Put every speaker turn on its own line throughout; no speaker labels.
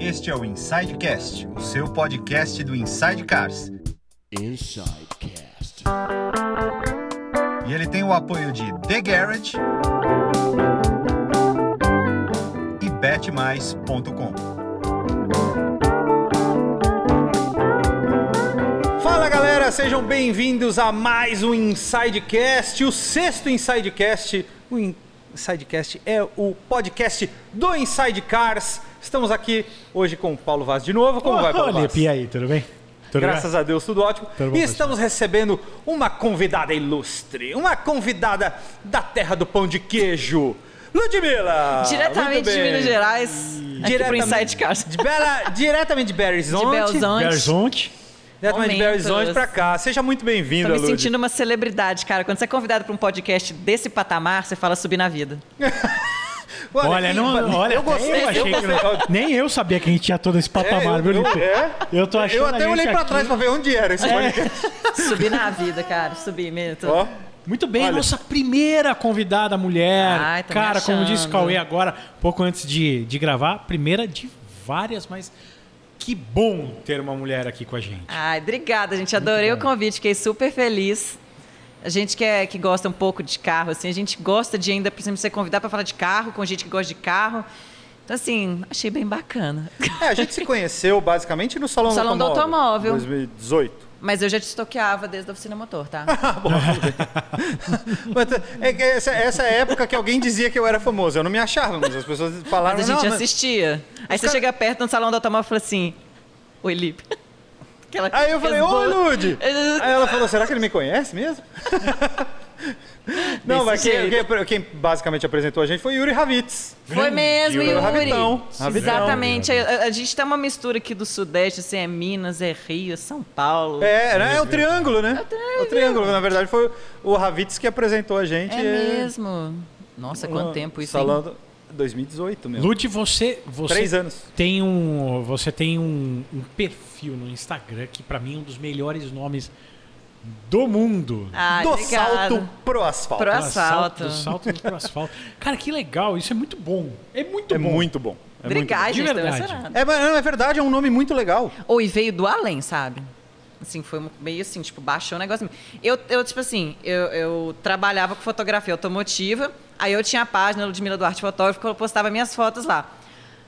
Este é o Insidecast, o seu podcast do Inside Cars.
Insidecast.
E ele tem o apoio de The Garage e betmais.com.
Fala galera, sejam bem-vindos a mais um Insidecast, o sexto Insidecast. O In- Insidecast é o podcast do Inside Cars. Estamos aqui hoje com o Paulo Vaz de novo. Como vai, Paulo
Olha,
Vaz?
e aí, tudo bem? Tudo
Graças a Deus, tudo ótimo.
Tudo bom,
e estamos recebendo uma convidada ilustre, uma convidada da terra do pão de queijo, Ludmilla! Muito
Diretamente de
bem.
Minas Gerais, Ah, aqui pro Inside Cars.
de Bela, diretamente de Belo
De
Horizonte.
bem?
Belzonte.
Horizonte.
Diretamente de Belo
Momentos.
Horizonte pra cá. Seja muito
Tô
bem-vinda,
me
Lud.
sentindo uma celebridade, cara. Quando você é convidado pra um podcast desse patamar, você fala subir na vida.
Olha,
que-
não, olha, eu
gostei,
eu
eu
achei que não-
gostei.
nem eu sabia que a gente tinha todo esse patamar,
É,
viu,
eu-
Lipe?
é.
Eu tô achando
Eu
a
até
gente
olhei pra
aqui- É.
trás pra ver onde era esse podcast.
Subir na vida, cara. Subir mesmo.
Ó.
Muito bem,
Olha.
nossa primeira convidada mulher.
Ai, tô me
Cara, como disse o
achando.
Cauê agora, pouco antes de, de gravar, primeira de várias, mas que bom ter uma mulher aqui com a gente.
Ai, obrigada, gente. Adorei o convite, fiquei super feliz. A gente que, é- que gosta um pouco de carro, assim, a gente gosta de ainda, por exemplo, você convidar pra falar de carro, com gente que gosta de carro. Então, assim, achei bem bacana.
É, a gente se conheceu basicamente no Salão,
Salão do Automóvel.
2018.
Mas eu já te estoqueava desde a oficina motor, tá?
Ah, Mas é que essa, essa época que alguém dizia que eu era famoso. Eu não me achava, mas as pessoas falaram.
Mas a gente
não,
assistia. Aí você
cara-
chega perto no salão do automóvel e fala assim: Oi, Lipe. Aquela-
Aí eu falei,
aquelas
ô
boas-
Lud!
Eu-
Aí ela falou, será que ele me conhece mesmo? Não,
Desse
mas quem,
jeito.
quem- quem basicamente apresentou a gente foi Yuri Ravitz.
Foi mesmo,
Yuri.
Yuri.
Rabidão, rabidão.
Exatamente. A, a gente tem uma mistura aqui do Sudeste, assim, é Minas, é Rio, é São Paulo.
É, né? é o triângulo, né? É o triângulo. na verdade, foi o Ravitz que apresentou a gente.
É mesmo. Nossa, quanto tempo isso, hein?
Ah, Salão do- 2018 mesmo.
Lute, você, você
Três anos.
tem um, você tem um, um perfil no Instagram que pra mim é um dos melhores nomes do mundo.
Ah,
do
obrigada.
salto pro asfalto.
Pro
Do
asfalto.
Do salto pro asfalto. Cara, que legal, isso é muito bom. É muito
É
bom.
muito bom. É
Obrigada,
De
gente, tô
verdade.
emocionada.
muito bom. É, mas, não, é verdade, é um nome muito legal.
Ou e veio do além, sabe? Assim, foi um- meio assim, tipo, baixou o negócio. Eu, eu tipo assim, eu, eu trabalhava com fotografia automotiva, aí eu tinha a página Ludmila Duarte Fotógrafo, que eu postava minhas fotos lá.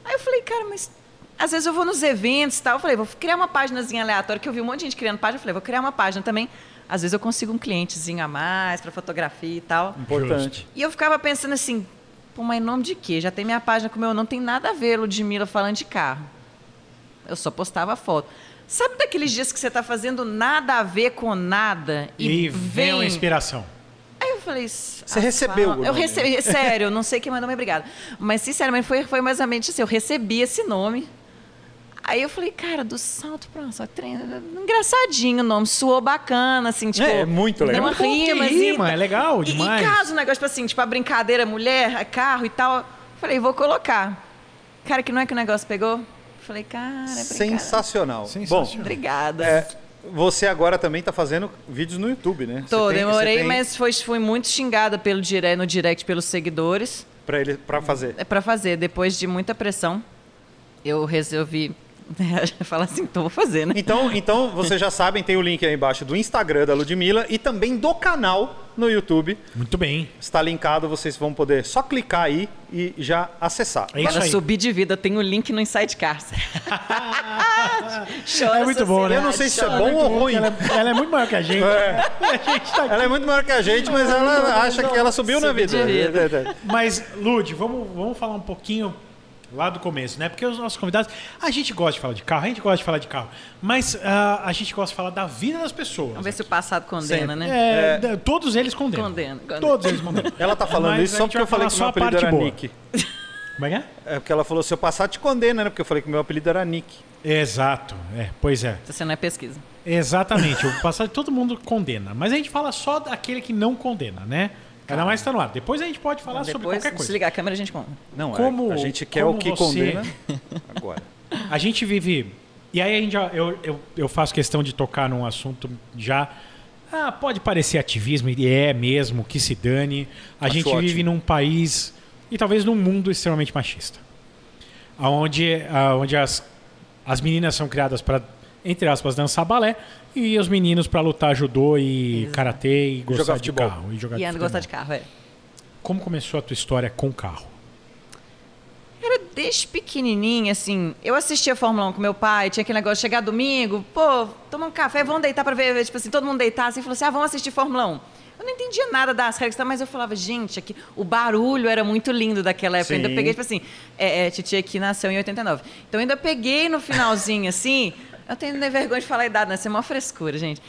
Aí eu falei, cara, mas às vezes eu vou nos eventos e tal, eu falei, vou criar uma páginazinha aleatória, que eu vi um monte de gente criando página, eu falei, vou criar uma página também. Às vezes eu consigo um clientezinho a mais para fotografia e tal.
Importante.
E eu ficava pensando assim, pô, mas em nome de quê? Já tem minha página com o meu, não tem nada a ver Ludmilla falando de carro. Eu só postava foto. Sabe daqueles dias que você tá fazendo nada a ver com nada
E vem uma inspiração.
Aí eu falei. Você
recebeu o
Eu
nome, né?
recebi, sério, não sei quem mandou, mas obrigada. Mas, sinceramente, foi, foi mais ou menos assim: eu recebi esse nome. Aí eu falei, cara, do salto pra nossa treino. Engraçadinho o nome, suou bacana, assim, tipo.
É, é muito legal.
Deu uma
Pô, que
rima, assim,
rima,
tá-
é legal
E-
demais.
E, caso o negócio, tipo assim, tipo a brincadeira, mulher, é carro e tal. eu Falei, vou colocar. Cara, que não é que o negócio pegou? Eu Falei, cara, é brincadeira.
Sensacional.
Sensacional.
Obrigada.
Bom, é, você agora também tá fazendo vídeos no YouTube, né?
Tô,
Você tem-
demorei,
você tem
mas foi, fui muito xingada pelo dire, no direct pelos seguidores.
Pra, ele, pra fazer.
É pra fazer. Depois de muita pressão, eu resolvi falar assim, então vou fazer, né?
Então, então, vocês já sabem, tem o link aí embaixo do Instagram da Ludmilla e também do canal no YouTube.
Muito bem.
Está linkado, vocês vão poder só clicar aí e já acessar.
É isso
Para
aí.
subir de vida, tem o link no Inside Cars. Chora,
É muito bom, né?
sociedade,
Eu não sei se isso é
chora.
bom ou ruim.
Ela, ela é muito maior que a gente. A gente tá aqui.
Ela é muito maior que a gente, mas ela acha que ela subiu na vida.
de
Mas, Lud, vamos, vamos falar um pouquinho lá do começo, né? Porque os nossos convidados, a gente gosta de falar de carro, a gente gosta de falar de carro, mas ah, a gente gosta de falar da vida das pessoas.
Vamos ver se o passado condena,
Sempre.
né?
É, da- Todos eles condenam.
Condena, condena.
Todos eles condenam.
Ela tá falando
Mas
isso
a
só
gente
porque
vai
eu falei
falar
que meu
só a
apelido
parte
era
boa.
Nick.
Como é que é?
É porque ela falou, seu passado te condena, né? Porque eu falei que meu apelido era Nick.
Exato, é, pois é.
Você não é pesquisa.
Exatamente, o passado todo mundo condena, mas a gente fala só daquele que não condena, né? Ainda mais tá no ar. Depois a gente pode falar sobre
Depois,
qualquer
se
coisa.
ligar a câmera, a gente conta.
Não, é,
Como-
a gente quer
como
o que
você-
condena agora.
A gente vive. E aí a gente, já- eu, eu, eu faço questão de tocar num assunto já. Ah, pode parecer ativismo, e é mesmo, que se dane. A
Acho
gente
ótimo.
vive num país e talvez num mundo extremamente machista. onde, onde as, as meninas são criadas para, entre aspas, dançar balé e os meninos para lutar judô e karatê e gostar
Jogar
de
futebol.
carro. E jogar
E ando
futebol.
gostar de carro, é.
Como começou a tua história com carro?
Era desde pequenininha, assim. Eu assistia Fórmula 1 com meu pai, tinha aquele negócio de chegar domingo, pô, tomar um café, vamos deitar pra ver, tipo assim, todo mundo deitar, assim, falou assim, ah, vamos assistir Fórmula 1. Eu não entendia nada das regras, tá? mas eu falava, gente, aqui, o barulho era muito lindo daquela época. Eu ainda
Sim.
peguei, tipo assim, é, é, titia aqui nasceu em 89. Então eu ainda peguei no finalzinho, assim, eu tenho nem vergonha de falar a idade, né? Isso é uma frescura, gente.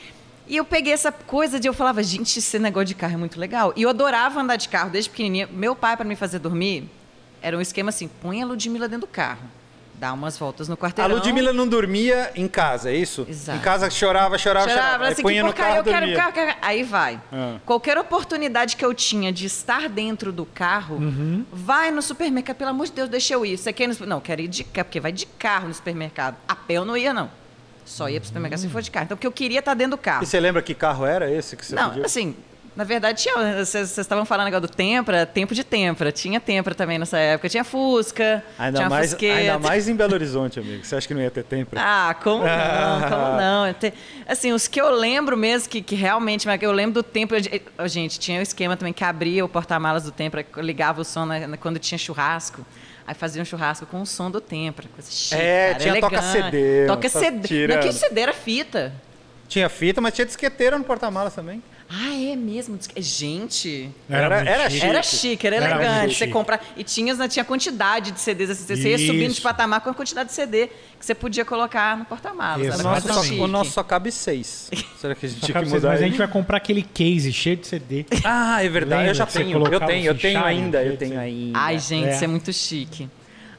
E eu peguei essa coisa de eu falava, gente, esse negócio de carro é muito legal. E eu adorava andar de carro desde pequenininha. Meu pai, pra me fazer dormir, era um esquema assim: põe a Ludmilla dentro do carro, dá umas voltas no
A
quarteirão.
Ludmilla não dormia em casa, é isso?
Exato.
Em casa chorava, chorava, chorava.
Chorava,
Aí
assim, que
punha no
porcaria,
carro
eu quero
dormia.
o carro, quero- Aí vai.
Ah.
Qualquer oportunidade que eu tinha de estar dentro do carro, vai no supermercado, pelo amor de Deus, deixa eu ir. Você quer ir no super- Não, eu quero ir de carro, porque vai de carro no supermercado. A pé eu não ia, não. Só ia pro supermercado se for de carro. Então, porque eu queria estar dentro do carro.
E você lembra que carro era esse que você
Não,
pediu?
assim, na verdade tinha. Vocês vocês estavam falando agora do Tempra, tempo de Tempra. Tinha Tempra também nessa época. Tinha Fusca,
Ainda
tinha um
mais,
Fusqueta.
ainda mais em Belo Horizonte, amigo. Você acha que não ia ter tempo?
Ah, como não, como não. Eu te- Assim, os que eu lembro mesmo, que, que realmente, mas eu lembro do tempo. eu- eu- gente, tinha o esquema também que abria o porta-malas do Tempra, eu ligava o som na- na- quando tinha churrasco. Aí fazia um churrasco com o som do Tempra. Coisa chique,
É,
cara,
tinha
elegante.
toca-CD,
Toca
tá
CD.
tirando.
Não, que CD era fita.
Tinha fita, mas tinha disqueteira no porta-malas também.
Ah, é mesmo? Disque- Gente.
Era-
muito
era
chique.
chique.
Era chique, era
Era muito
elegante. Você
chique.
comprar. E tinha, né, tinha quantidade de CDs. Assim, você ia
Isso.
subindo de patamar com a quantidade de CD que você podia colocar no porta-malas.
Isso.
Era
O
uma
nosso,
coisa
só,
chique.
o nosso só cabe seis. Será que a gente
Só
tinha
cabe
que
vocês,
mudar
mas a
ele?
gente vai comprar aquele case cheio de CD.
Ah, é verdade.
Lembra
eu já
que você
tenho. Eu
colocava
tenho, eu
assim,
tenho
chave,
ainda. Eu
etc.
tenho ainda.
Ai, gente,
É.
isso é muito chique.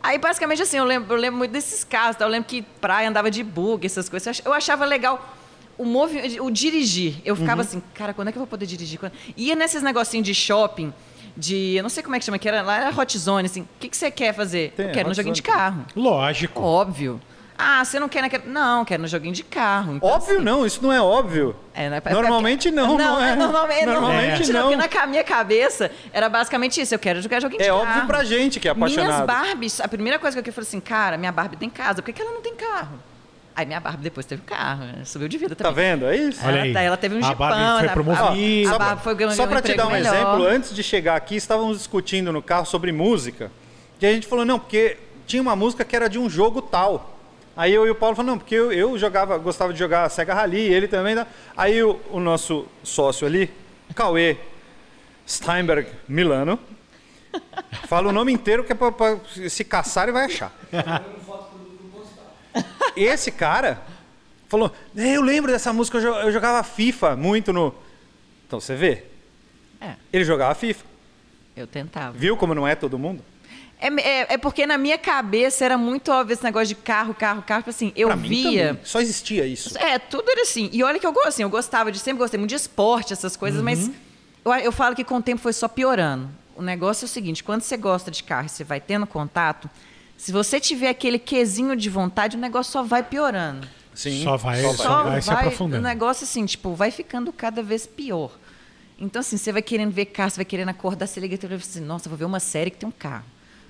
Aí, basicamente, assim, eu lembro, eu lembro muito desses casos. tá? Eu lembro que praia andava de bug, essas coisas. Eu ach- Eu achava legal o, movi- o dirigir. Eu ficava
Uhum.
assim, cara, quando é que eu vou poder dirigir? Quando- Ia nesses negocinhos de shopping, de... Eu não sei como é que chama, que era lá era hot zone, assim. O que, que você quer fazer?
Tem,
eu
hot
quero no joguinho
zone.
de carro.
Lógico.
Óbvio. Ah, você não quer naquele... Não, quero no joguinho de carro. Então,
Óbvio não, isso não é óbvio.
é, não é pra-
Normalmente não, não, é.
Normalmente,
Normalmente
normalmente não.
não.
Porque na ca- minha cabeça era basicamente isso. Eu quero jogar joguinho de
É
carro.
óbvio pra gente que é
Minhas
apaixonado.
Barbies, a primeira coisa que eu falei assim, cara, minha Barbie tem casa, por que, que ela não tem carro? Aí minha Barbie depois teve um carro, né? subiu de vida
Tá
também.
vendo? É isso.
Olha
ela,
aí.
ela teve um
A
jipão.
Barbie foi
ela-
promovida.
a-
Só
A
pra-
Barbie foi ganhando
Só
um
pra te
emprego
dar um
melhor.
exemplo, antes de chegar aqui, estávamos discutindo no carro sobre música. E a gente falou, não, porque tinha uma música que era de um jogo tal. Aí eu e o Paulo falamos, não, porque eu, eu jogava, gostava de jogar Sega Rally, ele também. né? Aí o, o nosso sócio ali, Cauê Steinberg Milano, fala o nome inteiro que é pra, pra se caçar e vai achar. Esse cara falou, "É, eu lembro dessa música, eu jo- eu jogava FIFA muito no... Então você vê,
É,
ele jogava FIFA.
eu tentava.
Viu como não é todo mundo?
É, é- é porque na minha cabeça era muito óbvio esse negócio de carro, carro, carro. Tipo Assim, eu
Pra mim
via...
também. Só existia isso.
É, tudo era assim. E olha que eu, go- assim, eu gostava de, sempre gostei muito de esporte, essas coisas, mas
Uhum.
eu, eu falo que com o tempo foi só piorando. O negócio é o seguinte: quando você gosta de carro e você vai tendo contato, se você tiver aquele quesinho de vontade, o negócio só vai piorando.
Só vai,
Só
só
Só
vai, se
O
aprofundando.
negócio, assim, tipo, vai ficando cada vez pior. Então, assim, você vai querendo ver carro, você vai querendo acordar, você liga e fala assim, nossa, vou ver uma série que tem um carro.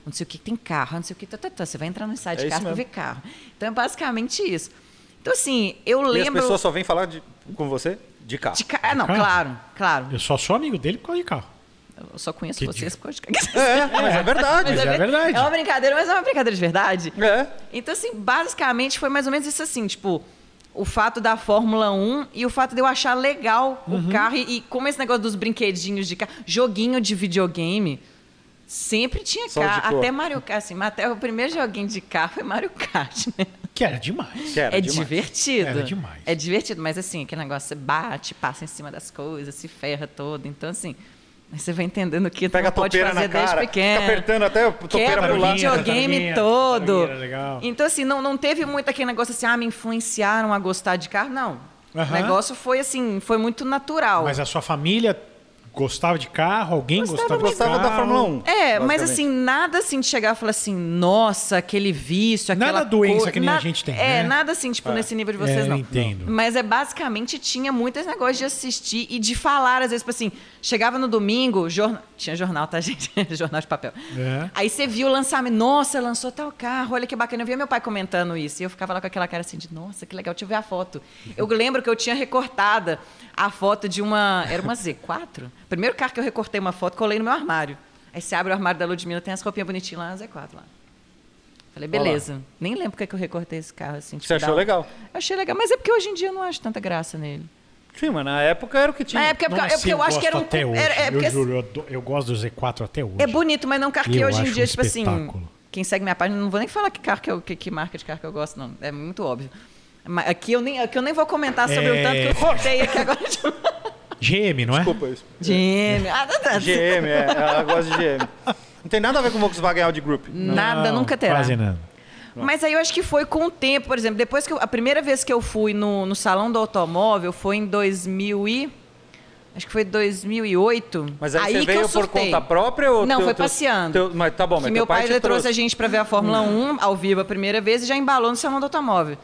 Não sei o que que tem carro, não sei o que. Tá, tá, tá. Você vai entrar no site
É
de carro
isso
pra ver
mesmo.
carro. Então é basicamente isso. Então, assim, eu
E as
lembro.
pessoas só vêm falar de- com você de carro.
De ca- Ah, não,
Carro?
claro, claro.
Eu só sou amigo dele por causa de carro.
Eu só conheço
Que
vocês
dia.
por causa de carro.
É, mas é verdade.
Mas
é
ver-
verdade.
É uma brincadeira, mas é uma brincadeira de verdade.
É.
Então, assim, basicamente foi mais ou menos isso assim, tipo, o fato da Fórmula 1 e o fato de eu achar legal
Uhum.
o carro e, e como esse negócio dos brinquedinhos de carro, joguinho de videogame, sempre tinha
Só de
carro.
cor.
Até Mario Kart, assim, mas até o primeiro joguinho de carro foi Mario Kart, né?
Que era demais.
Que era
é
demais.
divertido.
Era demais.
É divertido, mas assim, aquele negócio, você bate, passa em cima das coisas, se ferra todo. Então, assim, aí você vai entendendo o que
Pega
não
a
pode
topeira
fazer
na cara.
desde pequeno.
Fica apertando até a topeira né?
Quebra
pro
o
lado.
videogame
Tartaruguinha,
todo.
tartaruguinha, legal.
Então, assim, não, não teve muito aquele negócio assim, ah, me influenciaram a gostar de carro. Não.
Aham.
O negócio foi assim, foi muito natural.
Mas a sua família gostava de carro, alguém
Gostava
gostava, de
Gostava
carro.
da Fórmula 1.
É, mas
basicamente.
assim, nada assim de chegar e falar assim, nossa, aquele vício, aquela
Nada doença
coisa-
que nem a
na-
gente tem, né?
É, nada assim, tipo, nesse nível de vocês,
É, eu
não.
entendo.
Mas é basicamente, tinha muitos negócios de assistir e de falar, às vezes, tipo assim, chegava no domingo, jorna- tinha jornal, tá, gente? jornal de papel.
É.
Aí você viu o lançamento, nossa, lançou tal carro, olha que bacana. Eu via meu pai comentando isso e eu ficava lá com aquela cara assim de, nossa, que legal, deixa eu ver a foto. Eu lembro que eu tinha recortada a foto de uma, era uma Z4? Primeiro carro que eu recortei uma foto, colei no meu armário. Aí você abre o armário da Ludmilla, tem as roupinhas bonitinhas lá, a Z4 lá. Falei, beleza. Nem lembro porque que eu recortei esse carro assim. tipo,
Você achou
dá um-
legal?
Eu achei legal, mas é porque hoje em dia eu não acho tanta graça nele.
Sim, mas na época era o que tinha.
Na época é porque,
Nossa,
é porque eu, acho que era um.
gosto Até hoje.
era- é porque-
eu juro, eu, ado- eu gosto do Z4 até hoje.
É bonito, mas não um carro que
Eu
hoje em
acho
dia,
um
tipo assim.
espetáculo.
Quem segue minha página, não vou nem falar que carro que, eu, que, que marca de carro que eu gosto, não. É muito óbvio. Mas aqui eu nem, aqui eu nem vou comentar sobre o tanto que eu
É.
cortei aqui agora.
GM, não é?
Desculpa isso.
Jimmy. Ah, nada.
GM, é. Ela gosta de GM. Não tem nada a ver com o Volkswagen Audi Group.
Nada,
Não,
nunca terá.
Quase nada.
Mas aí eu acho que foi com o tempo, por exemplo, depois que eu- a primeira vez que eu fui no, no salão do automóvel foi em 2000 e acho que foi 2008.
Mas aí, você
que
veio
eu
por
surtei.
conta própria ou
Não,
teu-
foi
teu-
passeando.
teu- mas tá bom,
que
mas
meu
teu pai,
pai,
te
ele trouxe
trouxe Hum.
a gente pra ver a Fórmula 1 ao vivo a primeira vez e já embalou no Salão do Automóvel.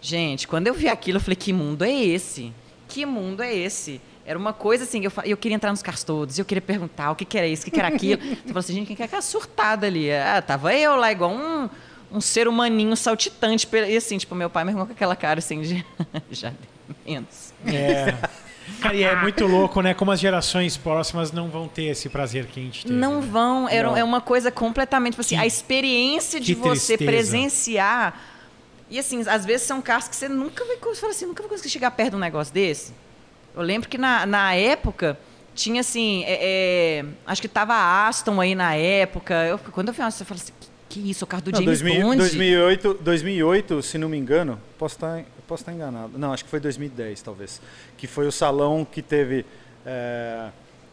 Gente, quando eu vi aquilo, eu falei, que mundo é esse? Que mundo é esse? Era uma coisa assim, eu, fa- eu queria entrar nos carros todos, eu queria perguntar o que, que era isso, o que, que era aquilo. Você falou assim, gente, quem que é aquela surtada ali? Ah, tava eu lá, igual um, um ser humaninho saltitante. pela- E assim, tipo, meu pai, meu irmão com aquela cara assim de... já deu menos.
Cara, e é muito louco, né? Como as gerações próximas não vão ter esse prazer que a gente teve.
Não
né?
vão. Era, É uma coisa completamente. tipo Assim, a experiência de
que
você
tristeza.
presenciar. E assim, às vezes são carros que você nunca vai conseguir. assim, nunca vou conseguir chegar perto de um negócio desse. Eu lembro que na, na época tinha assim. é, é, acho que tava a Aston aí na época. Eu, quando eu vi Aston, eu falei assim: que, que isso? O carro do
Não,
James
2000,
Bond?
2008, 2008, se não me engano, posso estar, posso estar enganado. Não, acho que foi 2010, talvez. Que foi o salão que teve é,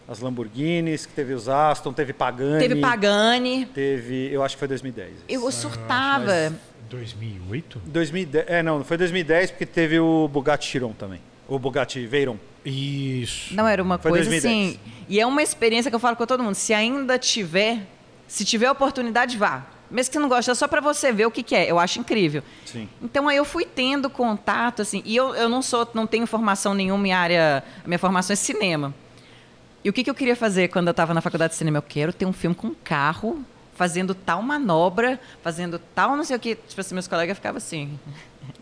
as Lamborghinis, que teve os Aston, teve
um,
Pagani.
Teve
né?
Pagani.
Teve, eu acho que foi 2010.
Eu surtava.
2008?
2010, é, não, foi 2010 porque teve o Bugatti Chiron também. O Bugatti Veyron.
Isso.
Não, era uma
Foi
coisa
2010.
assim. E é uma experiência que eu falo com todo mundo. Se ainda tiver, se tiver oportunidade, vá. Mesmo que você não goste, é só pra você ver o que, que é. Eu acho incrível.
Sim.
Então aí eu fui tendo contato, assim. E eu, eu não sou, não tenho formação nenhuma em área. a Minha formação é cinema. E o que, que eu queria fazer quando eu estava na faculdade de cinema? Eu quero ter um filme com um carro, fazendo tal manobra, fazendo tal não sei o que. Tipo assim, meus colegas ficavam assim.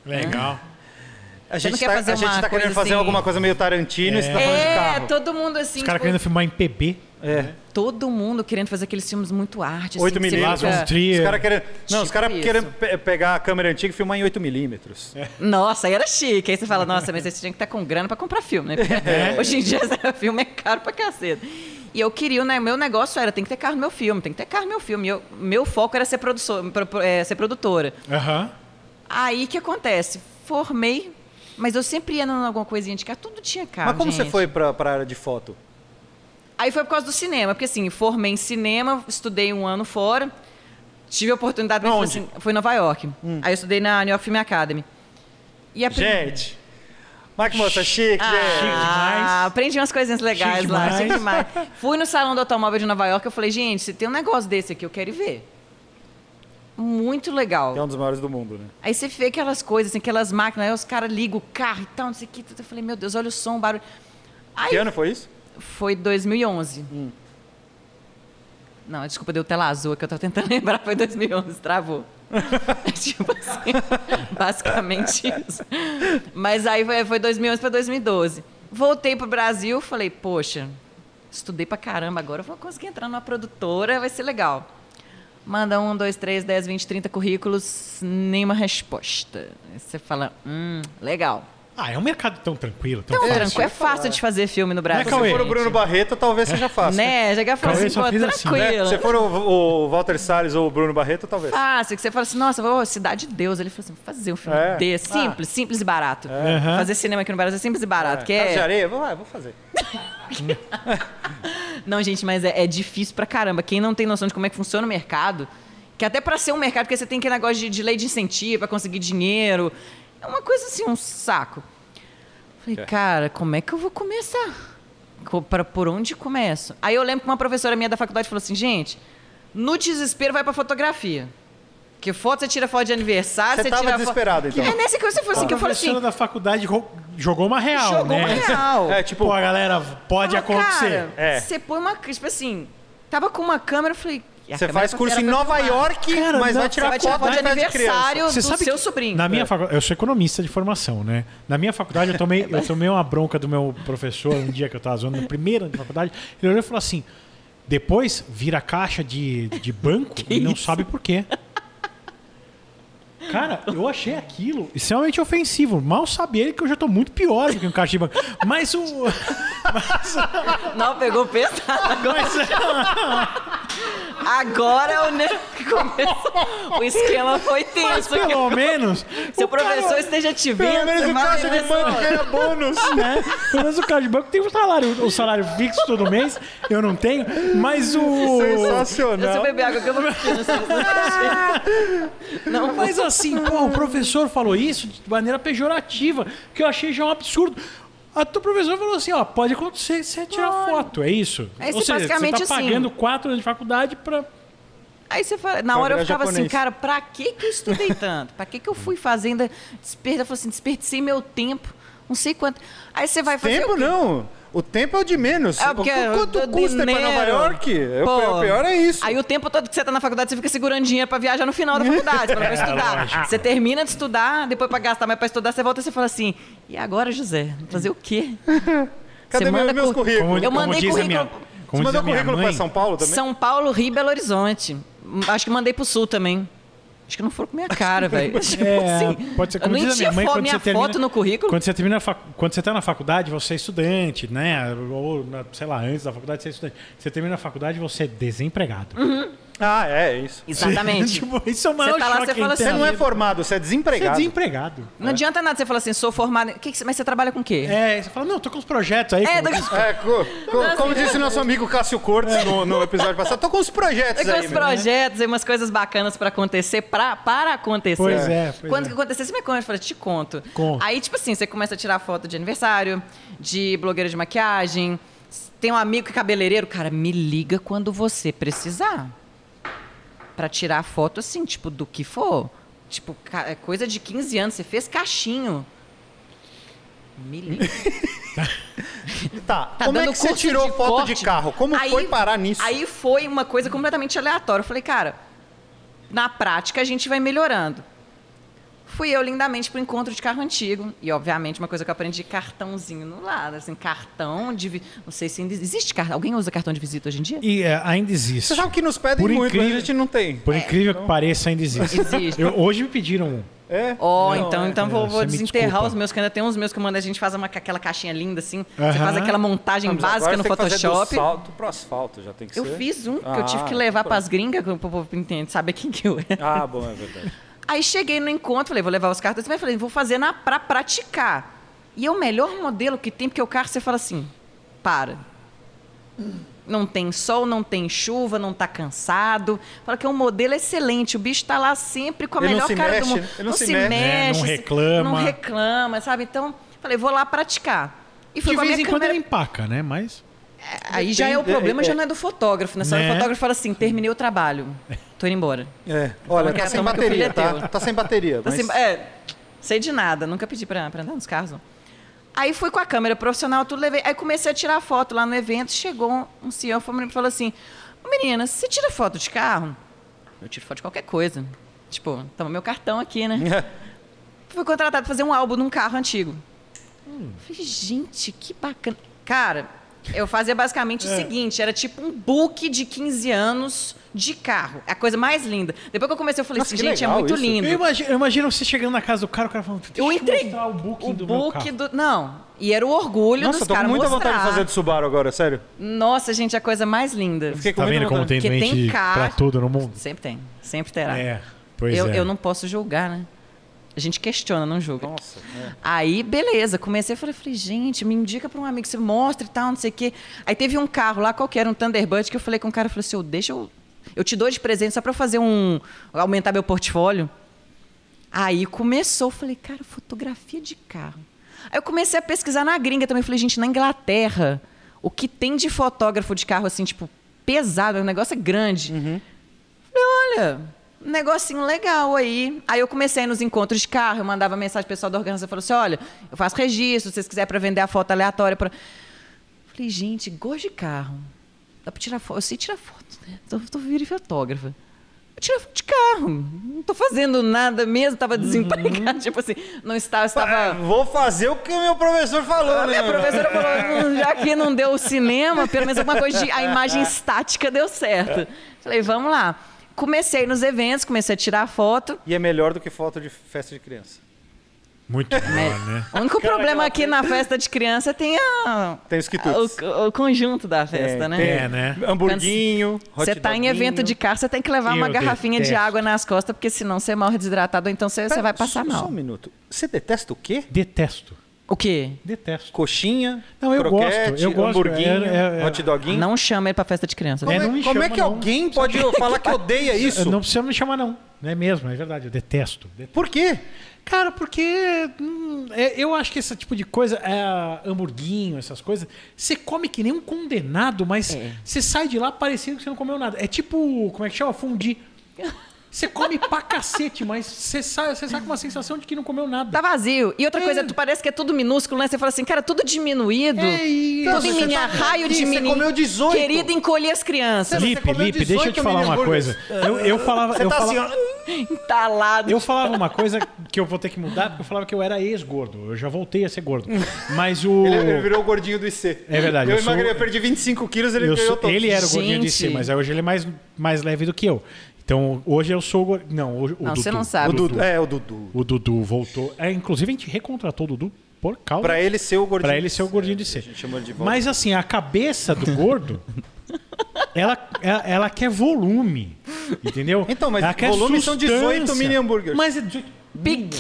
Legal.
A
Você não
gente
quer
tá,
fazer
a gente
uma
tá querendo
coisa
fazer
assim-
alguma coisa meio Tarantino e você tá falando de
É,
carro.
todo mundo assim.
Os caras
tipo,
querendo filmar em PB.
É,
Todo mundo querendo fazer aqueles filmes muito arte. assim,
8
que você
milímetros.
fica-
Lázaro Trier.
Os caras querendo, não, os
Tipo
caras
isso.
querendo pe- pegar a câmera antiga e filmar em 8 milímetros.
Nossa, aí era chique. Aí você fala, nossa, mas esse tinha que estar com grana pra comprar filme, né? Porque Hoje em dia, esse filme é caro pra caceta. E eu queria, né? Meu negócio era, tem que ter carro no meu filme, tem que ter carro no meu filme. E eu- meu foco era ser, produço- pro- pro- é, ser produtora.
Aham.
Aí, o que acontece? Formei, mas eu sempre ia em alguma coisinha de carro. Tudo tinha carro,
Mas como você
gente.
foi pra, pra área de foto?
Aí foi por causa do cinema, porque assim, formei em cinema, estudei um ano fora, tive a oportunidade de
Onde?
assim, foi em Nova York.
Hum.
Aí eu estudei na New York Film Academy. E a prim-
Gente, mas que moça chique, gente.
Ah,
demais.
aprendi umas coisinhas legais
Chique
lá,
demais.
chique demais. Fui no salão do automóvel de Nova York, eu falei, gente, se tem um negócio desse aqui, eu quero ir ver. Muito legal.
Então
Que é um dos maiores do mundo, né?
Aí você vê aquelas coisas, assim, aquelas máquinas, aí os caras ligam o carro e tal, não sei o que. Eu falei, meu Deus, olha o som, o barulho. Aí
Que ano foi isso?
foi 2011.
Hum.
Não, desculpa, deu tela azul, é que eu tô tentando lembrar, foi 2011, travou. tipo assim, basicamente isso. Mas aí foi, foi 2011 para 2012. Voltei pro Brasil, falei, poxa, estudei pra caramba, agora eu vou conseguir entrar numa produtora, vai ser legal. Manda um, dois, três, dez, vinte, trinta currículos, nenhuma resposta. Aí você fala, hum, legal.
Ah, é um mercado tão tranquilo, tão
Então,
fácil.
tranquilo, é fácil de fazer filme no Brasil.
Se Cauê?
Se for o
gente.
Bruno Barreto, talvez seja fácil.
Né? Já que ela falou
Cauê
assim,
só
pô,
fez
tranquilo.
assim,
Né? Se for o, o Walter Salles ou o Bruno Barreto, talvez.
Fácil, que você fala assim, nossa, vou, Cidade de Deus. Ele falou assim, vou fazer um filme
É.
desse. Simples, simples e barato.
Aham.
Fazer cinema aqui no Brasil é simples e barato. que
Casa de
é-
areia? Vou, ah, vou fazer.
Não, gente, mas é, é difícil pra caramba. Quem não tem noção de como é que funciona o mercado, que até pra ser um mercado, porque você tem aquele negócio de, de lei de incentivo, pra conseguir dinheiro. É uma coisa assim, um saco. Falei, cara, como é que eu vou começar? co- pra- por onde começo? Aí eu lembro que uma professora minha da faculdade falou assim, gente, no desespero vai pra fotografia. Porque foto, você tira foto de aniversário,
Você
você,
tava
tira
desesperado,
foto...
então.
É nessa que você falou assim, que eu falei assim,
professora da faculdade ro- jogou uma real,
jogou
né?
uma real.
É,
Tipo,
tipo,
Pô, galera, pode
Falou,
acontecer.
Cara,
É.
Você põe uma... Tipo assim, tava com uma câmera, eu falei... e a
você
câmera
faz
era
curso em
pra-
Nova York,
Cara,
mas
não,
vai
você
tirar
vai tirar
foto
foto de
faz de criança.
aniversário do seu
que
sobrinho.
Na minha faculdade, eu sou economista de formação, né? Na minha faculdade, eu tomei, eu tomei uma bronca do meu professor um dia que eu tava zoando, na primeira de faculdade. Ele olhou e falou assim: depois vira caixa de, de banco e não sabe por quê. Cara, eu achei aquilo extremamente ofensivo. Mal sabia ele que eu já tô muito pior do que um caixa de banco. Mas o.
Não, pegou pesado.
Mas,
Agora o ne- que começou. O esquema foi
mas
tenso. que-
pelo menos.
Se o
cara-
professor esteja te vendo,
Pelo menos o
mas-
caixa de
mas-
banco ganha bônus.
né? Pelo menos o cara de banco tem um salário, um salário fixo todo mês, eu não tenho, mas o.
Eu se
Sensacional.
beber água que eu vou pedir no Não, mas...
Mas assim, pô, o professor falou isso de maneira pejorativa, que eu achei já um absurdo. A tua professora falou assim, ó, pode acontecer se você tirar foto, é isso.
É isso,
Ou seja, você
basicamente
tá
assim.
pagando quatro anos de faculdade pra...
Aí você fala, na hora eu
virar
ficava
japonês.
assim, cara, pra que que eu estudei tanto? Pra que que eu fui fazendo desperda, eu falei assim, desperdicei meu tempo, não sei quanto. Aí você vai fazer
Tempo
é o quê?
não. O tempo é o de menos.
É,
O
porque
qu- Quanto
do
custa ir pra Nova
dinheiro.
York? É O
Pô,
pior- o pior é isso.
Aí o tempo todo que você tá na faculdade, você fica segurando dinheiro pra viajar no final da faculdade, pra não estudar. Você termina de estudar, depois pra gastar mais pra estudar, você volta e você fala assim, e agora, José? Fazer o quê?
Cadê
você
meu-
manda
meus
cu-
currículos?
Eu mandei
diz a
currículo-
minha-
Você
como diz a
mandou
minha
currículo
mãe,
pra São Paulo também?
São Paulo, Rio e Belo Horizonte. Acho que mandei pro Sul também. Acho que não foram com minha cara, velho. Tipo
É,
assim,
pode ser
eu
como
nem
diz a minha
tinha
mãe,
foto,
quando
minha
você termina,
foto no currículo.
Quando você termina a fac- quando você tá na faculdade, você é estudante, né? Ou, na- sei lá, antes da faculdade, você é estudante. Você termina a faculdade, você é desempregado.
Ah, é isso.
Uhum. Exatamente.
tipo, isso é o maior
Você tá lá,
choque
você fala
interno.
Você
assim,
não é formado, você é
Você é
desempregado.
desempregado.
Não adianta nada você falar assim, sou formado. em- que que você- mas você trabalha com o quê?
É, você fala, não, tô com os projetos aí.
É,
com-
do-
É, co-
Então, assim,
co- como disse nosso amigo Cássio Cortes no, no episódio passado, tô com os projetos
Tem
aí. né?
uns
meu.
projetos e umas coisas bacanas pra acontecer, pra, para acontecer.
Pois é, pois
Quando
é.
que acontecer, você me conta, eu falo, te conto.
Conta.
Aí, tipo assim, você começa a tirar foto de aniversário, de blogueira de maquiagem. Tem um amigo que é cabeleireiro, cara, me liga quando você precisar. Pra tirar foto, assim, tipo, do que for. Tipo, ca- coisa de 15 anos, você fez caixinho. Me liga.
Tá,
Tá
como é
dando
que você
curso
tirou
de
foto
corte.
de carro? Como
Aí-
foi parar nisso?
Aí foi uma coisa completamente aleatória. Eu falei, cara, na prática a gente vai melhorando. Fui eu lindamente pro encontro de carro antigo. E, obviamente, uma coisa que eu aprendi, cartãozinho no lado. Assim, cartão de... vi- Não sei se ainda existe cartão. Alguém usa cartão de visita hoje em dia?
E é, ainda existe.
Você sabe que nos pedem
Por
muito, mas a
incrível-
gente não tem.
Por incrível que pareça, ainda existe.
É. Existe.
Eu- hoje me pediram um.
É?
Ó,
Não,
então,
é-
então vou,
é, você
vou
me
desenterrar
desculpa.
os meus, que ainda tem uns meus que eu mando. A gente faz uma, aquela caixinha linda, assim. Você
Aham.
faz aquela montagem
Mas
básica
agora
no
você tem que fazer do
Photoshop.
salto pro asfalto, já tem que
Eu
ser.
fiz um que eu tive
Ah,
que levar
pronto.
pras gringas, que o povo entende, sabe quem que eu era.
Ah, bom, é verdade.
Aí cheguei no encontro, falei, vou levar os cartões, mas falei, vou fazer na, pra praticar. E é o melhor modelo que tem, porque o carro você fala assim, para. Não tem sol, não tem chuva, não tá cansado. Fala que é um modelo excelente. O bicho tá lá sempre com a
Ele não
melhor
se
cara
mexe,
do mundo.
né? Ele não se mexe.
É, não
se-
reclama.
Não reclama, sabe? Então, falei, vou lá praticar. E fui
De
com a
vez
minha
em quando
câmera.
ele empaca, né? Mas.
Aí já é o
Depende,
problema,
é,
já não é do fotógrafo. Nessa hora
Né?
o fotógrafo fala assim, terminei o trabalho. Tô indo embora.
É, olha, tá
Cara,
sem
toma que o
bateria,
filho é
tá?
teu.
Tá sem bateria,
Então,
mas...
assim, é, sei de nada, nunca pedi pra, pra andar nos carros, não. Aí fui com a câmera profissional, tudo levei. Aí comecei a tirar foto lá no evento. Chegou um senhor foi e falou assim: Menina, você tira foto de carro? Eu tiro foto de qualquer coisa. Tipo, toma meu cartão aqui,
Hum.
né?
Uhum.
fui contratado pra fazer um álbum num carro antigo.
Hum.
Falei, gente, que bacana. Cara, eu fazia basicamente
É.
o seguinte: era tipo um book de 15 anos de carro. é A coisa mais linda. Depois que eu comecei, eu falei
Nossa,
assim,
que
gente, é
legal
muito
isso.
lindo.
Eu imagino, eu imagino você chegando na casa do cara, o cara falando. Deixa
Eu
eu
entreguei
mostrar o booking do meu carro.
do- Não, e era o orgulho
Nossa,
dos
tô com
caras
muita
mostrar.
vontade de fazer de Subaru agora, sério.
Nossa, gente, é a coisa mais linda.
Fiquei com
Tá
muita
vendo como
vontade.
tem
Porque
doente
tem carro-
pra tudo no mundo?
Sempre tem, sempre terá.
É. Pois
eu,
é.
eu não posso julgar, né? A gente questiona, não julga.
Nossa, é.
Aí, beleza, comecei a falar, falei, gente, me indica pra um amigo, você mostra e tal, não sei o quê. Aí teve um carro lá, qualquer, um Thunderbird, que eu falei com o cara, eu falei assim, "Ô, deixa eu... Eu te dou de presente só pra eu fazer um... Aumentar meu portfólio. Aí começou, eu falei, cara, fotografia de carro. Aí eu comecei a pesquisar na gringa também, eu falei, gente, na Inglaterra, O que tem de fotógrafo de carro, assim, tipo, pesado, o negócio é grande. Falei, olha, um negocinho legal aí. Aí eu comecei nos encontros de carro, eu mandava mensagem pro pessoal da organização, falou assim, olha, eu faço registro, se vocês quiserem para vender a foto aleatória. Pra... Falei, gente, gosto de carro. Dá pra tirar foto. Eu sei tirar foto, né? Tô, tô virando fotógrafa. Eu tiro foto de carro. Não tô fazendo nada mesmo, tava desempregada. Tipo assim, não estava... estava...
Tá, Vou fazer o que o meu professor falou,
É,
né?
A minha professora falou, "Hum, já que não deu o cinema, pelo menos alguma coisa de... A imagem estática deu certo. Falei, vamos lá. Comecei nos eventos, comecei a tirar foto.
E é melhor do que foto de festa de criança.
Muito melhor, né?
O único problema aqui na festa de criança é tem a...
Tem os quitutes.
Ah, o, o conjunto da festa, né?
tem. É, né?
Hamburguinho, hot
Você tá em
doguinho.
evento de carro, você tem que levar uma
Eu
garrafinha de
detesto.
água nas costas, porque senão você morre desidratado, ou então você, você
Pera,
vai passar
só- Só
mal.
um minuto. Você detesta o quê?
Detesto.
O quê?
Detesto.
Coxinha,
Não, eu
croquete,
gosto, eu gosto,
hamburguinho,
é- é- é-
hot doguinho?
Não chama ele pra festa de criança.
Como é,
É, não me
como é
chama,
que
não.
alguém pode falar que odeia isso?
Não precisa me chamar, não. Não é mesmo, é verdade. Eu detesto. detesto.
Por quê?
Cara, porque hum, é- eu acho que esse tipo de coisa, é, hamburguinho, essas coisas, você come que nem um condenado, mas
É.
você sai de lá parecendo que você não comeu nada. É tipo, como é que chama? Fundi. Você come pra cacete, mas você sai, você sai com uma sensação de que não comeu nada.
Tá vazio. E outra
É.
coisa, tu parece que é tudo minúsculo, né? Você fala assim, cara, tudo diminuído.
É isso.
Tudo em
Você
mini,
tá-
raio de
Você
mini.
comeu 18.
Querido, encolhi as crianças.
Lipe,
comeu
Lipe, deixa eu te
18
falar uma
hambúrgueres.
coisa. Eu, eu falava.
Você
eu
tá
falava-
assim,
então,
ó. tá
Entalado.
Eu falava uma coisa que eu vou ter que mudar, porque eu falava que eu era ex-gordo. Eu já voltei a ser gordo. Mas o.
Ele, ele virou o gordinho do IC.
É verdade,
Eu,
eu sou-
emagrei, eu perdi 25 quilos, ele
eu
ganhou
sou-
todo.
ele é era o gordinho de si,
Gente.
mas hoje ele é mais, mais leve do que eu. Então hoje eu sou. o gor- Não, hoje, o
Não,
Dudu.
você não sabe.
O Dudu,
É, o Dudu.
o Dudu voltou. É, inclusive a gente recontratou o Dudu por causa.
Pra ele ser o gordinho.
Pra ele ser o gordinho de ser.
A gente chamou ele de volta.
Mas assim, a cabeça do gordo, ela, ela, ela quer volume. Entendeu?
Então, mas
ela quer
volume são 18 mini hambúrgueres.
Mas é 18.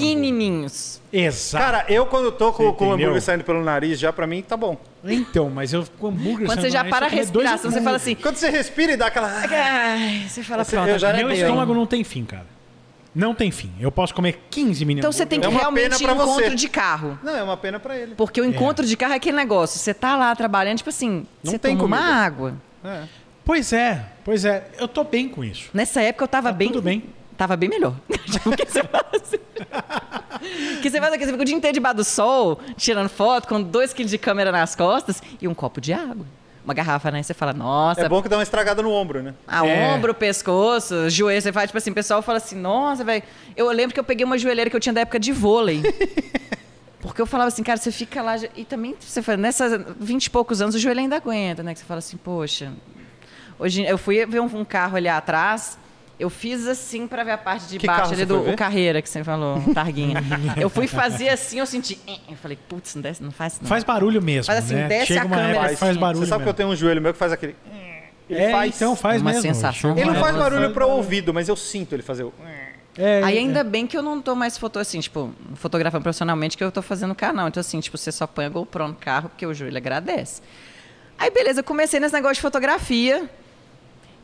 Pequenininhos.
Exato.
Cara, eu quando tô com,
Você
com o hambúrguer
entendeu?
saindo pelo nariz, já pra mim tá bom.
Então, mas eu com hambúrguer.
Quando você já para a respiração, você fala assim...
Quando você respira e dá aquela.
Ai, você É fala,
Você-
pronto,
eu já né?"
agora
Meu
deu.
estômago não tem fim, cara. Não tem fim. Eu posso comer 15 mini
Então você tem
hambúrgueres.
que
É uma
realmente
pena
ir
pra
em encontro
você.
de carro.
Não, é uma pena pra ele.
Porque o encontro de carro é aquele negócio. Você tá lá trabalhando, tipo assim,
Não
você
tem
toma uma
comida.
água.
É.
Pois é, pois é. Eu tô bem com isso.
Nessa época eu tava bem.
tudo bem.
Tava bem melhor. Tipo, que você fala assim. que você faz aqui, você fica o dia inteiro debaixo do sol, tirando foto, com dois quilos de câmera nas costas e um copo de água. Uma garrafa, né? Você fala, nossa,
É bom que dá uma estragada no ombro, né?
a
É.
ombro, pescoço, joelho. Você faz, tipo assim, o pessoal fala assim, nossa, velho. Eu lembro que eu peguei uma joelheira que eu tinha da época de vôlei. Porque eu falava assim, cara, você fica lá. E também, você fala, nessas 20 e poucos anos, o joelho ainda aguenta, né? Que você fala assim, poxa. Hoje eu fui ver um, um carro ali atrás. Eu fiz assim pra ver a parte de
Que carro
baixo ali
você foi
do
ver?
o carreira que você falou, o Targuinha. eu fui fazer assim, eu senti. "Eh", Eu falei, putz, não, desce, não faz isso, não.
Faz barulho mesmo.
Faz assim,
né?
desce
Chega
a
uma
câmera
época que
assim.
faz barulho.
Você sabe que eu
mesmo.
tenho um joelho meu que faz aquele. Ele
É,
faz.
então faz
Uma
mesmo.
sensação
Chega
Ele
uma
não faz
época-
barulho para o ouvido, mas eu sinto ele fazer. o-
É,
Aí
é.
ainda bem que eu não tô mais foto, assim, tipo, fotografando profissionalmente, que eu tô fazendo canal. Então, assim, tipo, você só põe a GoPro no carro, porque o joelho agradece. Aí, beleza, eu comecei nesse negócio de fotografia.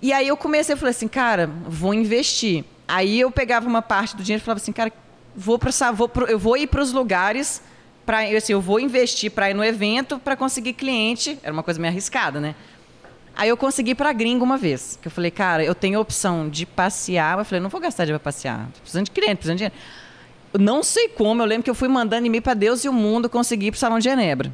E aí eu comecei, eu falei assim, cara, vou investir. Aí eu pegava uma parte do dinheiro e falava assim, cara, vou pra, essa- vou pro- eu vou ir para os lugares, pra, eu, assim, eu vou investir para ir no evento para conseguir cliente. Era uma coisa meio arriscada, né? Aí eu consegui ir pra gringa uma vez. Que eu falei, cara, eu tenho a opção de passear. mas Eu falei, não vou gastar dinheiro pra passear. Tô precisando de cliente, precisando de dinheiro. Eu Não sei como, eu lembro que eu fui mandando e-mail pra Deus e o mundo, consegui ir pro Salão de Genebra.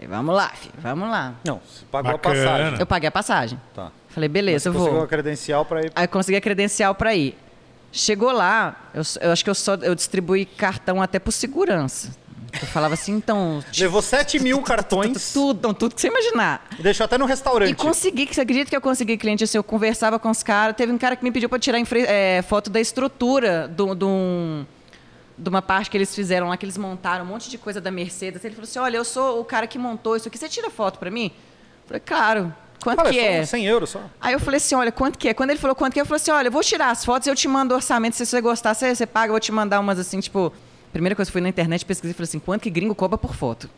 Aí, vamos lá, filho, vamos lá.
Não, você pagou
Bacana.
a passagem.
Eu paguei a passagem.
Tá.
Falei, beleza, eu
Você
vou.
conseguiu a credencial para ir.
Aí eu consegui a credencial para ir. Chegou lá, eu, s- eu acho que eu só eu distribuí cartão até por segurança. Eu falava assim, então.
Levou 7 mil cartões.
Tudo, não, tudo que você imaginar.
Deixou até no
E
restaurante.
consegui, que você acredita que eu consegui cliente assim? Eu conversava com os caras, teve um cara que me pediu para tirar em fre- eh, foto da estrutura do, de um- de uma parte que eles fizeram lá, que eles montaram um monte de coisa da Mercedes. Ele falou assim: olha, eu sou o cara que montou isso aqui, você tira foto para mim? Eu falei, claro. Quanto
Olha,
que
só
é?
uns 100 euros só.
Aí eu falei assim, olha, quanto que é? Quando ele falou quanto que é, eu falei assim, olha, eu vou tirar as fotos, eu te mando orçamento, se você gostar, você, você paga, eu vou te mandar umas assim, tipo... Primeira coisa, eu fui na internet, pesquisei, falei assim, quanto que gringo cobra por foto?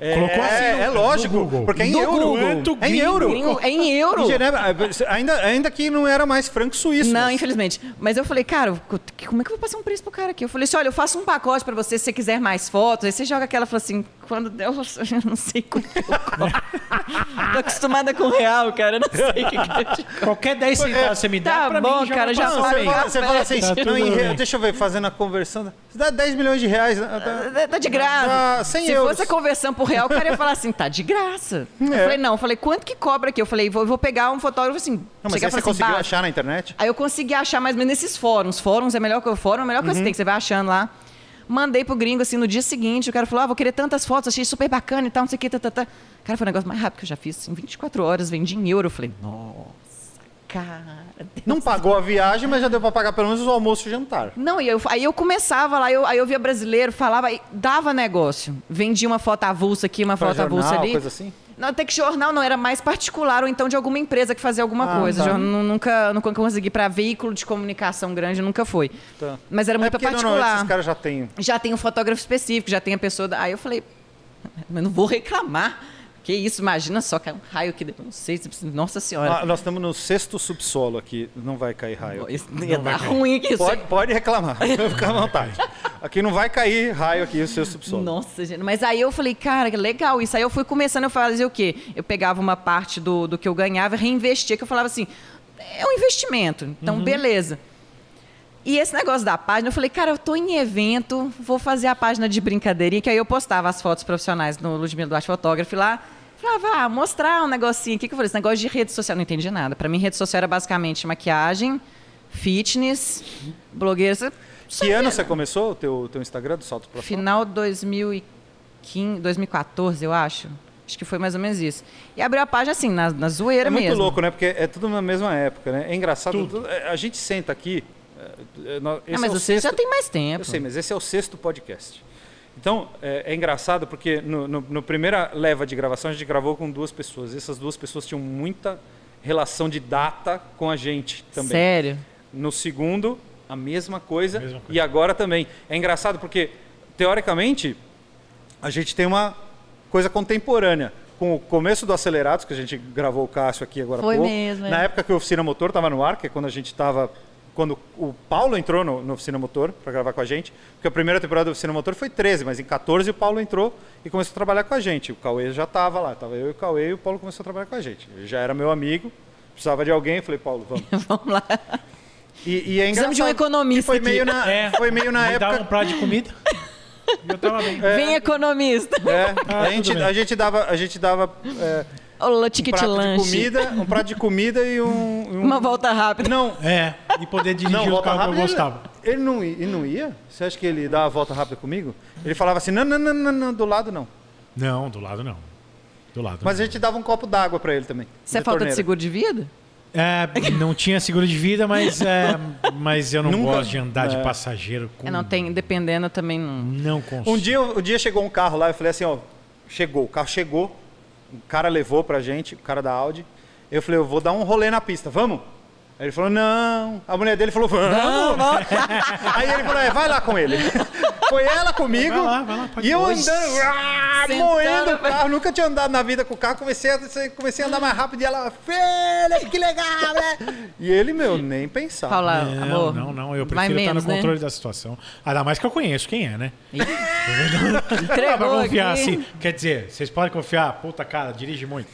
É,
Colocou assim
é,
no-
é
no
lógico,
Google.
porque é em
No
euro.
Google.
É em euro.
Gringo, é em euro.
Em Genebra, ah, ainda, ainda que não era mais franco suíço.
Não,
mas-
infelizmente. Mas eu falei, cara, co- que- como é que eu vou passar um preço pro cara aqui? Eu falei assim, olha, eu faço um pacote pra você, se você quiser mais fotos. Aí você joga aquela e fala assim, quando der, eu eu não sei quanto eu cobro. Tô acostumada com real, cara, eu não sei o que que é. eu te
Qualquer 10
é.
centavos você me dá,
Tá
pra
bom,
mim já é vai
cara, já
passar.
Não, você,
Paga
fala,
café.
você fala assim,
Tá
não,
tudo
em re-
bem.
deixa eu ver, fazendo a conversão, você dá 10 milhões de reais. ah, tá-
Tá- Tá de graça.
Ah, 100
Se
euros. É.
fosse a conversão pro real, o cara ia falar assim, tá de graça. Eu falei, não, eu falei, quanto que cobra aqui? Eu falei, vou, vou pegar um fotógrafo assim.
Não, mas
chegar
aí
e
você
falar assim,
conseguiu
"Bah,
achar na internet?
Aí eu consegui achar mais ou menos nesses fóruns. Fóruns é melhor que o fórum, é a melhor
Uhum.
coisa que tem, que você vai achando lá. Mandei pro gringo, assim, no dia seguinte, o cara falou, ah, vou querer tantas fotos, achei super bacana e tal, não sei o que, tá, tá, tá. Cara, foi o negócio mais rápido que eu já fiz, em 24 horas, vendi em euro. Eu falei, nossa, cara...
Não pagou a viagem, mas já deu pra pagar pelo menos o almoço e o jantar.
Não, e eu- aí eu começava lá, eu- aí eu via brasileiro, falava, aí dava negócio. Vendia uma foto avulsa aqui, uma
Pra
foto avulsa
jornal,
ali.
coisa assim?
Não, até que jornal não, era mais particular, ou então de alguma empresa que fazia alguma
Ah,
coisa.
tá.
Jornal, nu- nunca, nunca consegui, Pra veículo de comunicação grande, nunca foi.
Tá.
Mas
é
era muito
porque
particular.
normalmente esses caras já têm.
Já tem um fotógrafo específico, já tem a pessoa. da- Aí eu falei, mas não vou reclamar. Que isso, imagina só, caiu um raio aqui. dentro. Não sei, se- nossa senhora.
Ah, nós estamos no sexto subsolo aqui, não vai cair raio.
isso ia dar ruim aqui. isso
Pode, pode reclamar, fica à vontade. Aqui não vai cair raio aqui, o sexto subsolo.
Nossa, gente. Mas aí eu falei, cara, que legal isso. Aí eu fui começando, eu fazia o quê? Eu pegava uma parte do, do que eu ganhava, reinvestia, que eu falava assim, é um investimento, então beleza. E esse negócio da página, eu falei, cara, eu tô em evento, vou fazer a página de brincadeirinha, que aí eu postava as fotos profissionais no Ludmila Duarte Fotógrafo lá. Falava, ah, mostrar um negocinho aqui, que eu falei, esse negócio de rede social, não entendi nada. Pra mim, rede social era basicamente maquiagem, fitness, blogueira. isso- isso
Que
aí
ano
era-
você começou o teu, teu Instagram do salto pra fora?
Final 2015, 2014, eu acho. Acho que foi mais ou menos isso. E abriu a página assim, na, na zoeira
É muito
mesmo.
louco, né? Porque é tudo na mesma época, né? É engraçado. tudo- é, a gente senta aqui. é, é, nó- esse
Ah,
é
mas
o
você já
sexto-
tem mais tempo.
Eu sei, mas esse é o sexto podcast. Então, é, é engraçado porque no, no, no primeira leva de gravação a gente gravou com duas pessoas. essas duas pessoas tinham muita relação de data com a gente também.
Sério.
No segundo, a mesma coisa,
A mesma coisa.
E agora também. É engraçado porque, teoricamente, a gente tem uma coisa contemporânea. Com o começo do Acelerados, que a gente gravou o Cássio aqui agora há
Foi
pouco.
mesmo, é.
Na época que o Oficina Motor estava no ar, que é quando a gente estava. Quando o Paulo entrou no, no Oficina Motor para gravar com a gente, porque a primeira temporada do Oficina Motor foi 13, mas em 14 o Paulo entrou e começou a trabalhar com a gente. O Cauê já estava lá, estava eu e o Cauê e o Paulo começou a trabalhar com a gente. Ele já era meu amigo, precisava de alguém, eu falei, Paulo, vamos.
Vamos lá.
E, e é
Precisamos de um
engraçado
economista
que Foi
aqui.
meio na,
É,
foi meio na
me
época.
dava um prato de comida. e eu tava bem.
Vem economista.
É,
Ah,
a,
tudo
gente,
bem.
a gente dava, a gente dava é,
Olá,
um
ticket
prato
lanche.
de comida, um prato de comida e um. e um-
Uma volta rápida.
Não,
É, e poder dirigir
não,
o
volta
carro
rápida.
que eu gostava.
Ele, ele não, i- ele não ia? Você acha que ele dava a volta rápida comigo? Ele falava assim: não, não, não, não, não do lado não.
Não, do lado não. Do lado.
Mas a
não.
gente dava um copo d'água pra ele também.
Você é
de
falta
torneira.
de seguro de vida?
É, não tinha seguro de vida, mas, é, mas eu não
Nunca-
gosto de andar de passageiro
Hum.
com.
É, não tem, dependendo eu também não.
Não consigo.
Um dia, um dia chegou um carro lá, eu falei assim, ó, chegou, o carro chegou, o cara levou pra gente, o cara da Audi. Eu falei, eu vou dar um rolê na pista, vamos? Aí ele falou, não. A mulher dele falou, vamos. Aí ele falou, é, vai lá com ele. Foi ela comigo.
Vai lá, vai lá, pode
e eu
ir.
andando, ah,
Sentando,
moendo o
vai.
carro. Nunca tinha andado na vida com o carro. Comecei a, comecei a andar mais rápido e ela, filha, que legal, né? E ele, meu, nem pensava.
Paula,
Não,
amor.
não, não. Eu
vai
prefiro estar
menos,
no controle
Né?
da situação. Ainda mais que eu conheço quem é, né? Dá pra
Entregou
confiar,
aqui.
assim. Quer dizer, vocês podem confiar, puta cara, dirige muito.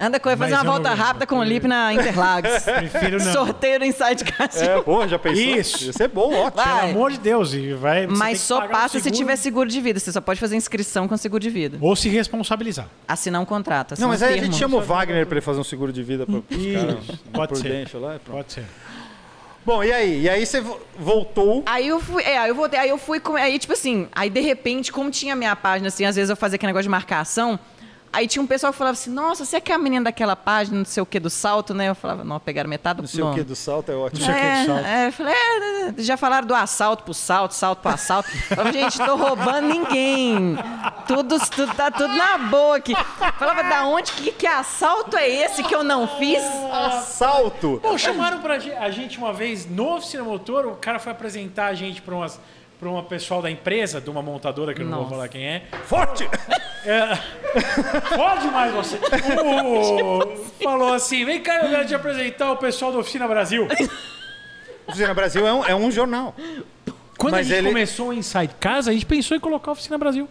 Anda com ele, fazer
Mas
uma
eu não
volta
gosto.
rápida com o Lipe na Interlagos.
Prefiro não.
Sorteio no Inside Cast.
É, porra, já pensou?
Isso.
Isso é bom, ótimo.
Vai.
Pelo amor de Deus, e vai. você tem que
Mas só
um
pagar o
passa se
seguro
tiver seguro de vida. Você só pode fazer inscrição com seguro de vida.
Ou se responsabilizar.
Assinar um contrato. Assinar
Não, mas
um
aí a
termo.
gente chama o Wagner pra ele fazer um seguro de vida para os caras.
Isso,
na
pode ser.
Prudential lá e pronto.
Pode ser.
Bom, e aí? E aí você vo- voltou.
Aí eu fui, é, aí eu voltei, aí eu fui, com- aí tipo assim, aí de repente, como tinha minha página, assim, às vezes eu fazia aquele negócio de marcação, aí tinha um pessoal que falava assim, nossa, você é que é a menina daquela página, não sei o que, do salto, né? Eu falava, não, pegaram metade do
Não sei o
nome.
que do salto é ótimo.
Não sei o que do
É,
salto.
é, eu falei, é, né, já falaram do assalto pro salto, salto pro assalto. Eu Falava, gente, tô roubando ninguém. Tudo, tudo, tá tudo na boa aqui. Eu Falava, da onde que, que assalto é esse que eu não fiz?
É. Salto!
Pô, chamaram pra ge- a gente uma vez no Oficina Motor, o cara foi apresentar a gente pra umas. Pra uma pessoal da empresa, de uma montadora que eu não vou
Nossa.
falar quem é.
Forte!
É... Pode mais você. O- Falou assim: vem cá, eu quero te apresentar o pessoal do Oficina Brasil.
Oficina Brasil é um, é um jornal.
Quando
Mas
a gente
ele-
começou o Inside Casa, a gente pensou em colocar a Oficina Brasil.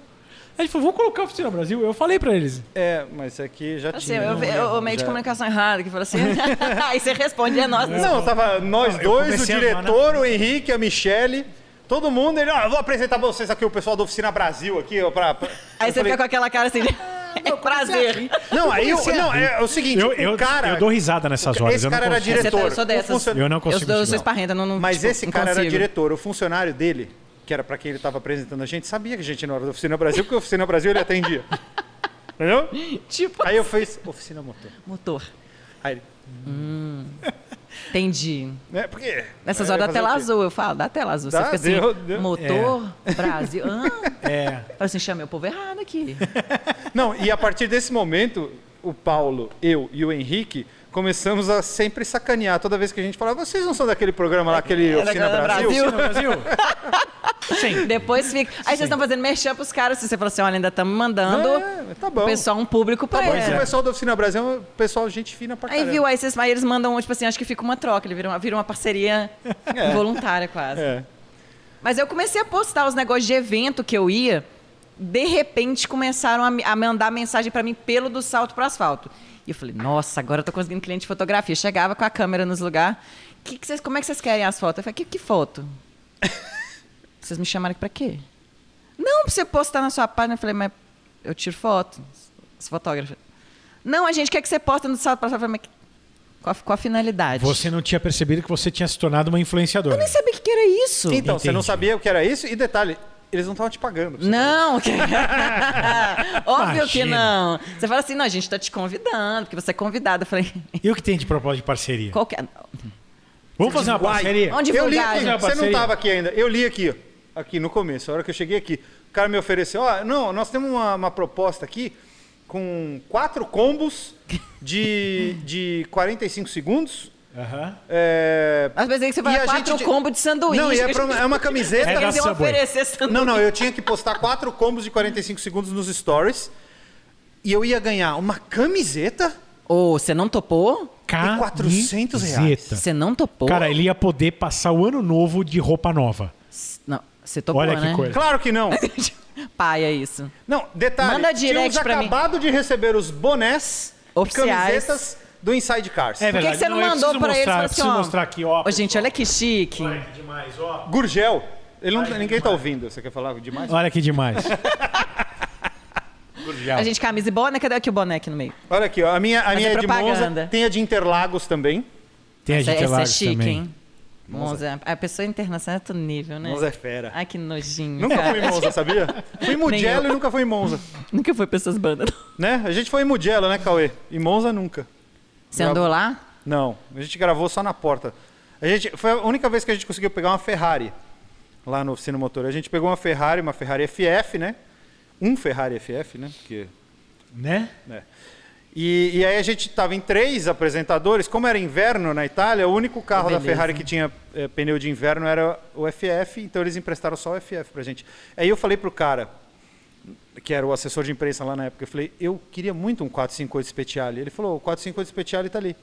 A gente falou: vamos colocar a Oficina Brasil. Eu falei pra eles.
É, mas aqui já
Assim,
tinha.
eu,
né?
não,
eu, eu, meio de
já-
é comunicação errada, que fala assim. aí você responde, é nós.
Não, tava nós
eu
dois, o
comecei a
diretor, o Henrique, a Michele, todo mundo. Ele, ó, eu vou apresentar pra vocês aqui o pessoal da Oficina Brasil aqui, ó, pra. pra-
Aí
Eu
você
falei, "Ah,
fica com aquela cara assim. de- É prazer.
Não, aí eu,
comecei a
não,
rir.
é, é o seguinte,
Eu,
o
eu,
cara.
eu dou risada nessas horas.
esse
eu não
cara era
consigo.
diretor.
tá, Eu sou dessas.
o funcio-
Eu não
Eu,
consigo.
sou- eu
segurar.
sou esparrenta, não, não
Mas
tipo,
esse
não
cara era
consigo.
diretor, o funcionário dele, que era pra quem ele tava apresentando a gente, sabia que a gente não era da Oficina Brasil, porque a Oficina Brasil ele atendia. Entendeu?
Tipo,
Aí eu fiz Oficina Motor.
motor.
Aí ele,
Entendi.
né? Porque.
Nessas
aí
horas da
fazer o
tela
quê?
azul, eu falo, dá tela azul.
Dá,
você fica assim,
deu- deu. É."
motor, Brasil. Ah,
É.
fala assim, chamei o povo errado aqui.
Não, e a partir desse momento, o Paulo, eu e o Henrique começamos a sempre sacanear toda vez que a gente falava, vocês não são daquele programa lá, aquele Oficina
daquela
Brasil?
É, Brasil.
Oficina Brasil.
Depois fica. Aí vocês estão fazendo merchan pros caras. Se você fala assim, olha, ainda estamos mandando
É, tá bom.
o pessoal, um público
Tá
pra
bom,
ele.
esse pessoal da Oficina Brasil é um pessoal gente fina pra
Aí
caramba.
viu, aí, vocês, aí eles mandam, tipo assim, acho que fica uma troca, ele vira uma, vira uma parceria voluntária quase.
É.
Mas eu comecei a postar os negócios de evento que eu ia, de repente começaram a, me- a mandar mensagem pra mim pelo do salto pro asfalto. E eu falei, nossa, agora eu tô conseguindo cliente de fotografia. Chegava com a câmera nos lugares. Que que vocês- como é que vocês querem as fotos? Eu falei, que, que foto? vocês me chamaram aqui pra quê? Não, pra você postar na sua página. Eu falei, mas eu tiro foto. Sou fotógrafa. Não, a gente quer que você posta no salto pra asfalto. Eu falei, mas que- qual, a- qual a finalidade?
Você não tinha percebido que você tinha se tornado uma influenciadora.
Eu nem sabia o que, que era isso.
Então, você não
Entendi.
sabia o que era isso? E detalhe, eles não estavam te pagando. pra você
Não, que- óbvio que
Imagina.
não. Você fala assim, não, a gente tá te convidando, porque você é convidado. Eu falei,
E o que tem de propósito de parceria?
qualquer.
Vamos fazer uma
Uai,
parceria?
Onde
Eu li
divulgar,
aqui, você
gente?
não
Parceria.
estava aqui ainda. Eu li aqui, ó. aqui no começo, a hora que eu cheguei aqui. O cara me ofereceu, ó, não, nós temos uma, uma proposta aqui com quatro combos de, de 45 segundos.
Aham.
É...
Às vezes que você
E
fala
a
quatro
gente-
combos de sanduíche.
Não, e é, pra- é uma camiseta.
É da
Eles iam
Subway.
oferecer sanduíche.
Não, não, eu tinha que postar quatro combos de 45 segundos nos stories. E eu ia ganhar uma camiseta.
Ô, você não topou?
Camiseta.
400 reais.
Você não topou?
Cara, ele ia poder passar o ano novo de roupa nova.
Não, você topou,
Olha que
né?
coisa.
Claro que não.
Pai, é isso.
Não, detalhe.
Manda direct
tínhamos
pra mim.
acabado de receber os bonés
Oficiais.
e camisetas do Inside Cars.
É
Por que,
verdade.
que você não,
Não, eu
mandou
preciso
pra eles?
mostrar,
Fala assim,
eu preciso
ó,
mostrar aqui, ó,
Ô, gente, olha que chique.
demais, ó.
Gurgel. Ele não,
Ai,
ninguém tá ouvindo. Você quer falar demais?
Olha que demais.
A gente camisa e boné. Cadê aqui o boné aqui no meio?
Olha aqui, ó, a minha, a minha é de
propaganda.
Monza, tem a de Interlagos também.
Tem a
Essa,
gente
essa é
lá
chique,
também.
hein? Monza. A pessoa internacional é outro nível, né?
Monza é fera.
Ai, que nojinho.
Nunca
cara.
fui em Monza, sabia? Fui em Mugello
Nem
e nunca fui em Monza.
Nunca fui pra essas bandas.
Né? A gente foi em Mugello, né, Cauê? Em Monza nunca.
Você
Não.
andou lá?
Não, a gente gravou só na porta. A gente, foi a única vez que a gente conseguiu pegar uma Ferrari lá no oficina motor. A gente pegou uma Ferrari, uma Ferrari FF, né? Um Ferrari FF, né? Porque
Né?
É. E, e aí a gente estava em três apresentadores. Como era inverno na Itália, o único carro da
beleza.
Ferrari que tinha eh, pneu de inverno era o FF, então eles emprestaram só o FF pra gente. Aí eu falei pro cara, que era o assessor de imprensa lá na época, eu falei, eu queria muito um 458 Speciale. Ele falou, o 458 Speciale tá ali.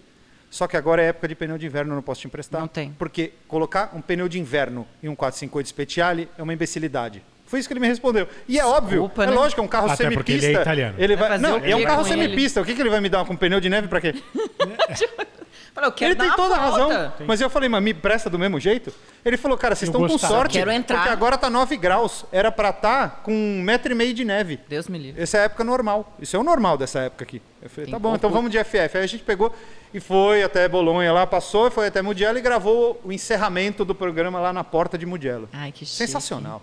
Só que agora é época de pneu de inverno, eu não posso te emprestar.
Não tem.
Porque colocar um pneu de inverno e um 458 Speciale é uma imbecilidade. Foi isso que ele me respondeu. E é óbvio,
Desculpa,
é
né?
lógico, é um carro
Até
semipista.
porque ele é italiano.
Ele
Vai
vai...
fazer
Não,
o quê
é um carro
com ele?
semipista. O que, que ele vai me dar com um pneu de neve pra quê?
Falei, eu quero
Ele
dar
tem
uma
toda a
volta.
razão. Mas eu falei, mas me presta do mesmo jeito? Ele falou, cara, vocês
Eu
estão com
gostava.
sorte.
Quero entrar.
Porque agora tá 9 graus. Era pra estar com um metro e meio de neve.
Deus me livre.
Essa é a época normal. Isso é o normal dessa época aqui. Eu falei,
Tem
tá bom,
pouco-
então vamos de FF. Aí a gente pegou e foi até Bolonha lá, passou, foi até Mugello e gravou o encerramento do programa lá na porta de Mugello.
Ai, que chique.
Sensacional.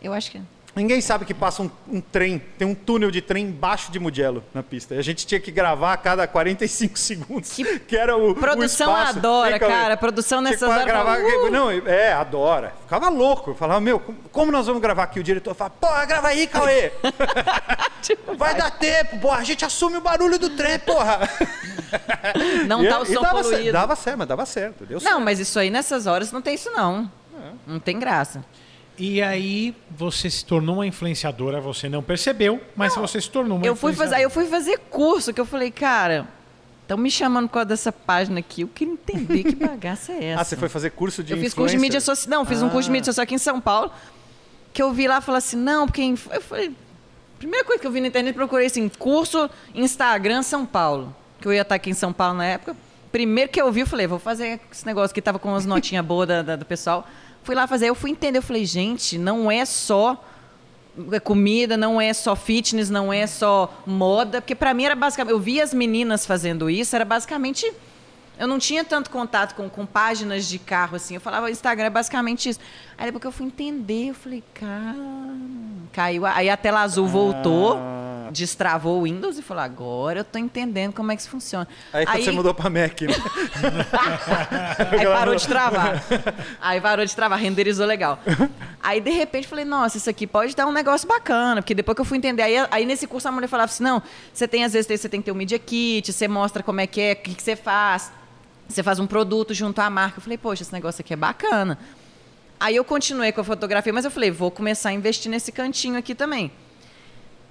Eu acho que...
Ninguém sabe que passa um, um trem, tem um túnel de trem embaixo de Mugello na pista. E a gente tinha que gravar a cada 45 segundos, que, era o
Produção
o espaço.
adora,
Hein, Cauê?
cara. Produção
Tinha que
nessas horas
Gravar,
fala, "Uh!"
Não, é, adora. Ficava louco. Eu Falava, meu, como- como nós vamos gravar aqui? O diretor falava, porra, grava aí, Cauê. Vai dar tempo, porra. A gente assume o barulho do trem, porra.
Não
E- é-
tá o
e
som
dava
poluído.
Certo, dava certo, mas dava certo. Deu certo. É.
Não, mas isso aí, nessas horas, não tem isso, não. Não tem graça.
E aí você se tornou uma influenciadora, você não percebeu, mas você se tornou uma
Eu fui fazer, aí eu
influenciadora.
fui fazer curso, que eu falei, cara, estão me chamando por causa dessa página aqui, eu queria entender que bagaça é essa.
Ah, você foi fazer curso de
eu fiz curso de
influencer? Ah.
mídia social. Não, fiz um curso de mídia social aqui em São Paulo. Que eu vi lá e falei assim, não, porque. inf- Eu falei. Primeira coisa que eu vi na internet, procurei assim, curso Instagram São Paulo. Que eu ia estar aqui em São Paulo na época. Primeiro que eu vi, eu falei, vou fazer esse negócio que tava com umas notinhas boas da- da- do pessoal. Fui lá fazer, eu fui entender, eu falei, gente, não é só é comida, não é só fitness, não é só moda, porque pra mim era basicamente, eu via as meninas fazendo isso, era basicamente eu não tinha tanto contato com, com páginas de carro assim, eu falava Instagram é basicamente isso. Aí depois que eu fui entender, eu falei, cara, caiu, a- aí a tela azul
Ah.
voltou, destravou o Windows e falou, agora eu tô entendendo como é que isso funciona.
Aí, quando você mudou pra Mac, né?
Aí parou de travar. Aí parou de travar, renderizou legal. Aí, de repente, falei, nossa, isso aqui pode dar um negócio bacana. Porque depois que eu fui entender, aí, aí nesse curso a mulher falava assim, não, você tem, às vezes, tem- você tem que ter um media kit, você mostra como é que é, o que, que você faz. Você faz um produto junto à marca. Eu falei, poxa, esse negócio aqui é bacana. Aí eu continuei com a fotografia, mas eu falei, vou começar a investir nesse cantinho aqui também.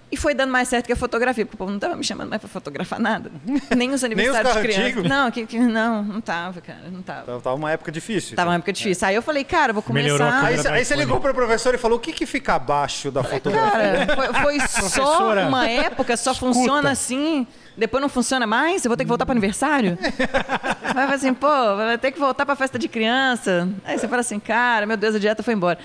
E foi dando mais certo que a fotografia, porque o povo não estava me chamando mais para fotografar nada. Nem os aniversários
carros
de criança.
antigos?
Não, que, que- não, não tava, cara, não tava.
Então, Tava uma época difícil.
Tava uma época difícil. Aí eu falei, cara, eu vou começar.
Melhorou a câmera.
Aí, cê- aí você ligou pro professor e falou, o que que fica abaixo da fotografia?
Cara, foi, foi só
Professora,
uma época, só
escuta.
funciona assim. Depois não funciona mais? Eu vou ter que voltar pro aniversário? Vai falar assim, pô, vai ter que voltar pra festa de criança. Aí você fala assim, cara, meu Deus, a dieta foi embora.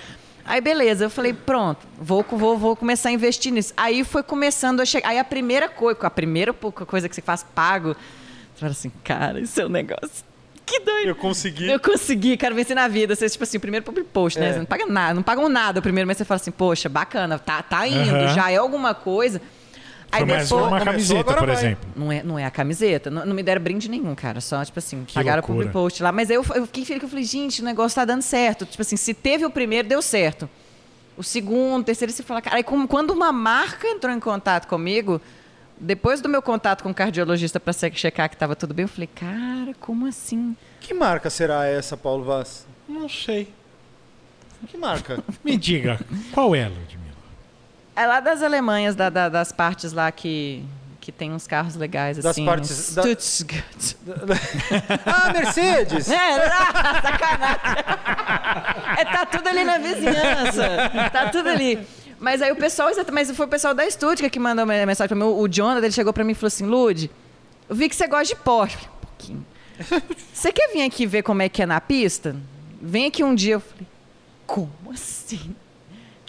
Aí beleza, eu falei, pronto, vou, co- vou, vou começar a investir nisso. Aí foi começando a chegar. Aí a primeira coisa, a primeira pouca coisa que você faz pago, você fala assim, cara, isso é um negócio. Que doido.
Eu consegui.
Eu consegui, cara, vencer na vida. Você, tipo assim, o primeiro public post, né?
É.
Você não paga nada, não pagam nada o primeiro, mas você fala assim, poxa, bacana, tá, tá indo,
Aham.
já é alguma coisa. Aí
Foi mais
depois.
uma
Começou,
camiseta,
agora
por
vai.
exemplo.
Não é, não é a camiseta. Não, não me deram brinde nenhum, cara. Só, tipo assim, pagaram o
loucura.
public post lá. Mas aí eu, eu fiquei feliz que eu falei, gente, o negócio tá dando certo. Tipo assim, se teve o primeiro, deu certo. O segundo, o terceiro, você fala, cara. Aí como- quando uma marca entrou em contato comigo, depois do meu contato com o cardiologista pra se- checar que tava tudo bem, eu falei, cara, como assim?
Que marca será essa, Paulo Vaz?
Não sei.
Que marca?
Me diga, qual é, Ludmilla?
É lá das Alemanhas, da- da- das partes lá que, que tem uns carros legais,
Das
assim.
partes da-
Stuttgart.
ah, Mercedes!
É, lá, sacanagem. É, tá tudo ali na vizinhança. Tá tudo ali. Mas aí o pessoal, exata- mas foi o pessoal da Stuttgart que mandou uma mensagem pra mim. O o Jonathan, ele chegou pra mim e falou assim, Lud, eu vi que você gosta de Porsche. Falei, Um pouquinho. Você quer vir aqui ver como é que é na pista? Vem aqui um dia. Eu falei, como assim?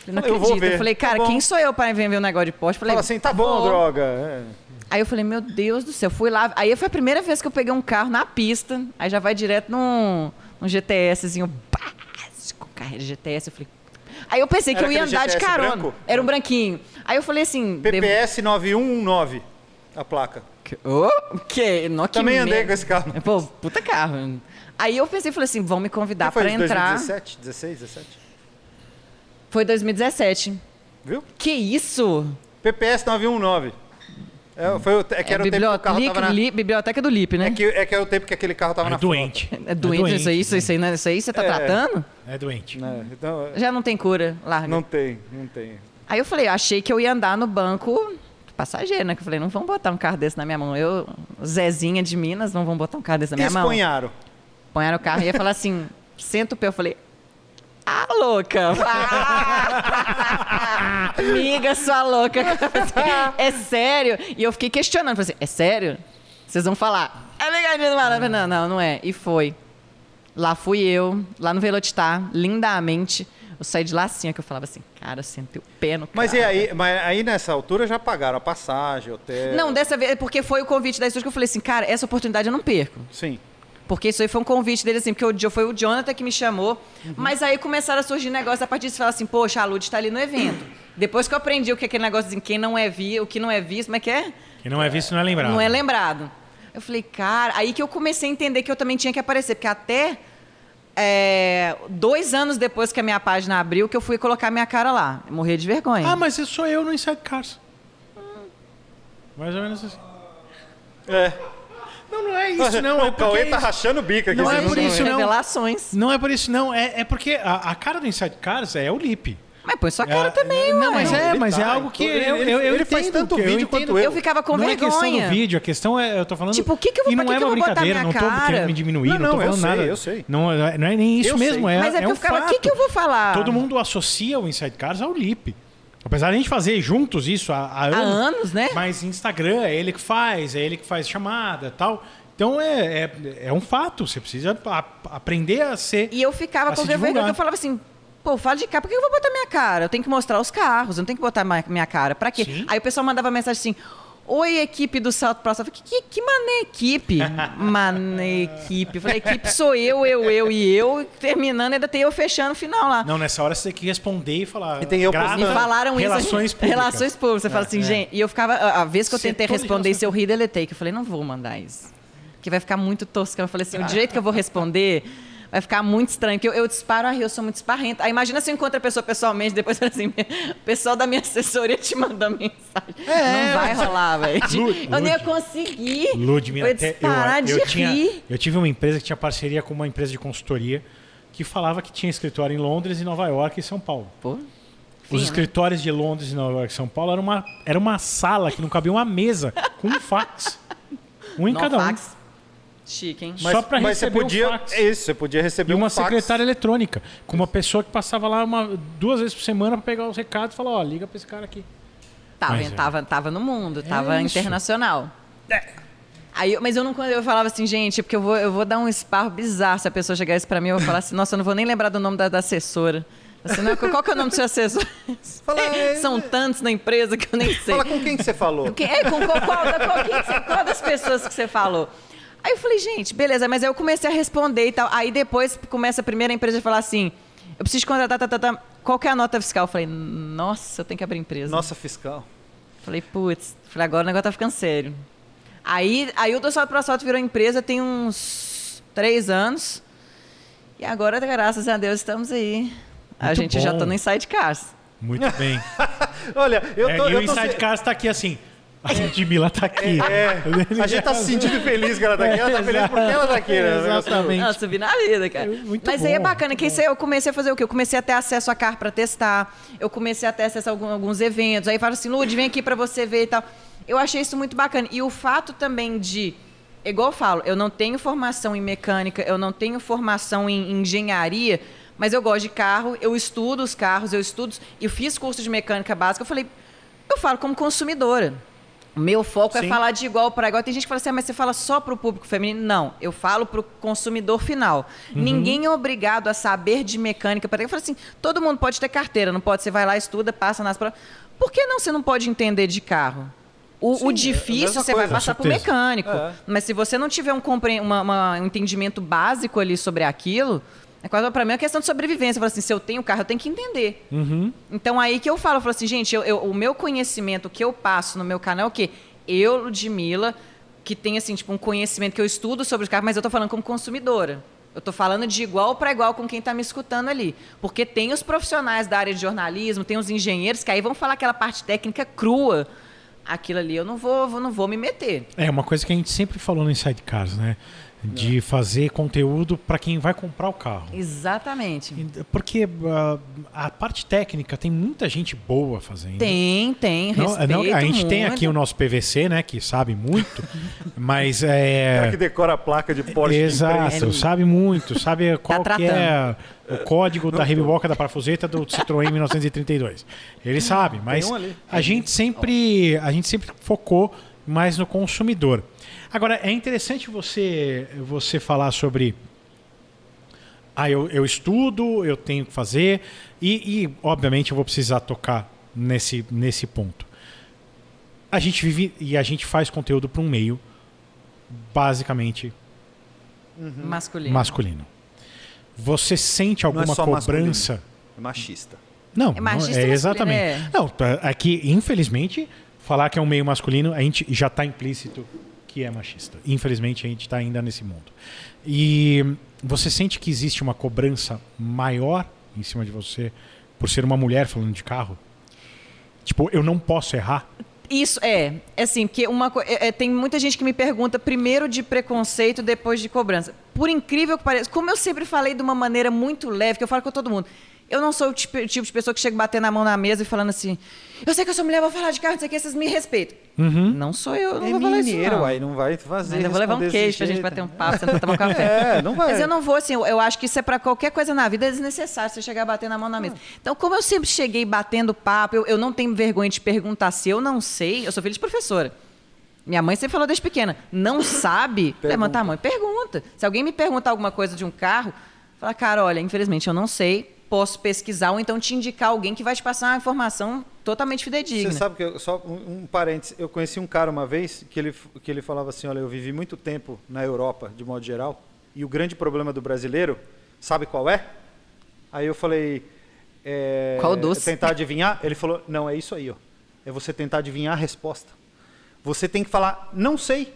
Eu não
Falei, eu vou
acredito.
ver.
eu falei,
Tá
cara,
bom.
quem sou eu para vir ver um negócio de Porsche? Eu Falei,
Fala assim, tá bom,
vou.
droga. É.
Aí eu falei, meu Deus do céu, fui lá. Aí foi a primeira vez que eu peguei um carro na pista, aí já vai direto num, num GTSzinho básico, carreira de GTS. Eu falei. Aí eu pensei que
Era
eu ia
aquele
andar de
GTS
carona.
branco?
Era um branquinho. Aí eu falei assim. devo-
PPS 9119, a placa.
que- Oh, que, nó, que
Também andei
merda.
com esse carro.
Pô, puta carro. Aí eu pensei, falei assim, vão me convidar
foi
pra
isso,
entrar.
2017, 16, 17?
Foi 2017.
Viu?
Que isso?
PPS 919. É, foi, o- é que
É,
era o tempo que o
biblioteca,
carro tava na...
Li- biblioteca do LIP, né?
É que, é que era o tempo que aquele carro tava
É
na
doente.
É doente, isso aí, isso, isso aí, né? Isso aí você tá
É.
tratando?
É doente.
frota. É, então, é,
Já não tem cura, larga.
não tem, não tem.
Aí eu falei, eu achei que eu ia andar no banco passageiro, né? Que eu falei, não vão botar um carro desse na minha mão. Eu, Zezinha de Minas, não vão botar um carro desse na minha mão.
Espanharam.
Ponharam o carro e ia falar assim, senta o pé. Eu falei, ah, louca! Amiga, sua louca! é sério? E eu fiquei questionando, falei assim, é sério? Vocês vão falar. É ligadinha do malandro. Eu falei, Não, não, não é. E foi. Lá fui eu, lá no Velocitar, lindamente. Eu saí de lá assim, é que eu falava assim, cara, eu sentei o pé no carro.
Mas e aí, mas aí nessa altura já pagaram a passagem, hotel.
Não, dessa vez, é porque foi o convite da estúdio que eu falei assim, cara, essa oportunidade eu não perco.
Sim.
Porque isso aí foi um convite dele, assim, porque o, Jo- foi o Jonathan que me chamou.
Uhum.
Mas aí começaram a surgir negócios a partir disso. Falar assim, poxa, a Lud tá ali no evento. Depois que eu aprendi o que é aquele negócio assim, quem não é vi, o que não é visto, como é que é?
Quem não é visto não é lembrado.
Não é lembrado. Eu falei, cara, aí que eu comecei a entender que eu também tinha que aparecer, porque até é, dois anos depois que a minha página abriu, que eu fui colocar minha cara lá. Eu Morri de vergonha.
Ah, mas eu sou eu no Inside Cars. Mais ou menos assim.
É. Não,
Não, não é isso, não. É
o Cauê
porque
tá
isso-
rachando o bico aqui.
Não é
vocês
por
estão
isso,
vendo.
não.
Revelações.
Não é por isso, não. É, é porque a, a cara do Inside Cars é o Lipe.
Mas põe sua cara
É,
também, ué.
Não, mas é,
Ele
mas é
tá,
algo que.
então, ele-
eu, eu, eu
ele faz
entendo
tanto
que eu
vídeo
entendo.
quanto eu.
Eu ficava com
não é questão
vergonha.
do vídeo, a questão é, eu tô falando.
Tipo, o que que eu vou-
E não
pra que
é
que
uma
eu vou botar
brincadeira, não
minha
tô querendo
cara?
me diminuir, não,
Não,
tô
não, eu
falando
sei,
nada.
eu sei.
Não, é- não é nem isso
Eu
mesmo,
sei.
é.
Mas é
é
porque
um
eu ficava, o que,
fato.
que eu vou falar?
Todo mundo associa o Inside Cars ao Lipe. Apesar de a gente fazer juntos isso há, há anos.
Há anos, né?
Mas Instagram é ele que faz, é ele que faz chamada tal. Então é, é, é um fato. Você precisa a- aprender a ser.
E eu ficava
a
com
se
vergonha,
divulgar.
porque eu falava assim, pô, fala de cá, por que eu vou botar minha cara? Eu tenho que mostrar os carros, eu não tenho que botar ma- minha cara. Pra quê?
Sim.
Aí o pessoal mandava mensagem assim, oi, equipe do Salto Pro. Eu falei, que, que, que mané equipe? mané equipe. Eu falei, equipe sou eu, eu, eu e eu, terminando, ainda tem eu fechando o final lá.
Não, nessa hora você tem que responder e falar.
E tem eu
grata,
Me
postando.
falaram
relações
isso. assim,
Públicas. É,
Relações públicas. Você fala assim, gente. E eu ficava. A a vez que eu
Setor
tentei
de
responder
relações
isso, eu ri e deletei. Que eu falei, não vou mandar isso. Porque vai ficar muito tosco. Eu falei assim,
Tá.
o jeito que eu vou responder vai ficar muito estranho. Porque eu, eu disparo, ah, eu sou muito esparrenta. Aí imagina se eu encontro a pessoa pessoalmente, depois fala assim, o pessoal da minha assessoria te mandou mensagem. não vai rolar, velho.
É. Lu-
Eu nem ia
Lud-
conseguir.
Ludmilla,
eu ia
até
disparar
eu,
de
eu
rir.
tinha, eu tive uma empresa que tinha parceria com uma empresa de consultoria que falava que tinha escritório em Londres, em Nova York e São Paulo.
Pô,
Os
Sim, né?
escritórios de Londres e Nova York e São Paulo era uma, era uma sala que não cabia uma mesa com um fax. Um em
no
cada um.
fax. Chique, hein?
Mas- só pra
mas você
receber o
podia,
fax.
É isso, você podia receber
E uma
um fax.
secretária eletrônica, com uma pessoa que passava lá uma, duas vezes por semana pra pegar os recados e falar, ó, liga pra esse cara aqui.
Tava,
Mas é.
tava, tava no mundo, tava
isso. É.
internacional. Aí, eu- mas eu não eu falava assim, gente, porque eu vou, eu vou dar um esparro bizarro se a pessoa chegar isso pra mim, eu vou falar assim, nossa, eu não vou nem lembrar do nome da, da assessora. Assim, não, qual que é o nome do seu assessor?
Fala, é,
São tantos na empresa que eu nem sei.
Fala com quem que você falou.
Quem- é, com qual, qual, qual- quem que você- qual das pessoas que você falou? Aí eu falei, gente, beleza, mas aí eu comecei a responder e tal. Aí depois começa a primeira empresa a falar assim: eu preciso te contratar, tá, tá, tá. qual que é a nota fiscal? Eu falei, nossa, eu tenho que abrir empresa.
Nossa fiscal.
Falei, putz, falei, agora o negócio tá ficando sério. Aí, aí o Do Salto Pro Asfalto virou empresa tem uns três anos. E agora, graças a Deus, estamos aí. A
Muito
gente já
bom.
tá no Inside Cars.
Muito bem.
Olha, eu
É,
tô...
e o
eu tô
Inside
se-
Cars tá aqui assim. A Ludmilla tá aqui.
É, a gente tá se sentindo feliz que ela tá aqui. Ela
É,
tá feliz porque ela tá aqui, né?
Exatamente.
Nossa, subi na vida, cara.
É muito
Mas aí é
bom.
bacana, que isso aí eu comecei a fazer o quê? Eu comecei a ter acesso a carro pra testar, eu comecei a ter acesso a algum- alguns eventos. Aí falaram assim, Lud, vem aqui pra você ver e tal. Eu achei isso muito bacana. E o fato também de. Igual eu falo, eu não tenho formação em mecânica, eu não tenho formação em engenharia, mas eu gosto de carro, eu estudo os carros, eu estudo. Eu fiz curso de mecânica básica, eu falei, eu falo como consumidora. O Meu foco é falar de igual para igual. Tem gente que fala assim, "Ah, mas você fala só para o público feminino. Não, eu falo para o consumidor final.
Uhum.
Ninguém é obrigado a saber de mecânica. Para Eu falo assim, todo mundo pode ter carteira, não pode? Você vai lá, estuda, passa nas provas. Por que não você não pode entender de carro? O, o difícil
é mesma
você
coisa,
vai passar para o
certeza.
mecânico.
É.
Mas se você não tiver um, compre- uma- uma- um entendimento básico ali sobre aquilo, é quase para mim é uma questão de sobrevivência. Eu falo assim, se eu tenho carro, eu tenho que entender. Então aí que eu falo, eu falo assim, gente, eu- eu- o meu conhecimento o que eu passo no meu canal é o quê? Eu, Ludmilla, que tem assim, tipo, um conhecimento que eu estudo sobre os carros, mas eu tô falando como consumidora. Eu tô falando de igual para igual com quem tá me escutando ali. Porque tem os profissionais da área de jornalismo, tem os engenheiros que aí vão falar aquela parte técnica crua. Aquilo ali eu não vou, vou- não vou me meter.
É uma coisa que a gente sempre falou no Inside Cars, né?
É.
De fazer conteúdo pra quem vai comprar o carro.
Exatamente.
Porque ah, a parte técnica tem muita gente boa fazendo.
Tem, tem,
Não,
respeito
não, a gente tem
muito.
aqui o nosso PVC, né? Que sabe muito, mas
Ela
é.
que decora a placa de Porsche.
Exato,
imprensa.
sabe muito, sabe qual que é
tratando.
o código da ribiboca da parafuseta do Citroën 1932. Ele sabe, mas
um ali.
a gente sempre a gente sempre focou mais no consumidor. Agora é interessante você você falar sobre ah, eu, eu estudo, eu tenho que fazer, e, e, obviamente eu vou precisar tocar nesse, nesse ponto. A gente vive e a gente faz conteúdo para um meio basicamente um
Masculino.
masculino. Você sente alguma
só
cobrança?
É machista.
Não,
É machista
não, é
masculino,
exatamente.
é.
Não, tá- aqui infelizmente falar que é um meio masculino, a gente já está implícito que é machista. Infelizmente a gente está ainda nesse mundo. E você sente que existe uma cobrança maior em cima de você por ser uma mulher falando de carro? Tipo, eu não posso errar.
Isso, é. É assim, porque uma, co- é- é, tem muita gente que me pergunta primeiro de preconceito, depois de cobrança. Por incrível que pareça, como eu sempre falei de uma maneira muito leve, que eu falo com todo mundo, eu não sou o tipo, tipo de pessoa que chega batendo a mão na mesa e falando assim, eu sei que eu sou mulher, vou falar de carro, não sei o que, vocês me respeitam.
Uhum.
Não sou eu, eu não
É
vou falar isso,
mineiro,
não.
uai, não vai fazer.
Ainda vou levar um
responder
queijo
desse
pra gente
jeito.
bater um papo, sentar tomar um café.
É, não vai.
Mas eu não vou, assim, eu, eu acho que isso é pra qualquer coisa na vida, é desnecessário você chegar batendo a mão na mesa. Então, como eu sempre cheguei batendo papo, eu, eu não tenho vergonha de perguntar se eu não sei, eu sou filha de professora. Minha mãe sempre falou desde pequena, não sabe, levanta a mão e pergunta. Se alguém me perguntar alguma coisa de um carro, fala, cara, olha, infelizmente eu não sei, posso pesquisar ou então te indicar alguém que vai te passar uma informação totalmente
Você
fidedigna.
sabe que eu, só um, um parênteses, eu conheci um cara uma vez que ele, que ele falava assim, olha, eu vivi muito tempo na Europa, de modo geral, e o grande problema do brasileiro, sabe qual é? Aí eu falei, é,
Qual doce?
Tentar adivinhar? Ele falou, não, é isso aí, ó. É você tentar adivinhar a resposta. Você tem que falar, não sei.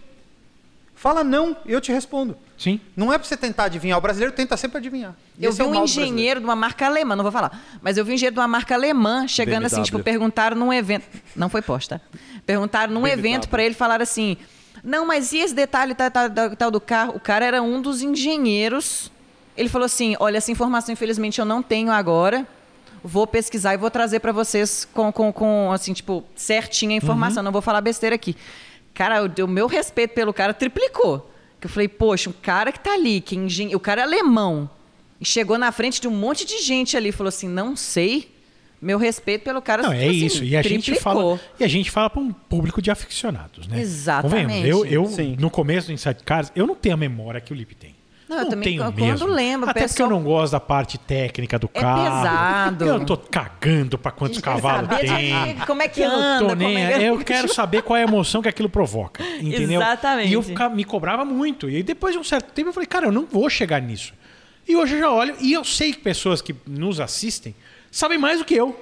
Fala não, eu te respondo.
Sim.
Não é pra você tentar adivinhar. O brasileiro tenta sempre adivinhar. E
Eu
esse
vi
é o
um
mal do brasileiro.
engenheiro de uma marca alemã, não vou falar, mas eu vi um engenheiro de uma marca alemã chegando assim,
BMW.
tipo, perguntaram num evento. Não foi posta. Perguntaram num evento pra ele, falaram assim: não, mas e esse detalhe tal, tal, tal, tal do carro? O cara era um dos engenheiros. Ele falou assim: olha, essa informação, infelizmente, eu não tenho agora. Vou pesquisar e vou trazer pra vocês com, com, com, assim, tipo, certinha a
Uhum.
informação. Não vou falar besteira aqui. Cara, o, o meu respeito pelo cara triplicou. Que eu falei, poxa, um cara que tá ali, que é engen... o cara é alemão, e chegou na frente de um monte de gente ali e falou assim: não sei. Meu respeito pelo cara.
Não, é
tipo assim,
isso. E a gente
triplicou.
fala, e a gente fala para um público de aficionados, né?
Exatamente.
Convenhamos, Eu, eu
Sim.
no começo do Inside Cars, eu não tenho a memória que o Lipe tem.
Não, eu também,
tenho
quando
mesmo.
lembro,
Até porque
pessoal-
eu não gosto da parte técnica do
É
carro.
pesado.
Eu tô cagando pra quantos cavalos
saber de-
tem.
como é que
"Ah, eu
anda,
Não tô
como
nem,
é que-
Eu quero saber qual é a emoção que aquilo provoca. Entendeu?
Exatamente.
E eu fica- me cobrava muito. E aí, depois de um certo tempo eu falei, cara, eu não vou chegar nisso. E hoje eu já olho e eu sei que pessoas que nos assistem sabem mais do que eu.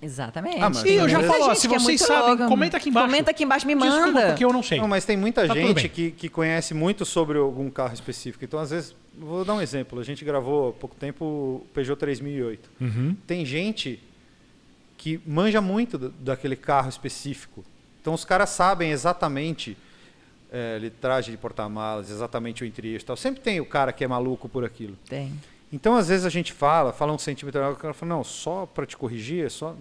Exatamente.
Ah, mas-
E eu já
Muita
falo, ó,
gente
se
que é
vocês
muito
sabem,
louca.
comenta aqui embaixo.
Comenta aqui embaixo, me
Desculpa,
manda.
porque eu não sei.
Não, mas tem muita
Tá tudo
gente
bem.
que, que conhece muito sobre algum carro específico. Então, às vezes, vou dar um exemplo. A gente gravou há pouco tempo o Peugeot 3008.
Uhum.
Tem gente que manja muito do- daquele carro específico. Então, os caras sabem exatamente é, litragem de porta-malas, exatamente o entre-eixo e tal. Sempre tem o cara que é maluco por aquilo.
Tem.
Então, às vezes a gente fala, fala um centímetro, o cara fala, não, só para te corrigir, é só.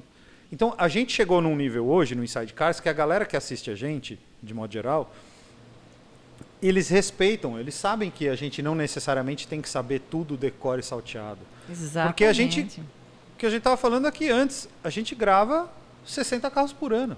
Então, a gente chegou num nível hoje no Inside Cars que a galera que assiste a gente, de modo geral, eles respeitam, eles sabem que a gente não necessariamente tem que saber tudo decore salteado.
Exatamente.
Porque a gente- O que a gente estava falando aqui antes, a gente grava 60 carros por ano.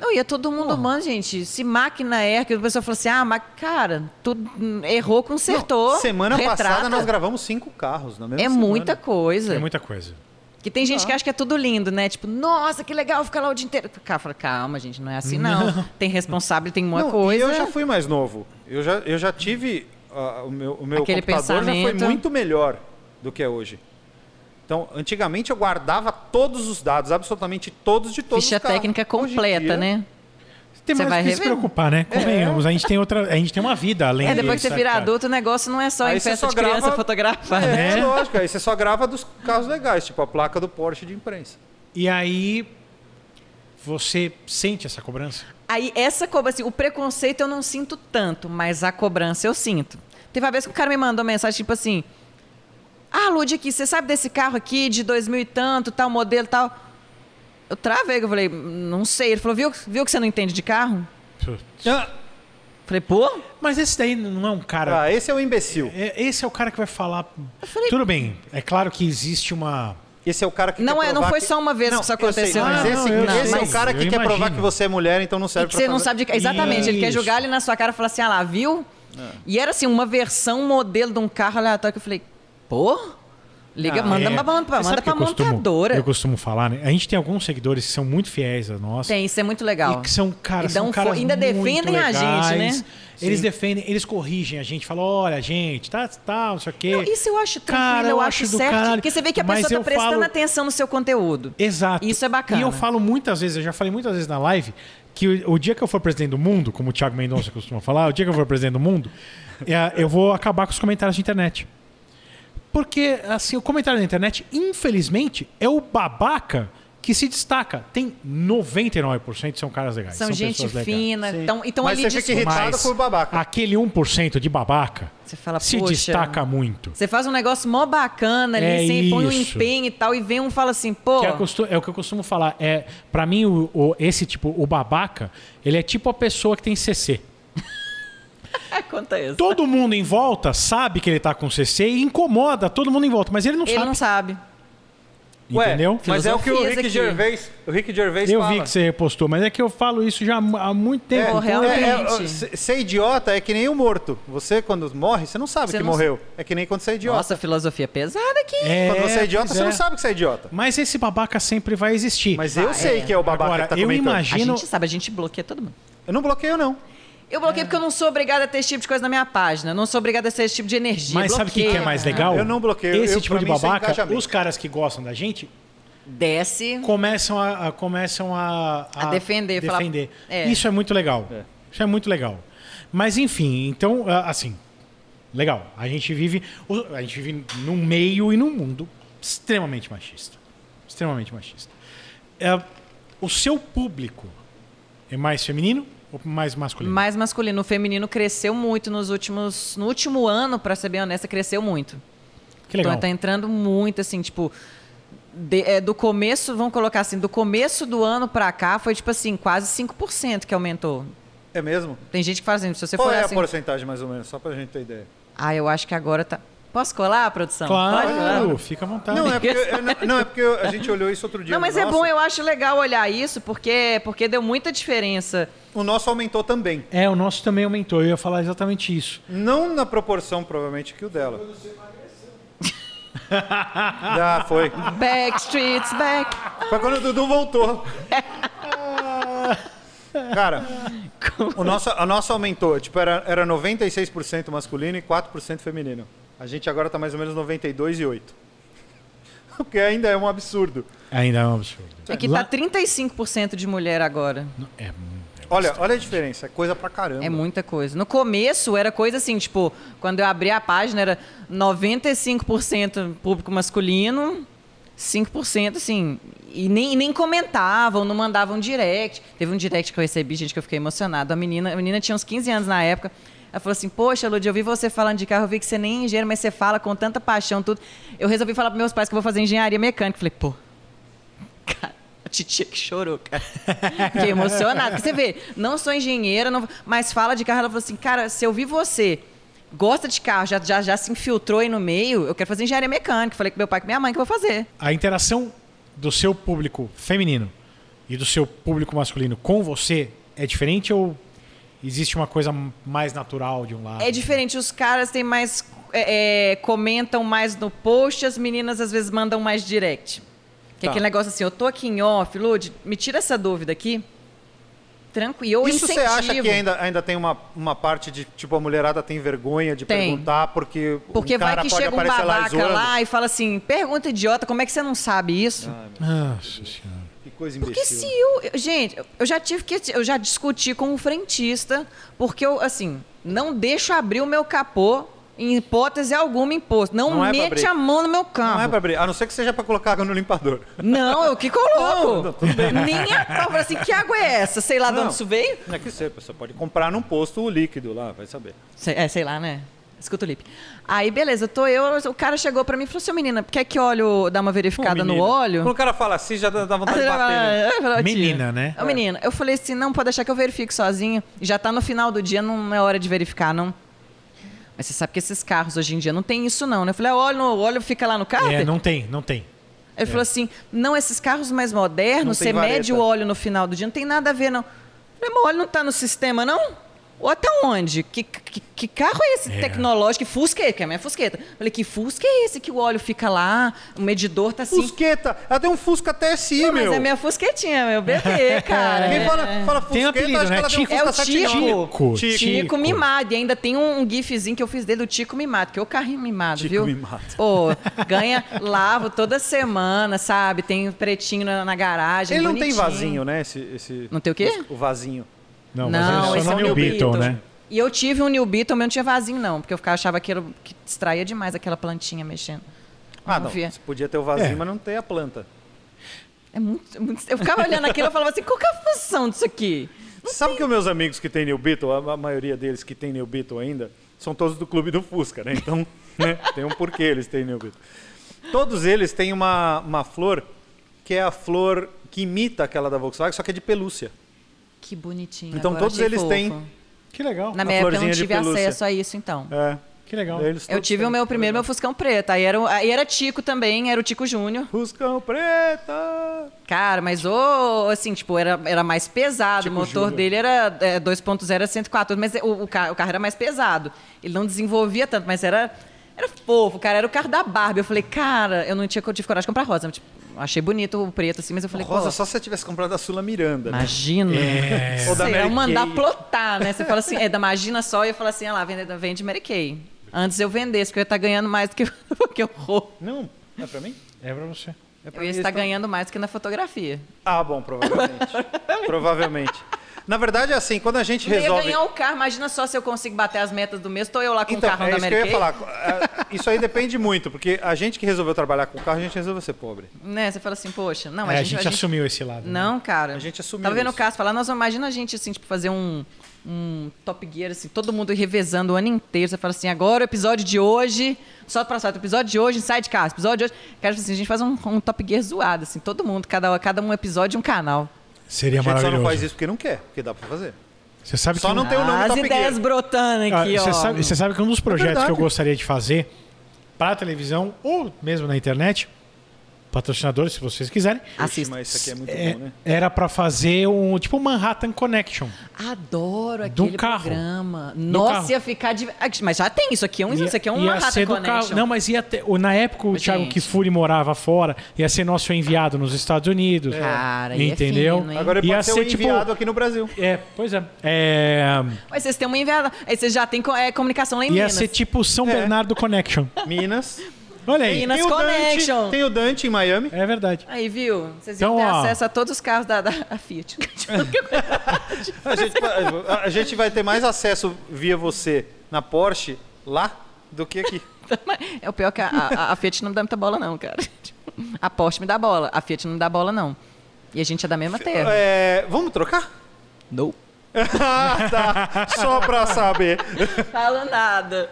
Não, e é todo mundo humano, gente. Se máquina erra, que o pessoal fala assim: ah, mas cara, tu errou, consertou.
Não, semana
retrata.
passada nós gravamos cinco carros na mesma
É
semana.
muita coisa.
É muita coisa.
Que tem gente que acha que é tudo lindo, né? Tipo, nossa, que legal ficar lá o dia inteiro. Cara, fala, calma, gente, não é assim, não. Tem responsável, tem uma
Não,
coisa.
E eu já fui mais novo. Eu já, eu já tive. ah, o meu, o meu
Aquele
computador já
pensamento.
foi muito melhor do que é hoje. Então, antigamente eu guardava todos os dados, absolutamente todos de todos
Ficha
os carros.
técnica
Hoje em
completa,
dia,
né?
Tem
Você
mais
vai
que se
revendo.
preocupar, né? Convenhamos. A gente tem outra. A gente tem uma vida além
É, depois que
disso,
você
sabe,
vira
cara?
adulto, o negócio não é só
Aí
em
você
festa
só
de criança
grava-
fotografar. né?
É,
É.
lógico. Aí você só grava dos carros legais, tipo a placa do Porsche de imprensa.
E aí. Você sente essa cobrança?
Aí essa cobrança, assim, o preconceito eu não sinto tanto, mas a cobrança eu sinto. Teve uma vez que o cara me mandou mensagem tipo assim: Ah, Lud, aqui, você sabe desse carro aqui de 2000 e tanto, tal modelo, tal. Eu travei, eu falei, não sei. Ele falou, viu, viu que você não entende de carro? Ah. Falei, pô,
Mas esse daí não é um cara.
Ah, esse é o imbecil.
é- Esse é o cara que vai falar. Tudo bem, é claro que existe uma.
Esse é o cara que
Não
quer
é, não
provar
foi
que-
só uma vez que isso
eu sei,
aconteceu,
mas
né?
esse,
Não, eu
esse
sei,
é o cara que
eu
quer provar
imagino.
que você é mulher, então não serve
que
pra
você não
fazer-
sabe de Exatamente, ele quer
Isso. É.
jogar ali na sua cara e falar assim, ah lá, viu? E era assim, uma versão modelo de um carro aleatório que eu falei, pô? Liga, manda,
É.
pra- manda, pra-
Você
manda
sabe que
pra
eu costumo-
montadora.
Eu costumo falar, né? A gente tem alguns seguidores que são muito fiéis a nós.
Tem, isso é muito legal.
E que são caras,
E dão
são caras
fo- ainda
muito
defendem a gente,
legais.
né?
Eles defendem, eles corrigem a gente, falam, olha, gente, tá, tá, não sei o quê.
Não, isso eu acho tranquilo,
Cara,
eu acho
do
certo.
caralho.
Porque você vê que a
Mas
pessoa tá
eu
prestando
falo-
atenção no seu conteúdo.
Exato.
Isso é bacana.
E eu falo muitas vezes, eu já falei muitas vezes na live, que o, o dia que eu for presidente do mundo, como o Thiago Mendonça costuma falar, o dia que eu for presidente do mundo, é, eu vou acabar com os comentários de internet. Porque, assim, o comentário na internet, infelizmente, é o babaca que se destaca. Tem 99% são caras legais.
São, gente
pessoas legais.
fina.
Sim.
Tão, então
Mas
ali
você fica
desculpa.
irritado
Mas
por babaca.
Aquele 1% de babaca
Você fala,
se
poxa.
destaca muito.
Você faz um negócio mó bacana ali,
É
você põe um
isso.
empenho e tal, e vem um e fala assim, pô.
Que é, costu- é o que eu costumo falar. É, para mim, o, o- esse tipo, o babaca, ele é tipo a pessoa que tem CC.
Conta isso.
Todo mundo em volta sabe que ele tá com CC e incomoda todo mundo em volta, mas ele não
Ele
sabe.
não sabe.
Ué,
Entendeu?
Mas é o que o
Filosofias
Rick
aqui.
Gervais, o Rick Gervais
Eu
fala.
vi que você repostou, mas é que eu falo isso já há mu- há muito
É,
tempo.
Pô,
é, é,
realmente.
é, se- ser idiota é que nem o morto. Você, quando morre, você não sabe
Você
que
não
morreu. É que nem quando você é idiota.
Nossa, filosofia pesada aqui.
É,
Quando você é idiota,
pois
você
é.
não sabe que você é idiota.
Mas esse babaca sempre vai existir.
Mas eu
Ah,
sei
é.
que é o babaca
Agora,
que tá
eu
comentando.
A
imagino.
gente sabe, a gente bloqueia todo mundo.
Eu não bloqueio, não.
Eu bloqueei porque eu não sou obrigada a ter esse tipo de coisa na minha página. Eu não sou obrigada a ter esse tipo de energia.
Mas sabe o que, que é
Bloqueia. Ah.
mais
né?
legal?
Eu não bloqueio.
Esse
Eu-
tipo
pra
de
mim, isso é
babaca,
engajamento.
os caras que gostam da gente
Desce.
começam a, a- começam a,
A defender, falar-
defender.
É.
Isso é muito legal. Isso é muito legal. Mas enfim, então a- assim, legal. A gente vive o- a gente vive num meio e num mundo extremamente machista, extremamente machista. É, o seu público é mais feminino ou mais masculino?
Mais masculino. O feminino cresceu muito nos últimos. No último ano, pra ser bem honesta, cresceu muito.
que legal.
Então tá entrando muito, assim, tipo. de- é, do começo, vamos colocar assim, do começo do ano pra cá foi tipo assim, quase 5% que aumentou.
É mesmo?
Tem gente que fala assim, se você
Qual
for
é a
assim.
porcentagem, mais ou menos? Só pra gente ter ideia.
Ah, eu acho que agora tá. Posso colar, produção? então. Pode colar?
Claro, fica à vontade.
Não, é porque, eu- não, não, é porque eu- a gente olhou isso outro dia.
Não, mas é
Nossa,
bom, eu acho legal olhar isso, porque, porque deu muita diferença.
O nosso aumentou também.
É, o nosso também aumentou. Eu ia falar exatamente isso.
Não na proporção, provavelmente, que o dela. Ah, foi.
Backstreets back.
Foi quando o Dudu voltou. Cara, o nosso, a nossa aumentou. Tipo, era, era 96% masculino e 4% feminino. A gente agora tá mais ou menos 92% e 8%. O que ainda é um absurdo.
Ainda é um absurdo.
É que
Lá-
tá 35% de mulher agora.
É,
Olha, olha a diferença. É coisa pra caramba.
É muita coisa. No começo era coisa assim, tipo, quando eu abri a página era 95% público masculino, 5% assim, e nem, e nem comentavam, não mandavam direct. Teve um direct que eu recebi, gente, que eu fiquei emocionado. A menina, a menina tinha uns 15 anos na época. Ela falou assim: Poxa, Lud, eu vi você falando de carro, eu vi que você nem é engenheiro, mas você fala com tanta paixão, tudo. Eu resolvi falar para meus pais que eu vou fazer engenharia mecânica. Falei, pô, Cara, a titia que chorou, cara. Fiquei emocionada. Porque você vê, não sou engenheira, não- mas fala de carro. Ela falou assim, cara, se eu vi você, gosta de carro, já, já, já se infiltrou aí no meio, eu quero fazer engenharia mecânica. Falei com meu pai e com minha mãe que eu vou fazer.
a interação do seu público feminino e do seu público masculino com você é diferente ou existe uma coisa mais natural de um
Ah.
lado?
É diferente, os caras têm mais... é, é, comentam mais no post, as meninas às vezes mandam mais direct. Que é
Tá.
aquele negócio assim, eu tô aqui em off, Lud, me tira essa dúvida aqui. Tranquilo, eu
Isso você
incentivo.
acha que ainda, ainda tem uma, uma parte de, tipo, a mulherada tem vergonha de
Tem.
perguntar porque,
Porque
um cara
vai que
pode
chega um
aparecer lá
babaca
e
lá,
zoando?
e fala assim: pergunta idiota, como é que você não sabe isso?
Nossa senhora.
Que coisa
porque
imbecil.
se eu. eu- Gente, eu- eu já tive que. Eu já discuti com um frentista, porque eu, assim, não deixo abrir o meu capô em hipótese alguma imposto. Não,
Não é pra
mete
abrir.
a mão no meu carro.
Não é pra abrir. A não ser que seja pra colocar água no limpador.
Não, eu que coloco.
Não, não, tudo bem.
Nem a pau. Falei assim: que água é essa? Sei lá de
Não.
onde isso veio?
Não é que você, você pode comprar num posto o líquido lá, vai saber.
Sei- é, sei lá, né? Escuta o lip. Aí, beleza, eu tô eu. O cara chegou pra mim e falou: seu menina, quer que óleo dá uma verificada no
menina.
óleo?
Um
Ah, é
Quando o cara fala assim, já dá dá vontade de bater. né?
Eu falei, "Ô, tia."
Menina, né?
Ô, menina, eu falei assim, não, pode deixar que eu verifico sozinho. Já tá no final do dia, não é hora de verificar, não. Mas você sabe que esses carros hoje em dia não tem isso, não, né? Eu falei, "Ah, óleo, no- óleo fica lá no carro?
É, não tem, não tem.
Ele falou assim, não, esses carros mais
é. Não
modernos,
tem
você mede
vareta.
o óleo no final do dia, não tem nada a ver, não. Eu falei, mas o óleo não tá no sistema, não? Ou até onde? Que, que, que carro é esse
É.
tecnológico? Que fusca é? Que é a minha fusqueta. Eu Falei, que fusca é esse que o óleo fica lá, o medidor tá assim...
Fusqueta. Ela tem um Fusca TSI,
Não, mas
meu.
é minha fusquetinha, meu bebê, cara.
Quem
É.
fala, fala Fusqueta,
Tem apelido,
acho
né?
que ela tem um
Tico.
Fusca
É o
Satirico.
Tico.
Tico,
Tico.
mimado. E ainda tem um, um gifzinho que eu fiz dele do Tico mimado, que é o carrinho mimado,
Tico
viu?
mimado.
Pô, ganha, lavo toda semana, sabe? Tem um pretinho na, na garagem.
Ele não tem
bonitinho.
vasinho, né? Esse, esse...
Não tem o quê?
O vasinho.
Não,
Não,
mas é
esse
só
é
no
o
New
New
Beetle,
Beetle.
né?
E eu tive um New Beetle, mas não tinha vasinho, não, porque eu ficava, achava aquilo que distraía demais aquela plantinha mexendo.
Ah,
Não
não.
via.
Você podia ter o vasinho,
É.
mas não ter a planta.
É muito, é muito- Eu ficava olhando aquilo e eu falava assim, qual que é a função disso aqui?
Sabe que os meus amigos que tem New Beetle, a, a maioria deles que tem New Beetle ainda, são todos do clube do Fusca, né? Então, né, tem um porquê eles têm New Beetle. Todos eles têm uma, uma flor que é a flor que imita aquela da Volkswagen, só que é de pelúcia.
Que bonitinho.
Então
agora
todos
achei
eles
fofo.
têm-
Que legal.
Na
a
minha época eu não
florzinha de
tive
pelúcia.
acesso a isso, então.
É.
Que legal.
Eles
Eu
todos
tive o
têm.
meu primeiro, meu Fuscão Preto. Aí era, o- aí era Tico também, era o Tico Júnior.
Fuscão preta!
Cara, mas ô, assim, tipo, era, era mais pesado. o motor dele era é, 2.0 a 104, mas o, o, ca- o carro era mais pesado. Ele não desenvolvia tanto, mas era, era fofo, cara. Era o carro da Barbie. Eu falei, cara, eu não tinha, eu tive coragem de comprar rosa. Tipo, achei bonito o preto, assim, mas eu falei,
Rosa,
pô,
só se você tivesse comprado a Sula Miranda. né?
Imagina. É.
Ou da Mary Kay.
mandar plotar, né? Você fala assim, é da Imagina só, e eu falo assim, olha lá, vende, vende Mary Kay. Antes eu vendesse, porque eu ia estar ganhando mais do que, do que eu vou.
Não, é pra mim?
É pra você.
É pra
Eu ia
mim,
estar
eles tão-
ganhando mais do que na fotografia.
Ah, bom, provavelmente. provavelmente. Na verdade, é assim, quando a gente
Eu ia
resolve...
ganhar um o carro, imagina só se eu consigo bater as metas do mês, tô eu lá com
Então,
o carro
é
da
isso que eu
Mary
ia
Kay.
falar. Ah, Isso aí depende muito, porque a gente que resolveu trabalhar com carro, a gente resolveu ser pobre.
Né? Você fala assim, poxa, não,
É, a gente assumiu esse lado. né?
Não, cara.
A gente assumiu
Tava vendo o
isso.
caso falar, nós imagina a gente assim, tipo, fazer um, um Top Gear, assim, todo mundo revezando o ano inteiro. Você fala assim, agora o episódio de hoje, só pra só, episódio de hoje, sai de casa, episódio de hoje. Cara, assim, a gente faz um, um Top Gear zoado, assim, todo mundo, cada, cada um episódio, um canal.
Seria
a gente só
É maravilhoso.
não faz isso porque não quer, porque dá pra fazer.
Você sabe
Só
que um-
não tem o nome
As
Top Gear.
ideias brotando
Ah,
aqui, ó.
Você sabe, você sabe que um dos projetos que eu
verdade.
gostaria de fazer para televisão ou mesmo na internet, patrocinadores, se vocês quiserem,
Ixi,
Assista.
Mas isso aqui é muito
é-
bom, né?
era para fazer um tipo um Manhattan Connection.
Adoro
Do
aquele
carro.
programa. Nossa,
carro.
ia ficar de. Ah, Mas já tem isso aqui, é um, isso aqui é um
Ia
Manhattan
ser do
Connection.
carro- Não, mas ia ter, o- na época o
Mas,
Thiago
gente.
Kifuri morava fora, ia ser nosso enviado nos Estados Unidos.
Cara, e é
entendeu?
fino, hein?
Agora ele
Ia
pode ser, o
ser, tipo-
enviado aqui no Brasil.
É, pois é. É,
Mas vocês têm uma enviada. Aí vocês já têm co- é, comunicação lá em
ia
Minas.
ser tipo
É.
São Bernardo Connection.
Minas.
Olha aí.
Minas
tem, o
Connection.
Dante, tem o Dante em Miami.
É verdade.
Aí, viu? Vocês
Então,
iam ter
ó.
acesso a todos os carros da, da Fiat. Tipo,
A gente, a- a gente vai ter mais acesso via você na Porsche lá do que aqui.
é o pior que a, a- a Fiat não me dá muita bola, não, cara. A Porsche me dá bola, a Fiat não me dá bola, não. E a gente é da mesma terra.
É, vamos trocar?
Não.
Ah, tá. Só pra saber.
É.
Fala nada.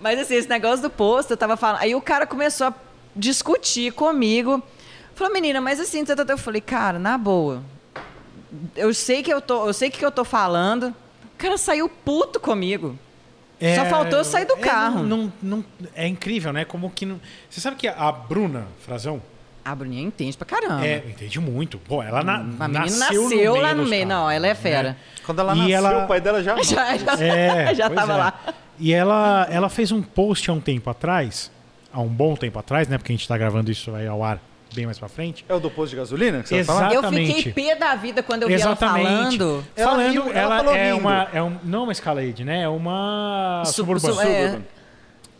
Mas assim, esse negócio do posto, eu tava falando. Aí o cara começou a discutir comigo. Falou, menina, mas assim, tá, tá, tá." eu falei, cara, na boa. Eu sei que eu tô, eu sei que, que eu tô falando. O cara saiu puto comigo. Só faltou eu sair do
é,
carro.
não- não- não- é incrível, né? Como que não. Você sabe que a Bruna Frazão
A Bruninha entende pra caramba.
é, entende muito. Pô, ela na,
A menina
nasceu,
nasceu,
no meio
lá
dos
no meio.
carros,
Não, ela é fera.
né?
Quando ela
E
nasceu,
ela-
o pai dela já...
Já, já,
É,
já
pois
tava
é.
lá.
E ela, ela fez um post há um tempo atrás, há um bom tempo atrás, né? Porque a gente tá gravando isso aí ao ar bem mais pra frente.
É o do posto de gasolina que você
Exato.
vai falar?
Eu
Exatamente.
fiquei pé da vida quando eu vi
Exatamente.
ela falando.
Ela
Falando,
riu,
ela,
ela falou
é
rindo.
uma. É um, não uma Escalade, né? É uma.
Su-
suburbana.
su- é.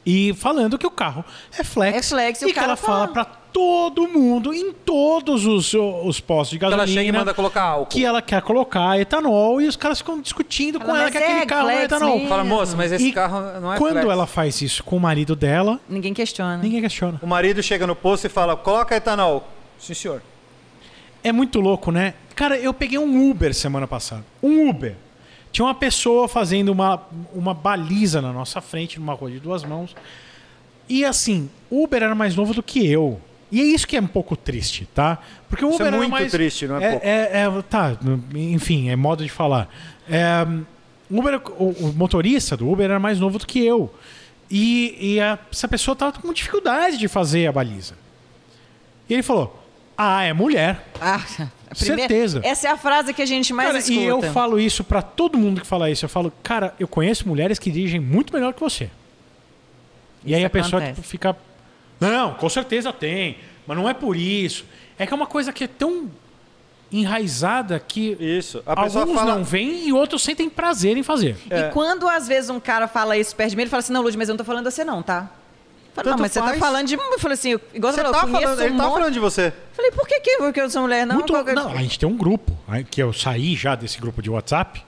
E falando que o carro é flex.
É flex, e
e
o
que
cara
ela fala
fala.
pra todo mundo, em todos os, os postos de
Que
gasolina.
ela chega e manda colocar álcool.
que ela quer colocar etanol e os caras ficam discutindo com
Ela,
ela
mas
que aquele
é
carro é
flex
etanol.
mesmo.
Fala, moça, mas esse
E
carro não é
Quando
flex.
ela faz isso com o marido dela,
Ninguém questiona.
ninguém questiona.
O marido chega no posto e fala, coloca etanol. Sim, senhor.
É muito louco, né? Cara, eu peguei um Uber semana passada. Um Uber. Tinha uma pessoa fazendo uma, uma baliza na nossa frente, numa rua de duas mãos. E assim, o Uber era mais novo do que eu. E é isso que é um pouco triste, tá? Porque o
Isso é
Uber era
muito
mais-
triste, não é pouco.
é- tá, enfim, é modo de falar. É, o, Uber- o- o motorista do Uber era mais novo do que eu. E, e a- essa pessoa tava com dificuldade de fazer a baliza. E ele falou: Ah, é mulher.
Ah, a primeira-
Certeza.
Essa é a frase que a gente mais
Cara,
escuta.
e eu falo isso pra todo mundo que fala isso. Eu falo, cara, eu conheço mulheres que dirigem muito melhor que você. e aí a pessoa
acontece.
tipo, fica. Não, com certeza tem. Mas não é por isso. É que é uma coisa que é tão enraizada que
Isso. A
alguns
pessoa fala...
não vêm e outros sentem prazer em fazer.
E quando às vezes um cara fala isso perto de mim, ele fala assim: não, Lud, mas eu não tô falando de você, não, tá? Eu Falo, não,
Tanto
mas você tá
faz.
falando de. Eu falei assim, igual
Você
você falou,
tá
eu conheço
falando, ele
um
tá
monte.
falando de você.
Falei, por que, que porque eu sou mulher, não?
Muito,
Qual que-
não, a gente tem um grupo aí que eu saí já desse grupo de WhatsApp,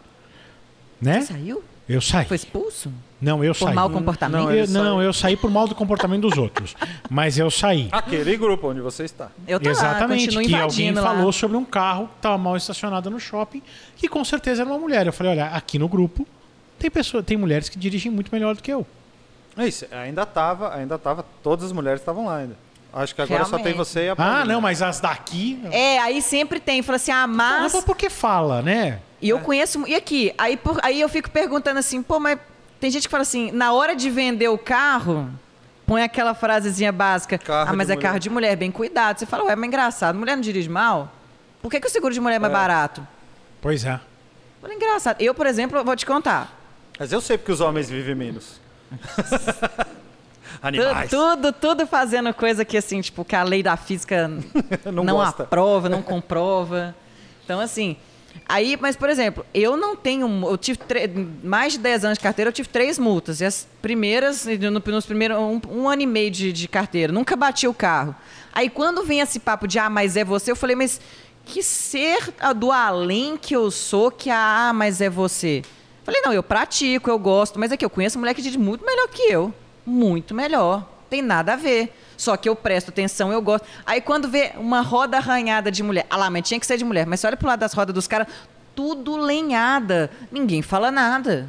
né?
Saiu?
Eu saí.
Foi expulso?
Não, eu
Por
saí.
mau comportamento?
Não, eu, não, eu saí por mal do comportamento dos outros. Mas eu saí.
Aquele grupo onde você está.
Eu tô lá,
Exatamente,
continuo
que alguém
invadindo lá.
falou sobre um carro que estava mal estacionado no shopping, que com certeza era uma mulher. Eu falei, olha, aqui no grupo tem pessoa, tem mulheres que dirigem muito melhor do que eu.
É isso, ainda tava, ainda tava, todas as mulheres estavam lá ainda. Acho que agora só tem
Realmente.
você e a
Ah,
Paulina.
né?"
não, mas as daqui.
É, aí sempre tem, fala assim, ah, mas...
Mas... é porque fala, né?
E eu conheço. E aqui? Aí, por- aí eu fico perguntando assim, pô, mas tem gente que fala assim, na hora de vender o carro, põe aquela frasezinha básica.
Carro
ah, mas
de
é
mulher."
carro de mulher, bem cuidado. Você fala, ué, mas é engraçado, mulher não dirige mal? Por que, que o seguro de mulher é mais barato?
Pois é.
Fala, engraçado. Eu, por exemplo, vou te contar.
Mas eu sei porque os homens vivem menos.
Tu-
Animais.
Tudo, tudo fazendo coisa que, assim, tipo, que a lei da física
Não
não,
gosta.
aprova, não comprova. Então, assim. Aí, mas, por exemplo, eu não tenho. mu- Eu tive tre- mais de 10 anos de carteira, eu tive três multas. E as primeiras, no- nos primeiros. Um, um ano e meio de, de carteira. Nunca bati o carro. Aí, quando vem esse papo de, ah, mas é você, eu falei, mas que ser do além que eu sou que, ah, mas é você? Falei, não, eu pratico, eu gosto, mas é que eu conheço mulher que diz muito melhor que eu. Muito melhor. Tem nada a ver. Só que eu presto atenção, eu gosto. Aí quando vê uma roda arranhada de mulher. Ah lá, mas tinha que ser de mulher. Mas você olha pro lado das rodas dos caras, tudo lenhada. Ninguém fala nada.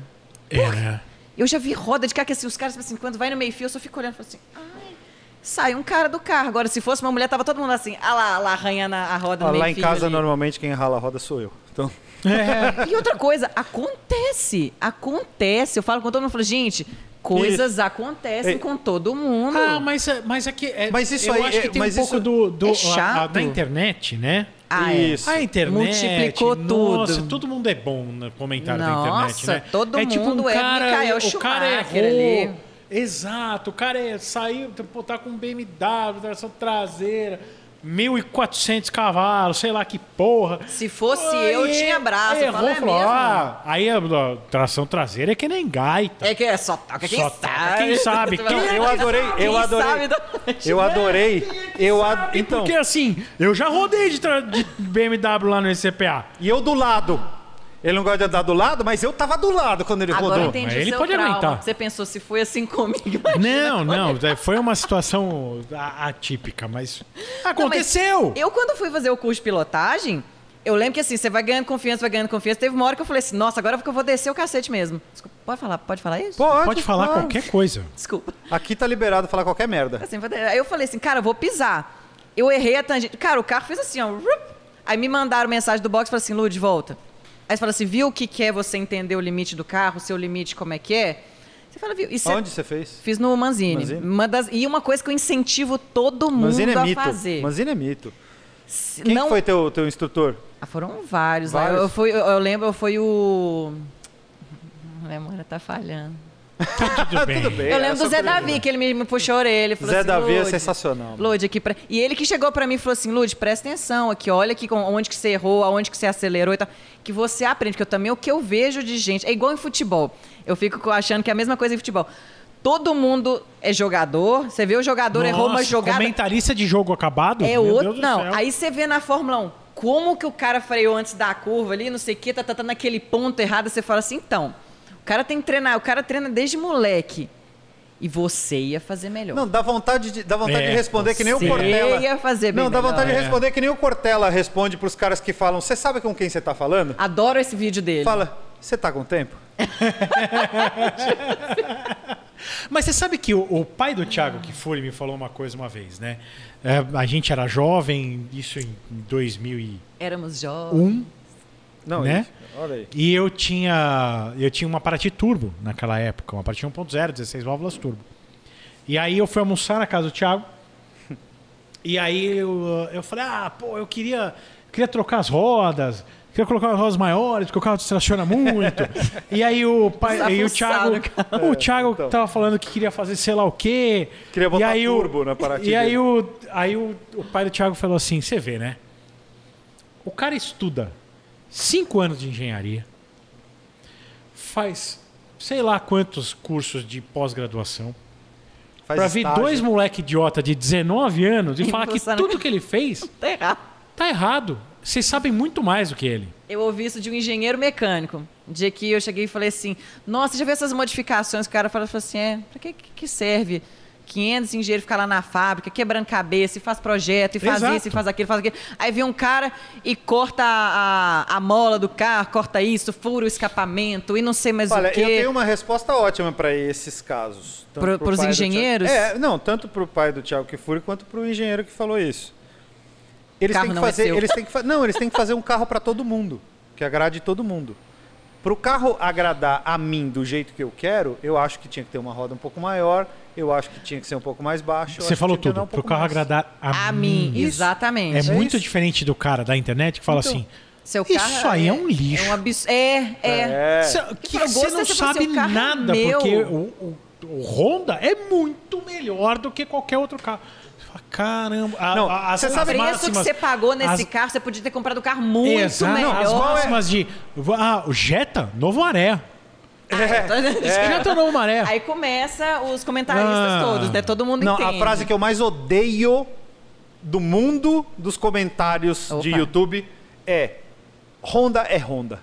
É, né?
Eu já vi roda de carro que assim, os caras, tipo assim, quando vai no meio-fio, eu só fico olhando e falo assim, ai, sai um cara do carro. Agora, se fosse uma mulher, tava todo mundo assim, ah lá, ah lá arranhando a roda
Ah,
no meio-fio.
lá em casa,
ali.
normalmente, quem rala a roda sou eu. Então,
É.
E outra coisa, acontece, acontece. Eu falo com todo mundo, eu falo, gente, coisas acontecem
Ei.
com todo mundo.
Ah, mas, é- mas aqui. É,
Mas isso
eu
aí
acho
é-
que tem
mas
um pouco
isso
do. do
é
a- a-
chato.
da internet, né?
Ah, é.
Isso.
A internet.
Multiplicou
nossa,
tudo.
todo mundo é bom no comentário da internet,
Nossa,
né?
todo
é tipo um
mundo é
cara,
Michael
o cara
Schumacher
errou.
ali.
Exato, o cara é, saiu, pô, tá com BMW, tração tá traseira, 1400 cavalos, sei lá que porra.
Se fosse
Pô,
eu,
e-
tinha braço. Eu
Errou,
falo, é
falou,
mesmo?
ah, aí a, a tração traseira é que nem gaita.
É que é só toca quem
Só toca
sabe.
quem sabe.
Tu vai
Quem-
lá,
eu adorei, eu
quem
adorei.
sabe da-
eu adorei. Eu ad...
E
Então,
Porque assim, eu já rodei de, tra- de BMW lá no ECPA.
e eu do lado. Ele não gosta de andar do lado, mas eu tava do lado quando ele
Agora eu
rodou.
entendi
mas
o
ele
seu
pode
trauma.
aguentar.
Você pensou se foi assim comigo?
Não, não, é, foi uma situação a- atípica, mas aconteceu.
Ah, Eu, quando fui fazer o curso de pilotagem, eu lembro que assim, você vai ganhando confiança, vai ganhando confiança. Teve uma hora que eu falei assim, nossa, agora eu vou descer o cacete mesmo. Desculpa, pode falar, pode falar isso?
Pode, falar
claro.
qualquer coisa.
Desculpa.
Aqui tá liberado falar qualquer merda.
Assim, vou de- aí eu falei assim, cara, eu vou pisar. Eu errei a tangente. Cara, o carro fez assim, ó. rup. Aí me mandaram mensagem do box e falaram assim, Lud, volta. Aí você fala assim, viu o que, que é você entender o limite do carro, seu limite, como é que é? Você fala, viu? E você-
Onde você fez?
Fiz no Manzini.
Manzini?
Uma das- e uma coisa que eu incentivo todo mundo
Manzini é
a
mito.
fazer.
Manzini é mito.
Se
Quem que
não-
foi teu, teu instrutor?
Ah, foram vários, lá.
Vários?
Eu, fui, eu, eu lembro, foi o. A memória tá falhando. Ah,
Tudo bem.
Tudo bem.
eu
é
lembro do
só
Zé
curiosidade.
Davi, que ele me, me puxou a orelha. Falou
Zé
assim,
Davi é
"Lud,
sensacional.
Lud, aqui pra... E ele que chegou pra mim e falou assim, Lud, presta atenção aqui, olha aqui com- onde que você errou, aonde que você acelerou e tal. Que você aprende, porque eu também, o que eu vejo de gente... É igual em futebol. Eu fico co- achando que é a mesma coisa em futebol. Todo mundo é jogador. Você vê o jogador errou uma
Nossa,
é jogada...
Comentarista de jogo acabado?
É
Meu
outro.
Deus do
Não,
céu.
aí você vê na Fórmula 1 como que o cara freou antes da curva ali, não sei o que, tá, tá, tá naquele ponto errado. Você fala assim, então, o cara tem que treinar, o cara treina desde moleque. E você ia fazer melhor.
Não, dá vontade de, dá vontade
É,
de responder que nem o
você
Cortella.
ia fazer bem
Não, dá
melhor.
vontade de
É.
responder que nem o Cortella responde pros caras que falam, você sabe com quem você tá falando?
Adoro esse vídeo dele.
Fala, você tá com tempo?
Mas você sabe que o, o pai do Thiago Kifuri me falou uma coisa uma vez, né? É, a gente era jovem, isso em 2001,
Éramos
Um
jovens.
Não,
Né?
isso, olha aí.
e eu tinha eu tinha uma Paraty Turbo naquela época, uma Paraty 1.0, 16 válvulas turbo. E aí eu fui almoçar na casa do Thiago. E aí eu, eu falei, ah, pô, eu queria, queria trocar as rodas, queria colocar as rodas maiores, porque o carro distraciona muito. e aí o pai, e o
Desafuçado,
Thiago, o Thiago
então.
tava falando que queria fazer sei lá o quê.
Queria botar
e aí o-
turbo na Paraty
E aí,
dele.
o, aí o, o pai do Thiago falou assim, você vê, né? O cara estuda cinco anos de engenharia, faz sei lá quantos cursos de pós-graduação,
Faz
pra vir
estágio.
dois moleque idiota de 19 anos e,
E
falar que
passar na-
tudo que ele fez
Tá errado.
tá errado. Vocês sabem muito mais do que ele.
Eu ouvi isso de um engenheiro mecânico. dia que eu cheguei e falei assim, nossa, já viu essas modificações que o cara falou, falou assim, é, pra que, que serve 500 engenheiros ficar lá na fábrica, quebrando cabeça, e faz projeto, e faz
Exato.
isso, e faz aquilo, faz aquilo. Aí vem um cara e corta a, a- a mola do carro, corta isso, fura o escapamento, e não sei mais
Olha,
o quê.
eu
um
tenho uma resposta ótima para esses casos. tanto
Pro-
pro
pros
pai do
engenheiros?
Thiago- É, não, tanto para o pai do Thiago Kifuri quanto para o engenheiro que falou isso. Eles
Carro
têm que
não é
fazer,
seu.
eles têm que fa- não, eles têm que fazer um carro para todo mundo, que agrade todo mundo. Para o carro agradar a mim do jeito que eu quero, eu acho que tinha que ter uma roda um pouco maior, eu acho que tinha que ser um pouco mais baixo. eu
Você
acho
falou
que tinha que
tudo.
andar um
pro
pouco
carro
mais.
agradar a,
A mim,
mim.
exatamente.
É muito
isso.
diferente do cara da internet que fala assim.
Então, Seu
Isso
carro
aí é um lixo.
É, um abs... é, é.
"Cê- que
Pra
você
você,
não
você fala
sabe
assim, "O carro é
nada,
meu."
porque o, o- o Honda é muito melhor do que qualquer outro carro. Você fala, caramba. a-
Não,
a- as-
você
as
O
sabe-
preço que
máximas-
você pagou nesse
as-
carro, você podia ter comprado um carro muito
Exato. Não,
melhor.
as máximas de. Ah, o Jetta, Novo Maré. Jetta, Novo Maré.
É. Aí começa os comentaristas
É. Ah.
todos, né? Todo mundo
Não,
entende.
a frase que eu mais odeio do mundo dos comentários de
Opa.
YouTube é Honda é Honda.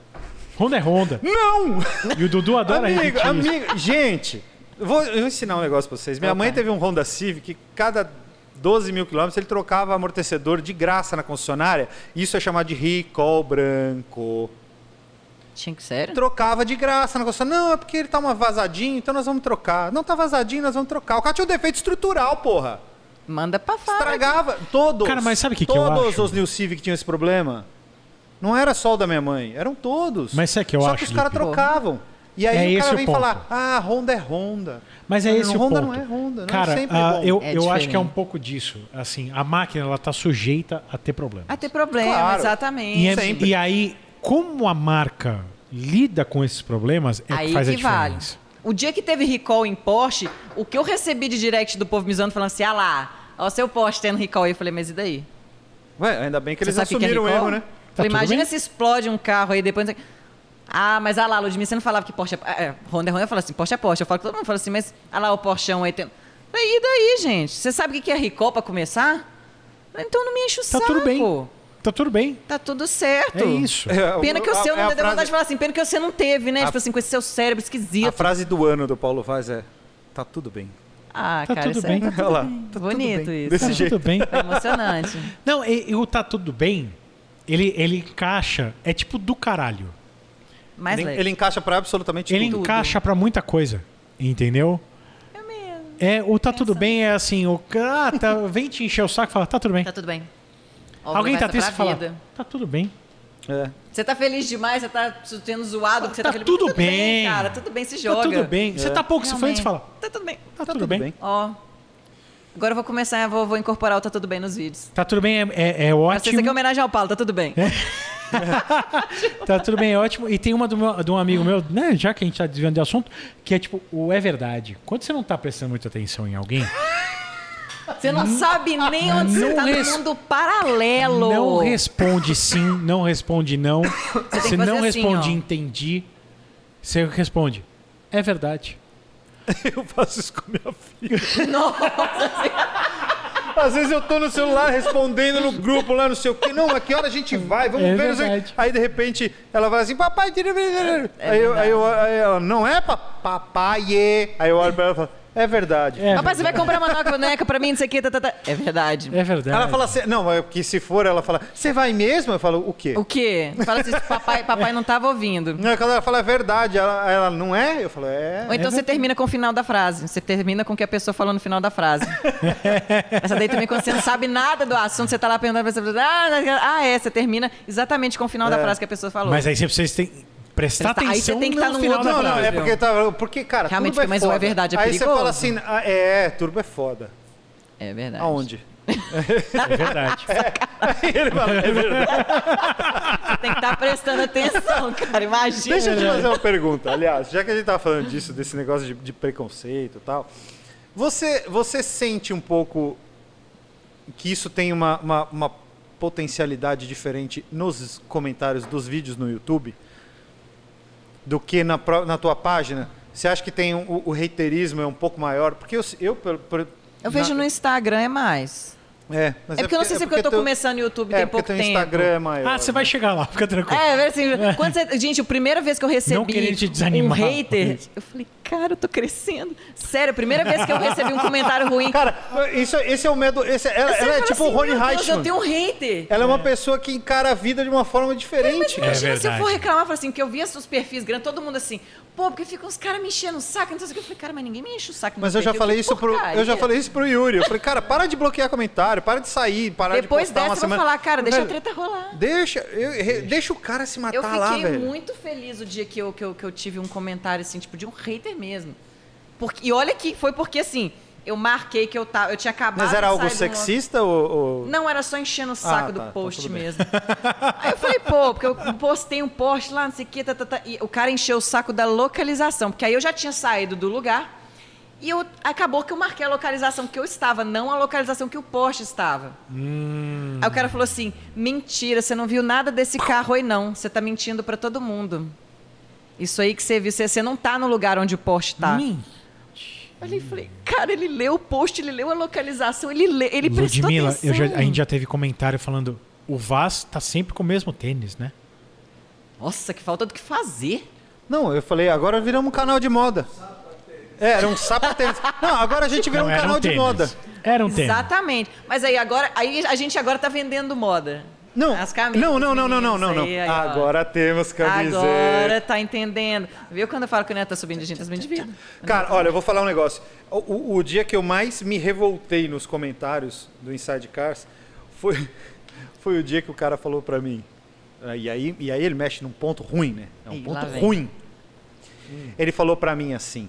Honda é Honda.
Não!
E o Dudu adora
amigo,
repetir isso.
amigo, gente, eu vou, eu vou ensinar um negócio pra vocês. Minha mãe teve um Honda Civic que cada 12 mil quilômetros ele trocava amortecedor de graça na concessionária. Isso é chamado de recall branco.
Tinha que ser?
Trocava de graça na concessionária. Não, é porque ele tá uma vazadinha, então nós vamos trocar. Não tá vazadinho, nós vamos trocar. O cara tinha um defeito estrutural, porra.
Manda pra fora.
Estragava. Todos.
Cara, mas sabe o que que eu
Todos
acho?
os New Civic tinham esse problema. Não era só o da minha mãe, eram todos.
Mas sabe o que eu
Só
acho,
que os caras
Lipe?
trocavam. E
É
aí o
esse
cara
o
vem
ponto.
falar, ah, Honda é Honda.
Mas é
Não,
esse
Honda
o ponto.
não é Honda, não
Cara,
é sempre
ah,
bom.
eu,
É
eu acho
diferente.
que é um pouco disso. Assim, a máquina ela tá sujeita a ter problemas.
Ah, tem problema,
Claro.
exatamente.
E, é-
Sempre.
e aí, como a marca lida com esses problemas, é
Aí
que faz a
que vale.
diferença.
O dia que teve recall em Porsche, o que eu recebi de direct do povo me zoando, falando assim, ah lá, ó, seu Porsche tendo recall aí. Eu falei, mas e daí?
Ué, ainda bem que eles
Você sabe o que
assumiram o
é recall?
erro, né?
Tá
Falei,
tudo
imagina
bem?
se explode um carro aí depois. Ah, mas ah lá, Ludmilla, você não falava que Porsche é. é Honda é Honda, eu falo assim, Porsche é Porsche. Eu falo que todo mundo fala assim, mas ah lá, o Porschão aí tem. Aí, e daí, gente? Você sabe o que que é Ricó pra começar? Então não me enche o
Tá
saco.
tudo bem. Tá tudo bem.
Tá tudo certo.
É isso.
É,
Pena que o
a-
seu
é
não
a
deu
frase-
vontade de falar assim, pena que o seu não teve, né?
A-
Tipo assim, com esse seu cérebro
A
esquisito.
frase do ano do Paulo Vaz é, tá tudo bem.
Ah,
Tá
cara,
tudo
isso
bem.
aí tá
Olha
tudo
lá,
bem.
tá tudo
Bonito
bem.
isso.
Desse
Tá tudo bem.
Foi emocionante.
Não, e, e o tá tudo bem, ele, ele encaixa. É tipo do caralho.
Mais
ele,
leve.
ele encaixa pra absolutamente
Tipo
Ele
tudo.
encaixa pra muita coisa. Entendeu?
Eu mesmo.
É, o tá tudo bem é assim, o cara ah, tá- vem te encher o saco e fala, tá tudo bem.
Tá tudo bem. Ó,
Alguém tá
vai
triste
pra
e fala,
vida.
tá tudo bem.
É.
Você tá feliz demais, você tá sendo zoado, porque você
Tá
tá feliz.
tudo
bem,
bem.
cara, tudo bem, se
Tá
joga.
tudo bem. Você tá pouco se
Realmente.
e fala,
Tá tudo bem.
tá, tudo, bem.
Ó. Agora eu vou começar, vou, vou incorporar o tá tudo bem nos vídeos.
Tá tudo bem, é, é- é
Mas Você
ótimo. É.
quer homenagem ao Paulo, tá tudo bem.
Tá tudo bem, é ótimo. E tem uma do meu- de um amigo meu, né, já que a gente tá desviando de assunto, que é tipo, o é verdade. Quando você não tá prestando muita atenção em alguém,
Você não sabe nem onde você
Não
tá
res-
no mundo paralelo.
não responde sim, não responde não.
tem que
Você não
fazer assim,
responde
ó.
entendi. Você responde, é verdade.
Eu faço isso com minha filha.
Nossa,
Às vezes eu tô no celular respondendo no grupo lá, não sei o quê. Não, a que hora a gente vai? Vamos
É
ver. não sei o quê.
verdade.
Aí de repente ela vai assim, papai. tira-
É
aí, eu, aí, eu, aí ela, não é pa- papai. Aí eu olho pra ela e falo, é verdade.
É,
papai, você vai comprar uma nova boneca pra mim, não sei o que, tá, tá, tá. É verdade.
é verdade.
Ela fala assim, não, é porque se for, ela fala, você vai mesmo? Eu falo, o quê?
O quê? Fala assim, papai, papai não tava ouvindo.
Não, Quando ela fala, é verdade. Ela, ela, não é? Eu falo, é.
Ou então você termina com o final da frase. Você termina com o que a pessoa falou no final da frase. Essa daí também, quando você não sabe nada do assunto, você tá lá perguntando pra pessoa. Ah, ah, é. Você termina exatamente com o
É.
final da frase que a pessoa falou.
Mas aí você precisa ter- prestar
Presta- aí você
atenção
tem que
no
tá num
final
outro
da
Não, não,
frase.
é porque, tá, porque cara,
Realmente,
turbo é
mas o é
foda.
verdade é
Aí
perigoso.
você fala assim, ah, é, turbo é foda.
É verdade.
Aonde?
É verdade.
Aí ele fala, é verdade.
Você tem que estar prestando atenção, cara. Imagina.
Deixa eu te fazer uma pergunta. Aliás, já que a gente tava falando disso, desse negócio de, de preconceito e tal, você, você sente um pouco que isso tem uma, uma, uma potencialidade diferente nos comentários dos vídeos no YouTube do que na, pró- na tua página? Você acha que tem um- o, o haterismo é um pouco maior? Porque eu, eu, pelo- por-
Eu vejo
na-
no Instagram é mais.
É, mas
É porque eu não sei se é porque eu tô
teu-
começando no YouTube
É
tem
porque
pouco
teu
tempo.
Instagram é maior.
Ah, você vai chegar lá, fica tranquilo.
É, assim, quando você- gente, a primeira vez que eu recebi
Não querendo te desanimar,
um hater,
mas-
eu falei, cara, eu tô crescendo. Sério, a primeira vez que eu recebi um comentário ruim.
Cara, isso, esse é o medo. Esse, ela
Você
ela é
fala
tipo o
assim,
Rony
meu Deus,
Reichman.
Eu tenho um hater.
Ela é uma pessoa que encara a vida de uma forma diferente.
É
Imagina se eu
verdade.
for reclamar, falar assim, porque eu vi os perfis grandes, todo mundo assim, pô, porque ficam os caras me enchendo o saco, não sei o que. Eu falei, cara, mas ninguém me enche o saco. no
Mas
meu
eu já
perfil,
falei
que
isso pro eu
porcaria.
já falei isso pro Yuri. Eu falei, cara, para de bloquear comentário, para de sair, para
Depois
de postar uma
dessa, eu vou
semana.
falar, cara, deixa a
Velho,
treta rolar.
Deixa, eu- re- deixa o cara se matar
Eu fiquei
lá, velho.
muito feliz o dia que eu, que, eu, que eu tive um comentário, assim, tipo, de um hater mesmo. Porque, e olha que foi porque, assim, eu marquei que eu tava. Eu tinha acabado.
Mas era
de
algo
sair de uma-
sexista ou, ou-
Não, era só enchendo o saco
Ah, tá,
do post
então tudo bem.
mesmo. Aí eu falei, pô, porque eu postei um post lá, não sei o quê, tá, tá, tá, e o cara encheu o saco da localização, porque aí eu já tinha saído do lugar e eu, acabou que eu marquei a localização que eu estava, não a localização que o post estava.
Hum.
Aí o cara falou assim: mentira, você não viu nada desse carro aí, não. Você tá mentindo pra todo mundo. Isso aí que você viu, você, você não tá no lugar onde o post tá.
Hum,
Olhei e falei, cara, ele leu o post, ele leu a localização, ele, lê, ele prestou
Ludmilla,
atenção.
eu já- a gente já teve comentário falando. O Vaz tá sempre com o mesmo tênis, né?
Nossa, que falta do que fazer.
Não, eu falei, agora viramos um canal de moda. É, era um sapatênis. Não, agora a gente virou
Não,
um
era
canal
um
de
tênis.
moda.
Era um tênis.
Exatamente. Mas aí agora, aí a gente agora tá vendendo moda.
Não,
As camisas.
não, não, não, não, não,
meninas,
não, não.
aí, aí, ó.
agora temos camiseta.
Agora tá entendendo. Viu quando eu falo que o Neto tá subindo de gente, tá subindo de vida.
Cara, olha, eu vou falar um negócio. O, o- o dia que eu mais me revoltei nos comentários do Inside Cars foi, foi o dia que o cara falou pra mim. Ah, E aí, e aí ele mexe num ponto ruim, né? É um
Ih, lá
ponto
vem. Hum.
ruim. Ele falou pra mim assim.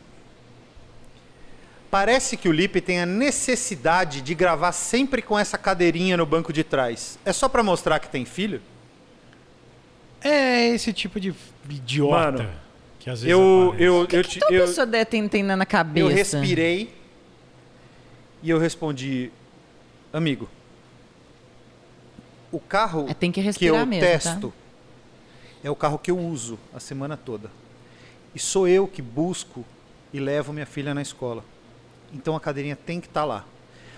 Parece que o Lipe tem a necessidade de gravar sempre com essa cadeirinha no banco de trás. É só pra mostrar que tem filho?
É esse tipo de idiota
Mano,
que às vezes.
Eu,
aparece.
eu, eu,
O que
te-
toda
eu,
pessoa deve ter entendendo na cabeça?
Eu respirei e eu respondi, amigo, o carro
É, tem que
que
respirar
eu
mesmo,
testo é o carro que eu uso a semana toda. E sou eu que busco e levo minha filha na escola. Então a cadeirinha tem que estar lá.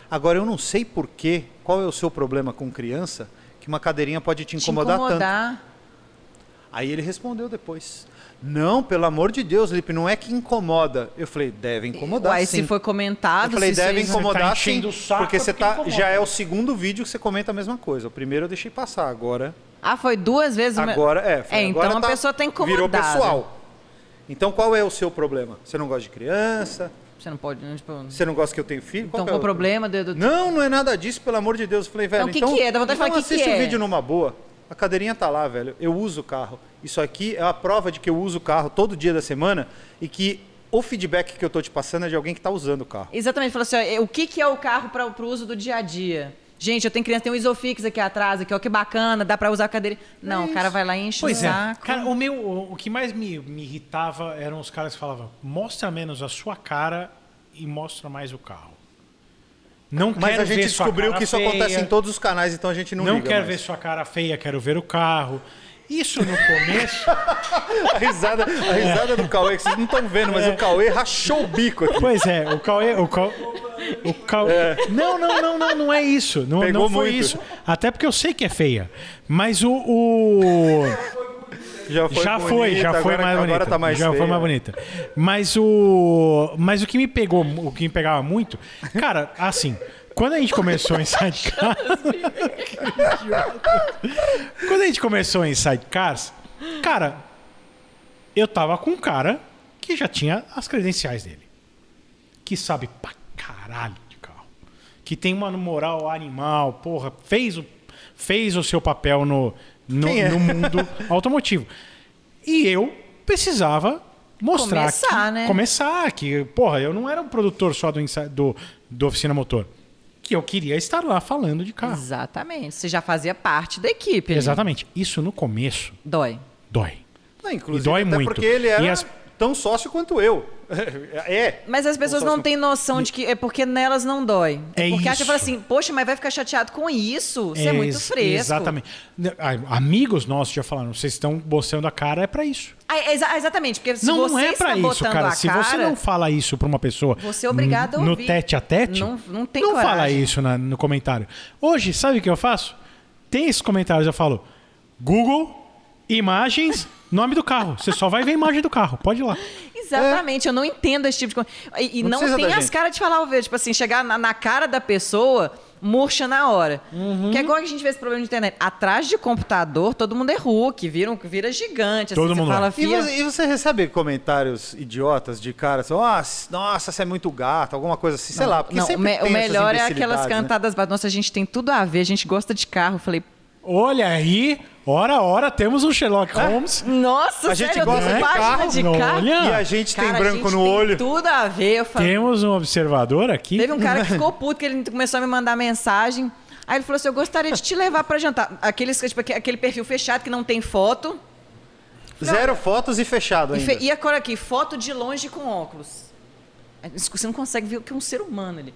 Agora eu não sei porquê, qual é o seu problema com criança, que uma cadeirinha pode te
Te
incomodar, tanto.
incomodar.
Aí ele respondeu depois. Não, pelo amor de Deus, Lipe, não é que incomoda. Eu falei, deve incomodar
Uai,
sim.
se foi
Eu
comentado,
falei,
se
deve
isso-
incomodar
tá
sim,
enchendo o saco,
porque
é
você
porque
tá,
incomoda.
já é o segundo vídeo que você comenta a mesma coisa. O primeiro eu deixei passar, agora,
Ah, foi duas vezes. o meu-
agora é. foi-
É, então
agora
a
tá-
pessoa tá incomodada.
Virou pessoal. Então qual é o seu problema? Você não gosta de criança?
Você não pode, não, tipo...
Você não gosta que eu tenho filho?
Então
que
qual
é
o problema do... do-
Não, não é nada disso, pelo amor de Deus. Eu falei, velho,
Então, o que
então
que é? Dá vontade de
então
falar, o que que
assiste o
é?
vídeo numa boa. A cadeirinha tá lá, velho. Eu uso o carro. Isso aqui é a prova de que eu uso o carro todo dia da semana e que o feedback que eu tô te passando é de alguém que tá usando o carro.
Exatamente, falou assim, ó, é, o que, que é o carro para o uso do dia a dia? Gente, eu tenho criança, tem um isofix aqui atrás, aqui, ó, que bacana, dá para usar a cadeira. Não, o cara vai lá e enche
Pois
o
é.
saco.
Cara, o meu, o, o que mais me, me irritava eram os caras que falavam: mostra menos a sua cara e mostra mais o carro. Não
Mas
quero
a gente
ver sua
descobriu
cara
que isso
feia,
acontece em todos os canais, então a gente não,
Não,
liga
quero ver
mais.
sua cara feia, quero ver o carro. Isso no começo.
A risada, a risada do Cauê, que vocês não estão vendo,
É.
mas o Cauê rachou o bico aqui.
Pois é, o Cauê. O Cau- o Cauê- Não, não, não, não, não é isso. Não,
É. Pegou
não foi
muito.
isso. Até porque eu sei que é feia. Mas o. o-
Já
já
bonito,
foi, já foi
agora-
mais bonita.
Agora tá mais
já foi
feia.
mais bonita. Mas o. Mas o que me pegou, o que me pegava muito, cara, assim, quando a gente começou o Inside Cars. quando a gente começou o Inside Cars, cara, eu tava com um cara que já tinha as credenciais dele. Que sabe pra caralho de carro. Que tem uma moral animal, porra, fez o, fez o seu papel no, no,
Quem é?
no mundo automotivo. E eu precisava mostrar
Começar,
que,
né?
começar que, porra, eu não era um produtor só do, insa- do, do Oficina Motor. Que eu queria estar lá falando de carro.
Exatamente, você já fazia parte da equipe. né?
Exatamente. Isso no começo
Dói.
dói.
Não, inclusive,
e dói
até
muito.
porque ele
E
era
as-
tão sócio quanto eu. É.
Mas as pessoas não têm noção de que é porque nelas não dói.
É
porque acha
isso.
fala assim, poxa, mas vai ficar chateado com isso? Você é, muito
ex-
fresco.
Exatamente. N- a- Amigos nossos já falaram, vocês estão mostrando a cara, é pra isso.
Ah, é exa- ah, exatamente, porque se
não,
você
não é
está
pra isso,
botando
cara.
a
Se
cara,
você não fala isso pra uma pessoa
Você é obrigado a
no
ouvir.
tete a tete,
Não- não tem
não
coragem.
fala isso na- no comentário. Hoje, sabe o que eu faço? Tem esses comentários, eu falo Google, imagens, nome do carro. Você só vai ver a imagem do carro, pode ir lá.
Exatamente, eu não entendo esse tipo de coisa. E, e
Não
não,
precisa
tem
da
as
gente.
caras de falar o verde, tipo assim, chegar na, na cara da pessoa, murcha na hora.
Uhum.
Que é igual que a gente vê esse problema de internet. Atrás de computador, todo mundo é Hulk, vira, um- vira gigante.
Todo
assim,
mundo
você
é.
fala,
E
"Fia,
você, e você recebe comentários idiotas de caras, assim, "Ah, nossa, você é muito gato, alguma coisa assim, sei lá. Porque
Não, o,
sempre
me-
tem
o melhor é
essas
aquelas
imbecilidades, né?
cantadas. ba- Nossa, a gente tem tudo a ver, a gente gosta de carro. Eu falei,
Olha aí, ora, ora, temos um Sherlock
Ah,
Holmes.
nossa,
A gente
sério,
gosta
eu tô
de
página
carro,
de
não,
carro.
olha.
E a gente
Cara,
tem
a
branco
gente
no
tem
olho.
Tudo a ver. Eu falei,
Temos um observador aqui.
Teve um cara que ficou puto, que ele começou a me mandar mensagem. Aí ele falou assim: Eu gostaria de te levar pra jantar. Aqueles, tipo, aque- aquele perfil fechado que não tem foto.
Zero fotos e fechado
E,
ainda.
fe- e agora aqui, foto de longe com óculos. Aí, isso- Você não consegue ver o que é um ser humano ali.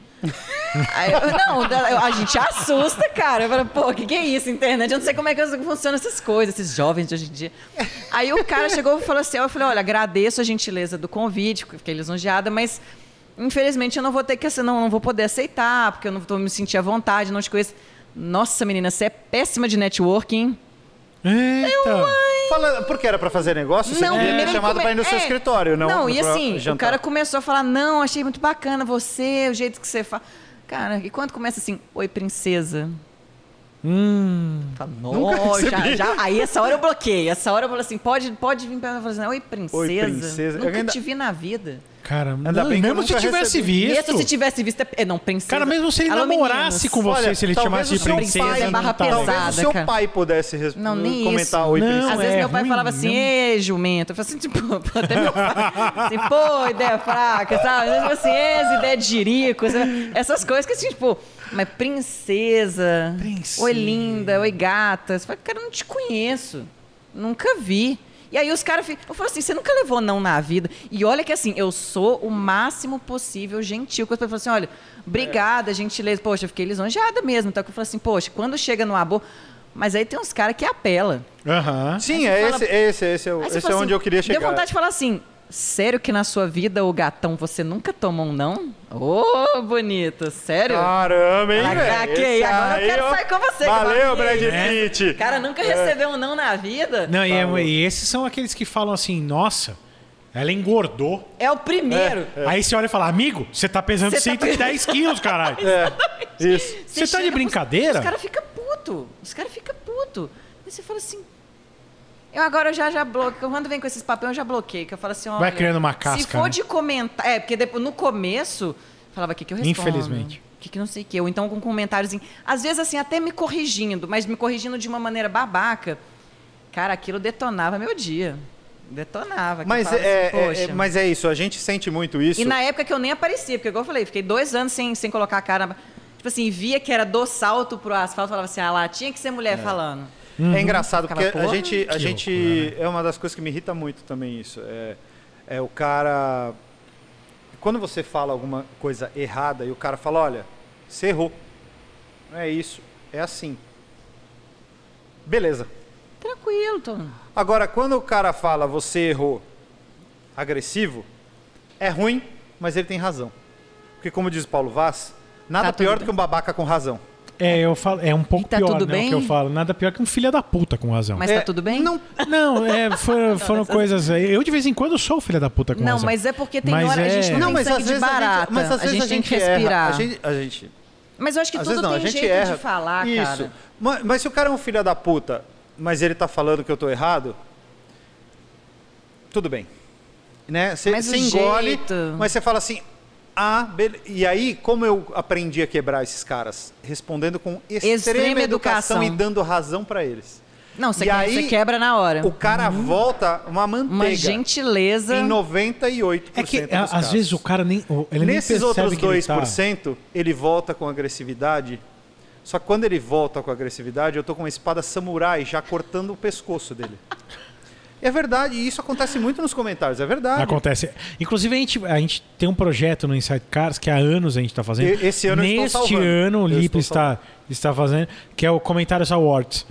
Aí eu- não, da- eu- a gente assusta, cara. Eu falo, pô, o que, que é isso, internet? Eu não sei como é que funcionam essas coisas, esses jovens de hoje em dia. Aí o cara chegou e falou assim: eu falei, olha, agradeço a gentileza do convite, fiquei lisonjeada, mas infelizmente eu não vou ter que ace- não, não vou poder aceitar, porque eu não vou me sentir à vontade, não te conheço. Nossa, menina, você é péssima de networking.
Eita.
Fala, porque era pra fazer negócio, você não, devia
primeiro
ter
ele
É chamado
come-
pra ir no seu
é.
escritório, não?
Não,
no
e
pro-
assim, o
jantar.
cara começou a falar: não, achei muito bacana você, o jeito que você faz. Cara, e quando começa assim, oi, princesa? Hum. Fala, nossa, já, já- aí essa hora eu bloqueio. Essa hora eu falo assim: pode, pode vir pra ela e falar assim, oi, princesa.
princesa.
Nunca
Eu ainda-
te vi na vida.
Cara,
Ainda
não,
bem que eu
mesmo se
nunca
tivesse
recebi.
visto.
Mesmo se tivesse visto. é- É, não, princesa. é
Cara, mesmo se ele
Alô,
namorasse
meninos.
com você,
Olha,
se ele te
talvez
chamasse
o
de
seu
princesa,
pai
não
barra
tava.
pesada.
Talvez o seu
cara.
pai pudesse res-
Não, nem
comentar
isso.
oi,
Não,
Às
princesa.
vezes
é
meu pai
ruim
falava assim,
mesmo.
ê, jumento. Eu falava assim, tipo, até meu pai, assim, pô, ideia fraca, sabe? Às vezes assim, ê, ideia de jirico, sabe? essas coisas que assim, tipo, mas princesa,
Princesa.
oi linda, oi gata. Você fala, cara, eu não te conheço, nunca vi. E aí os caras, fi- eu falo assim, você nunca levou não na vida. E olha que assim, eu sou o máximo possível gentil. Quando as pessoas falam assim, olha,
É.
obrigada, gentileza. Poxa, eu fiquei lisonjeada mesmo. Então eu falo assim, poxa, quando chega no amor... Mas aí tem uns caras que apela.
Aham.
Sim,
Aí
é
você
esse,
fala-
é esse, esse é, o-
Aí você
esse é
fala
onde
assim,
eu queria chegar.
Deu vontade de falar assim: sério que na sua vida, o gatão, você nunca tomou um não? Ô, bonito, sério?
Ah, Caramba, hein,
Ela
velho?
craqueia,
Esse
agora eu quero
ó.
sair com você,
Valeu,
que eu
Brad
amei.
Pitt.
O cara nunca
é.
recebeu um não na vida?
Não, e, é- e esses são aqueles que falam assim, nossa, ela engordou.
É o primeiro.
Aí você olha e fala, amigo, você tá pesando
Você tá
110 quilos, caralho.
Isso.
Você tá
chega
de
pros-
brincadeira?
Os caras ficam puto. Os caras ficam puto. Aí você fala assim. Eu agora já já bloqueio. Quando vem com esses papéis, eu já bloqueio. Que eu falo assim, olha,
Vai criando uma
Se
casca,
for
né?
de comentar. É, porque depois, no começo, falava o que, que eu respondo.
Infelizmente.
O Que, que não sei o quê. Ou então com comentários. Assim, às vezes, assim, até me corrigindo, mas me corrigindo de uma maneira babaca. Cara, aquilo detonava meu dia. Detonava. que eu
Mas
falava
é,
assim,
é-
"Poxa".
é- mas é isso, a gente sente muito isso.
E na época que eu nem aparecia, porque igual eu falei, fiquei dois anos sem, sem colocar a cara. Tipo assim, via que era do salto pro asfalto, falava assim, ah lá, tinha que ser mulher falando.
É engraçado,
Aquela
porque a
porra.
gente, a
Que
gente é uma das coisas que me irrita muito também isso. É, é o cara quando você fala alguma coisa errada e o cara fala, olha, você errou. Não é isso, é assim. Beleza.
Tranquilo, Tom.
Agora quando o cara fala, você errou, agressivo, é ruim, mas ele tem razão. Porque como diz o Paulo Vaz, nada
Tá tudo
pior do
bem.
que um babaca com razão.
É, eu falo, é um pouco
E tá
pior
tudo
né, o
bem?
que eu falo. Nada pior que um filho da puta com razão.
Mas
É,
tá tudo bem?
Não
Não, é, foram, foram coisas. Eu de vez em quando sou filha da puta com
Não,
razão.
mas é porque tem
Mas
hora a gente não,
Não,
tem
mas
sangue
às
de
vezes a gente,
barata.
mas às
a
vezes
gente
a
tem
gente
que
Erra.
respirar.
A gente, a gente,
Mas eu acho que
às
tudo
vezes não,
tem
a gente
jeito
erra.
de falar,
Isso.
cara.
Ma- Mas, se o cara é um filho da puta, mas ele tá falando que eu tô errado, tudo bem. Né? Você
Mas o
você engole,
jeito.
mas você fala assim, ah, bele... e aí como eu aprendi a quebrar esses caras? Respondendo com extrema,
Extrema
educação.
educação.
e dando razão pra eles.
Não, você,
E
que-
aí,
você quebra na hora.
O cara volta uma manteiga
Uhum. Uma gentileza.
em 98%
É que
dos
a-
casos.
às vezes o cara nem. o- Ele
Nesses
nem percebe
outros
que ele tá-
2%, ele, volta com agressividade. Só que quando ele volta com agressividade, eu tô com uma espada samurai já cortando o pescoço dele. É verdade, e isso acontece muito nos comentários, é verdade.
Acontece. Inclusive, a gente, a gente tem um projeto no Inside Cars que há anos a gente está fazendo.
E- esse ano eu estou
Neste
salvando.
ano o
Eu
Lipe
estou
está, está fazendo, que é o Comentários Awards.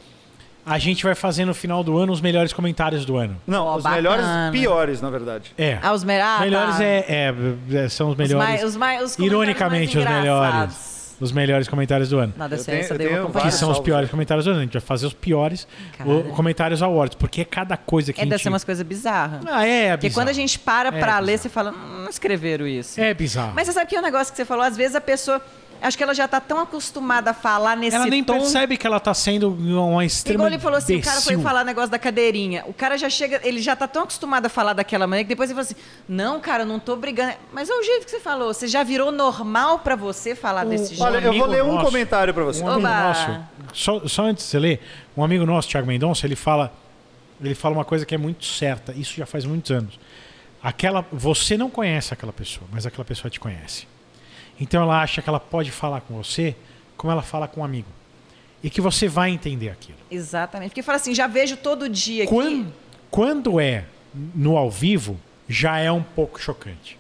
A gente vai fazer no final do ano os melhores comentários do ano.
Não,
Ó,
os melhores
bacana.
piores, na verdade.
É.
Ah, os melhores.
melhores é, é, é, são os melhores.
mai- os mai- os comentários
ironicamente,
mais
os melhores.
engraçados.
Os melhores comentários do ano.
Nada
Eu
sério, essa
tenho-
daí
eu
eu vou
tenho
Que
compartilhar.
vários.
são os
salvos,
piores comentários do ano. A gente vai fazer os piores
Cara.
o, comentários awards, porque é cada coisa que
É,
a
deve
gente...
ser umas coisas bizarras.
Ah, é, é
Porque
bizarro.
quando a gente para
É
pra
bizarro.
ler, você fala, hum, não escreveram isso.
É bizarro.
Mas você sabe que é um negócio que você falou, às vezes a pessoa. Acho que ela já tá tão acostumada a falar nesse
Ela nem
tom.
percebe que ela tá sendo uma extrema
Igual ele falou assim, o cara foi
imbecil.
falar negócio da cadeirinha. O cara já chega, ele já tá tão acostumado a falar daquela maneira que depois ele fala assim: "Não, cara, eu não tô brigando, mas é o jeito que você falou, você já virou normal pra você falar desse jeito".
Olha, eu vou
amigo
ler um
nosso.
comentário pra você.
Um amigo
Oba!
nosso, só, só antes de você ler, um amigo nosso, Thiago Mendonça, ele fala, ele fala uma coisa que é muito certa, isso já faz muitos anos. Aquela, você não conhece aquela pessoa, mas aquela pessoa te conhece. Então ela acha que ela pode falar com você como ela fala com um amigo. E que você vai entender aquilo.
Exatamente. Porque fala assim: "Já vejo todo dia aqui".
Quando, quando é no ao vivo, já é um pouco chocante.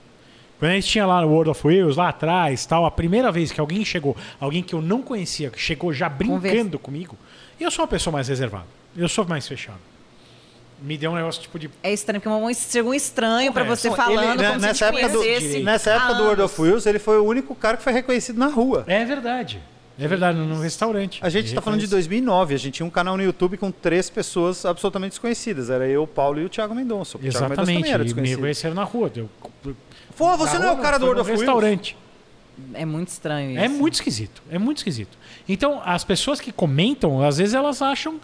Quando a gente tinha lá no World of Wheels, lá atrás, tal, a primeira vez que alguém chegou, alguém que eu não conhecia, que chegou já brincando comigo, eu sou uma pessoa mais reservada. Eu sou mais fechado. Me deu um negócio tipo de.
É estranho, porque é um, chega um estranho pra
É,
você
Ele,
falando
né,
como se
nessa,
te
época do,
conhecesse Ah,
nessa época
há
do World
anos.
of Wheels, ele foi o único cara que foi reconhecido na rua.
É verdade. É verdade, num restaurante.
A gente
De
tá falando de
referência.
2009, a gente tinha um canal no YouTube com três pessoas absolutamente desconhecidas. Era eu, o Paulo e o Thiago Mendonça. O Thiago Mendonça
Exatamente.
também era
e me
desconhecido.
reconheceram na rua. Eu,
Pô, você não é o cara do World of Wheels?
restaurante.
É muito estranho isso.
É muito esquisito, é muito esquisito. Então, as pessoas que comentam, às vezes elas acham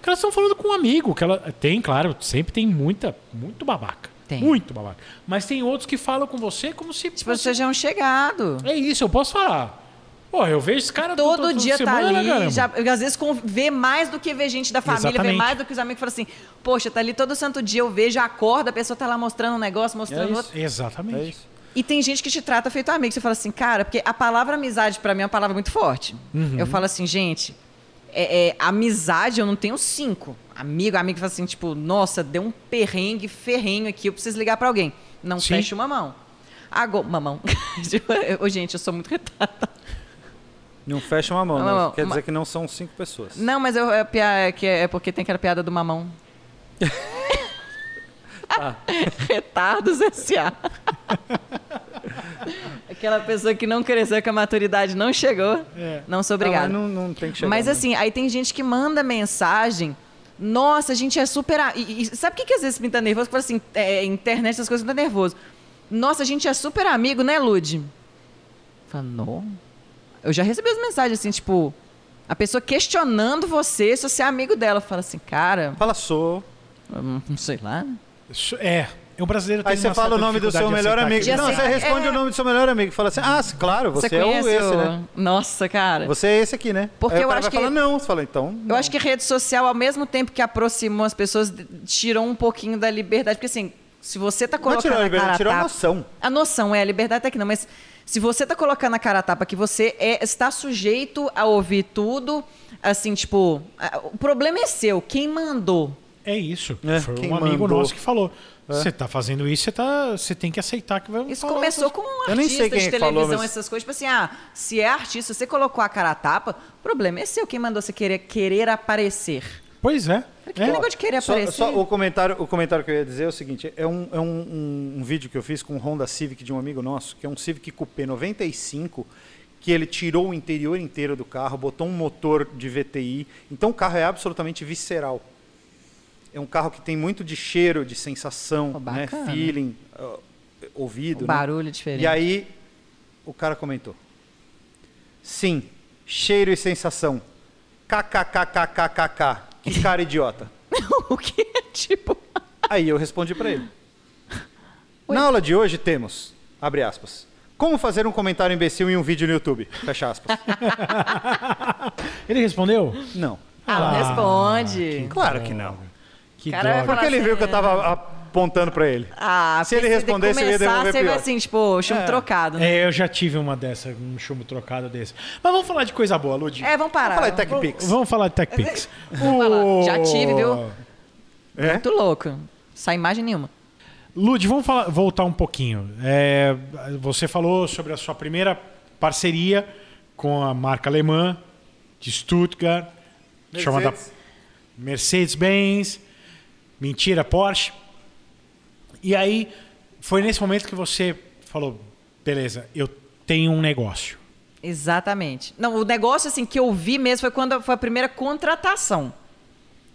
que elas estão falando com um amigo, que ela tem, claro, sempre tem muita, muito babaca.
Tem.
Muito babaca. Mas tem outros que falam com você como se
Tipo, você já é um chegado.
É isso, eu posso falar. Pô, eu vejo esse cara
Todo
toda
dia tá
semana,
ali,
caramba.
já, às vezes com, vê mais do que vê gente da família,
Exatamente.
vê mais do que os amigos fala assim, poxa, tá ali todo santo dia, eu vejo, acorda, a pessoa tá lá mostrando um negócio,
É
mostrando
isso,
outro.
Exatamente.
É isso.
E tem gente que te trata feito amigo. Você fala assim, cara, porque a palavra amizade pra mim é uma palavra muito forte.
Uhum.
Eu falo assim, gente, é, é, amizade eu não tenho cinco. Amigo, amigo fala assim, tipo, nossa, deu um perrengue ferrenho aqui, eu preciso ligar pra alguém. Não
Sim.
fecha uma mão. Agora, mamão. Tipo, eu- gente, eu sou muito retada.
Não fecha uma mão,
Não,
né?
não,
quer
não.
dizer que não são cinco pessoas.
Não, mas eu, é, pia- é que é porque tem aquela piada do mamão. Retardos S.A. Aquela pessoa que não cresceu, que a maturidade não chegou. Não sou
Ah, mas
obrigada.
não, não tem que chegar.
Mas
né?
assim, aí tem gente que manda mensagem. Nossa, a gente é super. a- E, e sabe o que, que às vezes me dá nervoso? Que fala assim, é, internet, essas coisas me dá nervoso. Nossa, a gente é super amigo, né, Lud? Fala, não. Eu já recebi as mensagens assim, tipo, a pessoa questionando você se você é amigo dela. Fala assim, cara,
Fala sou.
hum, sei lá.
Isso- É. O brasileiro tem
Aí você
uma
fala o
certa
nome do seu
dificuldade de
melhor
aceitar
amigo.
que-
Já
Não,
sei-
você responde
é.
o nome do seu melhor amigo. Fala assim, ah, claro, assim, você, é o esse,
o-
né?
Nossa, cara.
Você é esse aqui, né?
Porque
Aí o
eu
cara
acho
vai falar,
que-
não. Você fala, então...
Eu acho que rede social, ao mesmo tempo que aproximou as pessoas, d- tirou um pouquinho da liberdade. Porque assim, se você tá
Não
colocando
tirou a
a cara
liberdade,
a
tirou a
tapa-
noção.
A noção é, a liberdade tá aqui não, mas se você tá colocando a cara a tapa que você é, está sujeito a ouvir tudo, assim, tipo, a- o problema é seu, quem mandou?
É isso.
É,
Foi
quem
um amigo
mandou.
nosso que falou. Você tá fazendo isso, você tá, você tem que aceitar que vai
Isso
falar
começou com um
Eu nem sei
artista
quem é
de
que falou,
televisão,
mas-
essas coisas, tipo assim, ah, se é artista, você colocou a cara a tapa, o problema é seu, quem mandou você querer, querer aparecer?
Pois é.
Que
é.
negócio de querer
Só,
aparecer?
só o, comentário, o comentário que eu ia dizer é o seguinte: é, um, é um, um- um vídeo que eu fiz com um Honda Civic de um amigo nosso, que é um Civic Coupé 95, que ele tirou o interior inteiro do carro, botou um motor de VTI. Então o carro é absolutamente visceral. É um carro que tem muito de cheiro, de sensação,
Pô,
né,
bacana.
feeling, ah, ouvido.
Um
né?
barulho diferente.
E aí, o cara comentou. Sim, cheiro e sensação. KKKKKKK. Que cara idiota.
o que é, tipo...
Aí eu respondi pra ele. Na aula de hoje temos, abre aspas, como fazer um comentário imbecil em um vídeo no YouTube, fecha aspas.
Ele respondeu?
Não.
Ah, não responde.
Claro que não.
Que
Cara, vai
droga.
falar-
Porque
assim.
ele viu que eu tava apontando pra ele.
Ah,
Se ele
porque
respondesse, eu ia
começar,
devolver
você vai
pior.
assim, tipo, chumbo trocado, né?
É, eu já tive uma dessa, um chumbo trocado desse. Mas vamos falar de coisa boa, Lud.
É, vamos parar.
Fala aí,
vamos-
TechPix.
Vamos falar de TechPix.
falar. Já tive, viu?
É?
Muito louco. Sai imagem nenhuma.
Lud, vamos falar- voltar um pouquinho. É, você falou sobre a sua primeira parceria com a marca alemã de Stuttgart, chamada
Mercedes.
Mercedes-Benz. Mentira, Porsche. E aí, foi nesse momento que você falou: beleza, eu tenho um negócio.
Exatamente. Não, o negócio assim que eu vi mesmo foi quando foi a primeira contratação.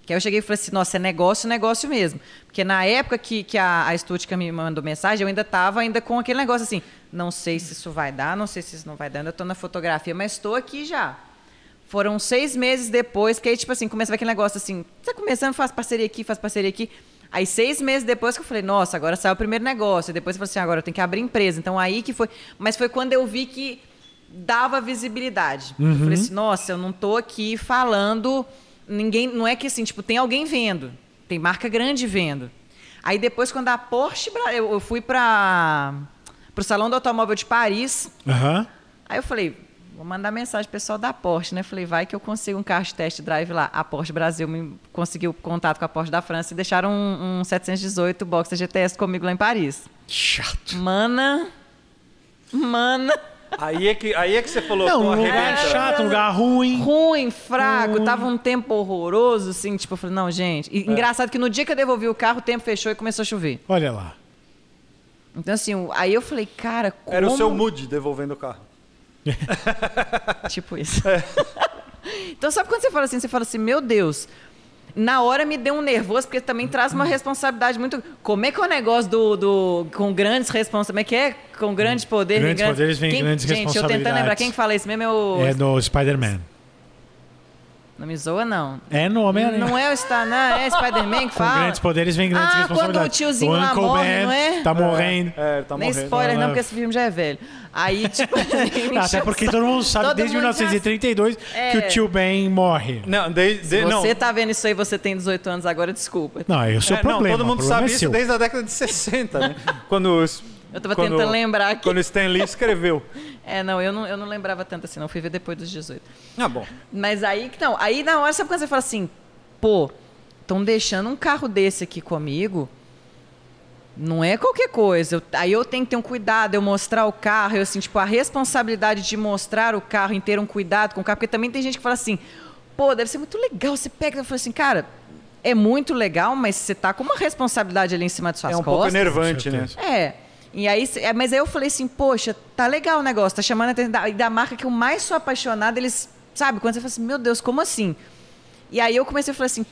Que aí eu cheguei e falei assim, nossa, é negócio, negócio mesmo. Porque na época que, que a, a Stuttgart me mandou mensagem, eu ainda estava ainda com aquele negócio assim, não sei se isso vai dar, não sei se isso não vai dar, ainda estou na fotografia, mas estou aqui já. Foram seis meses depois, que aí, tipo assim, começava aquele negócio assim, tá começando, faz parceria aqui, faz parceria aqui. Aí, seis meses depois que eu falei, nossa, agora saiu o primeiro negócio. E depois eu falei assim, agora eu tenho que abrir empresa. Então, aí que foi. Mas foi quando eu vi que dava visibilidade. Eu falei assim, nossa, eu não tô aqui falando. Ninguém. Não é que assim, tipo, tem alguém vendo. Tem marca grande vendo. Aí depois, quando a Porsche. Bra- Eu eu fui para o Salão do Automóvel de Paris.
Aham.
Aí eu falei, vou mandar mensagem pro pessoal da Porsche, né? Falei, vai que eu consigo um carro de test drive lá. A Porsche Brasil me conseguiu contato com a Porsche da França e deixaram um, um 718 Boxer GTS comigo lá em Paris.
Chato.
Mana. Mana.
Aí é que, aí é que você falou.
Não,
pô,
um lugar
arrebenta.
chato, um lugar ruim.
Ruim,
Hum.
fraco, tava um tempo horroroso, assim, tipo, eu falei, não, gente.
É.
E engraçado que no dia que eu devolvi o carro, o tempo fechou e começou a chover.
Olha lá.
Então, assim, o- aí eu falei, cara, como.
Era o seu mood devolvendo o carro.
Tipo isso.
É.
então, sabe quando você fala assim? Você fala assim, meu Deus. Na hora me deu um nervoso, porque também traz uma responsabilidade muito. Como é que é o negócio do. do com grandes responsabilidades. Como é que é? Com grande poder.
Hum. Grandes
grande-
poderes vêm grandes
Gente, eu tentando lembrar
responsabilidades.
quem que fala isso mesmo é o.
É no Spider-Man.
Não me zoa, não.
É no Homem-Aranha.
Não é o Star, não, é Spider-Man que
Com
fala.
Então, grandes poderes vem grandes
Ah, quando o
responsabilidades.
tiozinho lá
Uncle
morre,
Ben
não é?
Tá morrendo.
É, ele tá
Nem
morrendo.
spoiler,
Não,
não,
é.
porque esse filme já é velho. Aí, tipo.
Até porque todo mundo sabe
Todo
desde
mundo já-
1932 que
É.
o tio Ben morre.
Não, de, de, não.
Você tá vendo isso aí, você tem 18 anos agora, desculpa.
Não, é o seu
É, não,
problema.
todo
o
mundo
problema
sabe
é
isso
seu.
desde a década de 60, né? quando os-
Eu tava
quando-
tentando lembrar aqui.
Quando Stan Lee escreveu.
É, não eu, não, eu não lembrava tanto assim, não. Fui ver depois dos 18.
Ah, bom.
Mas aí, que não, aí na hora, sabe quando você fala assim, pô, estão deixando um carro desse aqui comigo? Não é qualquer coisa. Eu- aí eu tenho que ter um cuidado, eu mostrar o carro, eu assim, tipo, a responsabilidade de mostrar o carro e ter um cuidado com o carro, porque também tem gente que fala assim, pô, deve ser muito legal, você pega, eu falo assim, cara, é muito legal, mas você tá com uma responsabilidade ali em cima de suas
é um pouco
costas.
enervante, né?
É. E aí, se- é, mas aí eu falei assim, poxa, tá legal o negócio, tá chamando a atenção. Da, e da marca que eu mais sou apaixonada, eles. Sabe, quando você fala assim, meu Deus, como assim? E aí eu comecei a falar assim,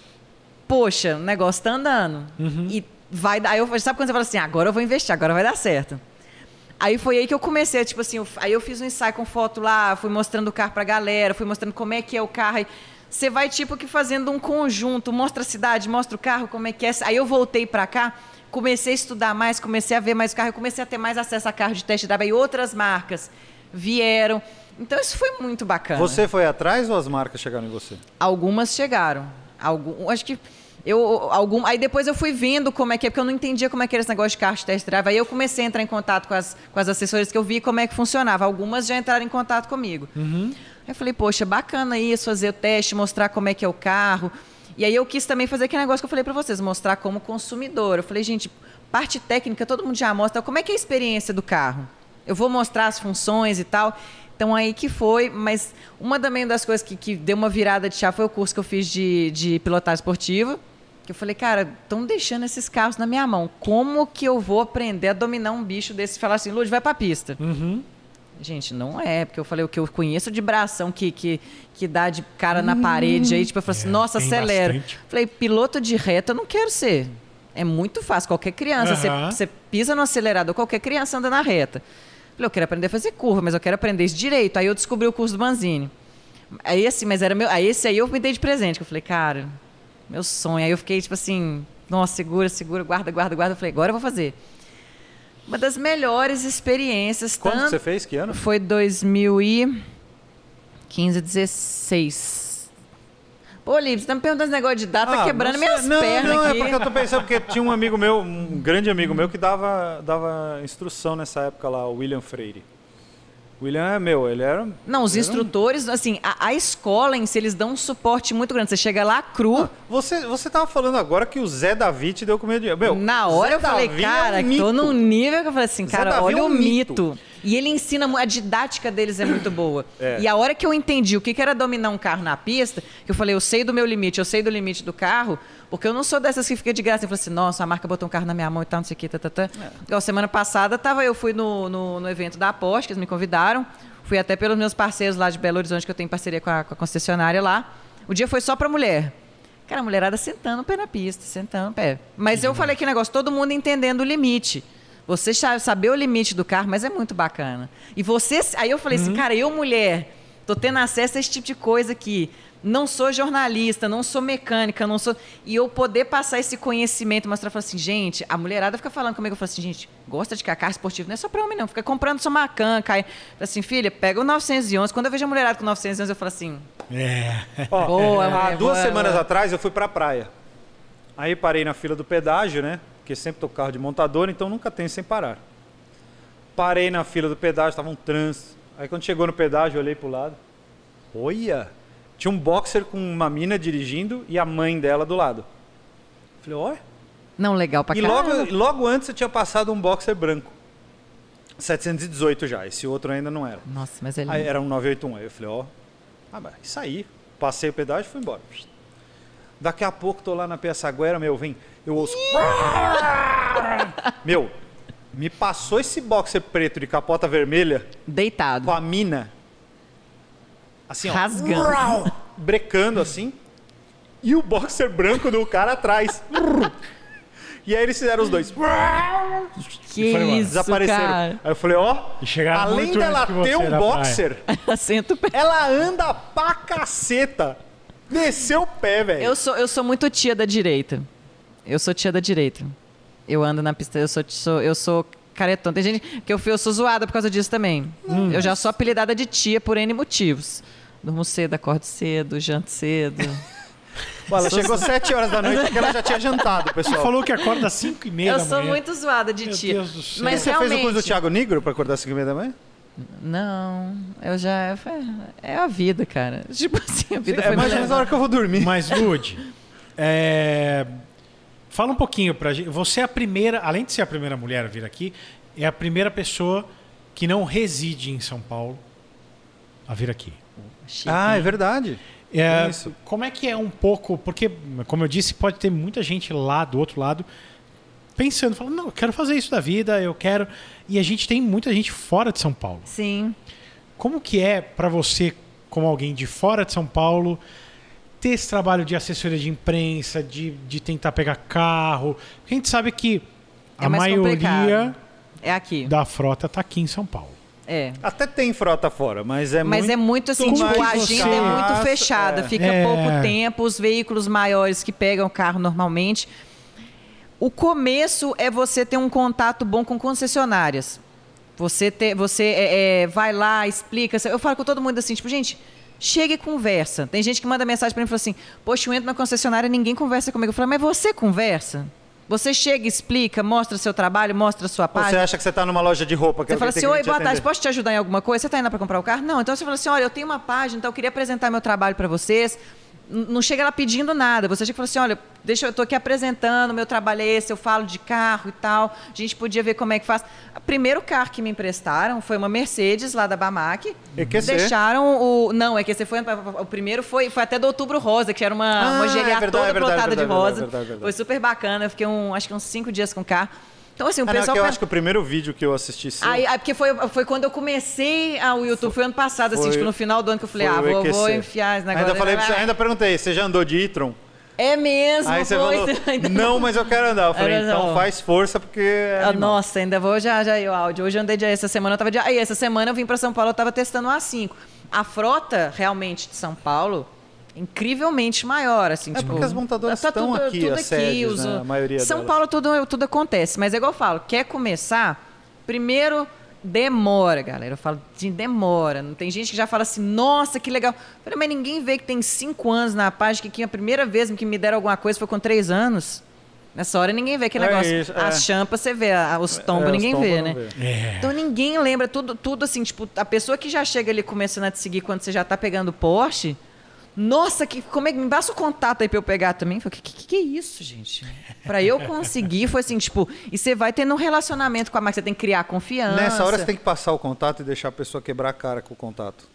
poxa, o negócio tá andando. E vai dar. Aí eu falei, sabe quando você fala assim, agora eu vou investir, agora vai dar certo. Aí foi aí que eu comecei, tipo assim, eu- aí eu fiz um ensaio com foto lá, fui mostrando o carro pra galera, fui mostrando como é que é o carro. Aí Você vai tipo que fazendo um conjunto, mostra a cidade, mostra o carro, como é que é. Aí eu voltei pra cá, comecei a estudar mais, comecei a ver mais carro, eu comecei a ter mais acesso a carro de teste drive, aí outras marcas vieram. Então isso foi muito bacana.
Você foi atrás ou as marcas chegaram em você?
Algumas chegaram. Algum, acho que eu algum, aí depois eu fui vendo como é que é, porque eu não entendia como é que era esse negócio de carro de test drive. Aí eu comecei a entrar em contato com as, com as assessorias que eu vi como é que funcionava. Algumas já entraram em contato comigo. Aí eu falei, poxa, bacana isso, fazer o teste, mostrar como é que é o carro. E aí eu quis também fazer aquele negócio que eu falei pra vocês, mostrar como consumidor. Eu falei, gente, parte técnica todo mundo já mostra, como é que é a experiência do carro? Eu vou mostrar as funções e tal. Então aí que foi, mas uma também das coisas que, que deu uma virada de chá foi o curso que eu fiz de, de pilotagem esportiva. Que eu falei, cara, estão deixando esses carros na minha mão. Como que eu vou aprender a dominar um bicho desse e falar assim, Lud, vai pra pista?
Uhum.
Gente, não é, porque eu falei o que eu conheço de bração que, que, que dá de cara na parede aí, tipo, eu falei assim,
É,
nossa,
tem
acelera.
bastante.
Falei, piloto de reta eu não quero ser. É muito fácil, qualquer criança, você
Aham.
você pisa no acelerador, qualquer criança anda na reta. Falei, eu quero aprender a fazer curva, mas eu quero aprender isso direito. Aí eu descobri o curso do Manzini. Aí assim, mas era meu, aí esse aí eu me dei de presente, que eu falei, cara, meu sonho. Aí eu fiquei tipo assim, nossa, segura, segura, guarda, guarda, guarda. Eu falei, agora eu vou fazer. Uma das melhores experiências,
Quando que
tanto
você fez? Que ano?
foi 2015, 16. Pô, Lipe, você tá me perguntando esse negócio de data, tá
Ah,
quebrando
não sei.
minhas
não,
pernas
não,
aqui.
é porque eu tô pensando, porque tinha um amigo meu, um grande amigo meu, um que dava, dava instrução nessa época lá, o William Freire.
William é meu, ele era.
Não, os instrutores, assim, a, a escola em si, eles dão um suporte muito grande. Você chega lá cru,
Ah.
Você, você tava falando agora que o Zé Davi te deu comida de. Meu, Zé
na hora eu falei,
Davi é um
cara, que
mito.
tô num nível que eu falei assim,
Zé
cara,
Davi
olha
é um
o mito.
mito.
E ele ensina, mu- a didática deles é muito boa. E a hora que eu entendi o que que era dominar um carro na pista, que eu falei, eu sei do meu limite, eu sei do limite do carro, porque eu não sou dessas que fica de graça. Eu falei assim, nossa, a marca botou um carro na minha mão e tal, não sei o que, tá, tá, tá.
É.
Igual semana passada tava, eu fui no, no, no evento da Porsche, que eles me convidaram, fui até pelos meus parceiros lá de Belo Horizonte, que eu tenho parceria com a, com a concessionária lá. O dia foi só pra mulher. Cara, a mulherada sentando o pé na pista, sentando o pé. Mas eu falei que negócio, todo mundo entendendo o limite. Você sa- saber o limite do carro, mas é muito bacana. E você. Aí eu falei assim,
Uhum.
cara, eu, mulher, tô tendo acesso a esse tipo de coisa aqui. Não sou jornalista, não sou mecânica, não sou. E eu poder passar esse conhecimento, mostrar, falar assim, gente, a mulherada fica falando comigo, eu falo assim, gente, gosta de cacar esportivo, não é só pra homem, não. Fica comprando só macan, cai. Fala assim, filha, pega o 911. Quando eu vejo a mulherada com 911, eu falo assim,
É.
Ó,
Boa,
há
mulher,
duas
boa,
semanas
boa.
atrás eu fui pra praia. Aí parei na fila do pedágio, né? Porque sempre tô com carro de montador, então nunca tem sem parar. Parei na fila do pedágio, tava um trânsito. Aí quando chegou no pedágio, eu olhei pro lado. Olha! Tinha um boxer com uma mina dirigindo e a mãe dela do lado. Falei, olha.
não legal pra
E
caramba.
logo, logo antes eu tinha passado um boxer branco. 718 já, esse outro ainda não era.
Nossa, mas é ele.
Aí era um 981. Aí eu falei, ó. Ah, mas isso aí. Passei o pedágio e fui embora. Daqui a pouco tô lá na Peçaguera, meu, vem. Eu ouço. meu, me passou esse boxer preto de capota vermelha
Deitado.
com a mina. Assim, ó.
Rasgando.
Uau! Brecando assim. E o boxer branco do cara atrás. e aí eles fizeram os dois.
foi
Que
embora.
isso,
Desapareceram.
cara.
Aí eu falei, ó.
E chegaram
Além
muito
dela
antes que você
ter um
na praia.
boxer,
Senta o pé.
ela anda pra caceta. Desceu o pé, velho.
Eu sou, eu sou muito tia da direita. Eu sou tia da direita. Eu ando na pista, eu sou, sou- eu sou caretona. Tem gente que eu, fui- eu sou zoada por causa disso também.
Hum.
Eu já sou apelidada de tia por N motivos. Durmo cedo, acordo cedo, janto cedo.
Pô, Ela chegou às 7 horas da noite porque ela já tinha jantado,
Você
pessoal.
falou que acorda às 5 e meia
eu
da
sou
manhã.
muito zoada de
Meu
tia.
Deus do céu.
Mas
Você
realmente,
fez o curso do Thiago Negro pra acordar às 5 e meia da manhã?
Não, eu já. É a vida, cara. Tipo assim, a vida
É
foi me
mais ou menos a
levando.
hora que eu vou dormir.
Mas, Lud, é, fala um pouquinho pra gente. Você é a primeira, além de ser a primeira mulher a vir aqui, é a primeira pessoa que não reside em São Paulo a vir aqui.
Chique.
Ah, é verdade.
É,
Isso.
Como é que é um pouco. Porque, como eu disse, pode ter muita gente lá do outro lado pensando, falando, não, eu quero fazer isso da vida, eu quero. E a gente tem muita gente fora de São Paulo.
Sim.
Como que é para você, como alguém de fora de São Paulo, ter esse trabalho de assessoria de imprensa, de, de tentar pegar carro? Porque a gente sabe que
É
a
mais
maioria
complicado. É aqui.
da frota está aqui em São Paulo.
É.
Até tem frota fora, mas é
Mas
muito...
é muito assim,
mais
tipo, a
você-
agenda é muito
Nossa,
fechada,
é.
fica
É.
pouco tempo, os veículos maiores que pegam o carro normalmente. O começo é você ter um contato bom com concessionárias. Você, ter, você é, é, vai lá, explica. Eu falo com todo mundo assim, tipo, gente, chega e conversa. Tem gente que manda mensagem pra mim e fala assim, poxa, eu entro na concessionária e ninguém conversa comigo. Eu falo, mas você conversa? Você chega, explica, mostra seu trabalho, mostra sua
Pô, Você
página.
acha que você tá numa loja de roupa que
Você
alguém
fala
tem
assim,
que
oi,
te
boa
atender.
tarde, posso te ajudar em alguma coisa? Você tá indo pra comprar o carro? Não, então você fala assim, olha, eu tenho uma página, então eu queria apresentar meu trabalho pra vocês. N- Não chega lá pedindo nada. Você chega e fala assim, olha, deixa, eu tô aqui apresentando, meu trabalho é esse, eu falo de carro e tal. A gente podia ver como é que faz. O primeiro carro que me emprestaram foi uma Mercedes lá da Bamac.
EQC.
Deixaram o... Não, é que você foi... O primeiro foi, foi até do Outubro Rosa, que era uma,
Ah,
uma geriá
é verdade,
toda
é verdade,
plotada
é
de
verdade,
rosa.
é verdade, é verdade.
Foi super bacana. Eu fiquei, um, acho que uns cinco dias com o carro. Então, assim, o
Ah, não,
pessoal...
que eu
pensa-
acho que o primeiro vídeo que eu assisti... seu-
Aí, aí, porque foi, foi quando eu comecei ao YouTube, foi, ano passado, assim,
foi-
tipo, no final do ano que eu falei,
foi
ah,
o
vou, vou
EQC.
enfiar esse negócio.
Ainda, falei pra você, ainda perguntei, você já andou de e-tron?
É mesmo,
Aí você
foi.
falou,
Ainda-
não, mas eu quero andar. Eu falei,
Era
então
não.
faz força porque. é
Ah,
animal."
Nossa, ainda vou já, já aí o áudio. Hoje eu andei de essa semana, eu tava de. Aí, essa semana eu vim pra São Paulo, eu tava testando o A5. A frota, realmente, de São Paulo, incrivelmente maior, assim.
É
tipo,
porque as montadoras
tá
estão
tudo-
aqui,
tudo
as sedes,
os-
né? A maioria
São
delas.
Paulo tudo, tudo acontece, mas é igual eu falo, quer começar, primeiro demora, galera. Eu falo de demora. Não tem gente que já fala assim, nossa, que legal. Eu Falei, mas ninguém vê que tem cinco anos na página, que, que a primeira vez que me deram alguma coisa foi com três anos. Nessa hora ninguém vê aquele
É
negócio.
isso, é.
As champas você vê, a- os tombos
É, os
ninguém
tombos
vê,
não
né?
É.
Então ninguém lembra, tudo, tudo assim, tipo, a pessoa que já chega ali começando a te seguir quando você já tá pegando o Porsche. Nossa, que, como é que me passa o contato aí pra eu pegar também? Eu Falei, que, que que é isso, gente? Pra eu conseguir, foi assim, tipo, e você vai tendo um relacionamento com a marca, você tem que criar confiança.
Nessa hora você tem que passar o contato e deixar a pessoa quebrar a cara com o contato.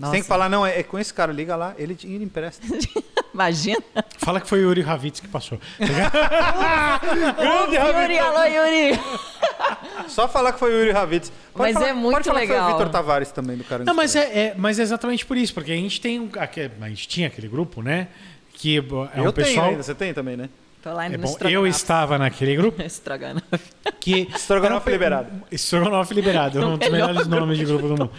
Você tem que falar, não, é, é com esse cara, liga lá, ele te ele empresta.
Imagina.
Fala que foi o Yuri Ravitz que passou.
Ô, Yuri, alô,
É
Yuri.
Só falar que foi o Yuri Ravitz.
Mas
falar-
é muito
pode falar que foi
legal.
o Vitor Tavares também, do cara.
Não, mas é, é- mas é exatamente por isso, porque a gente tem um, aque- a gente tinha aquele grupo, né? Que bo- é
eu
um pessoal.
tenho ainda, você tem também, né?
Tô lá
é
no
bom, eu
estrogonofe.
estava naquele grupo
Estragando.
que
Estrogonofe
era um-
liberado.
Estrogonofe liberado, é um dos
Melhor
melhores nomes de grupo do mundo.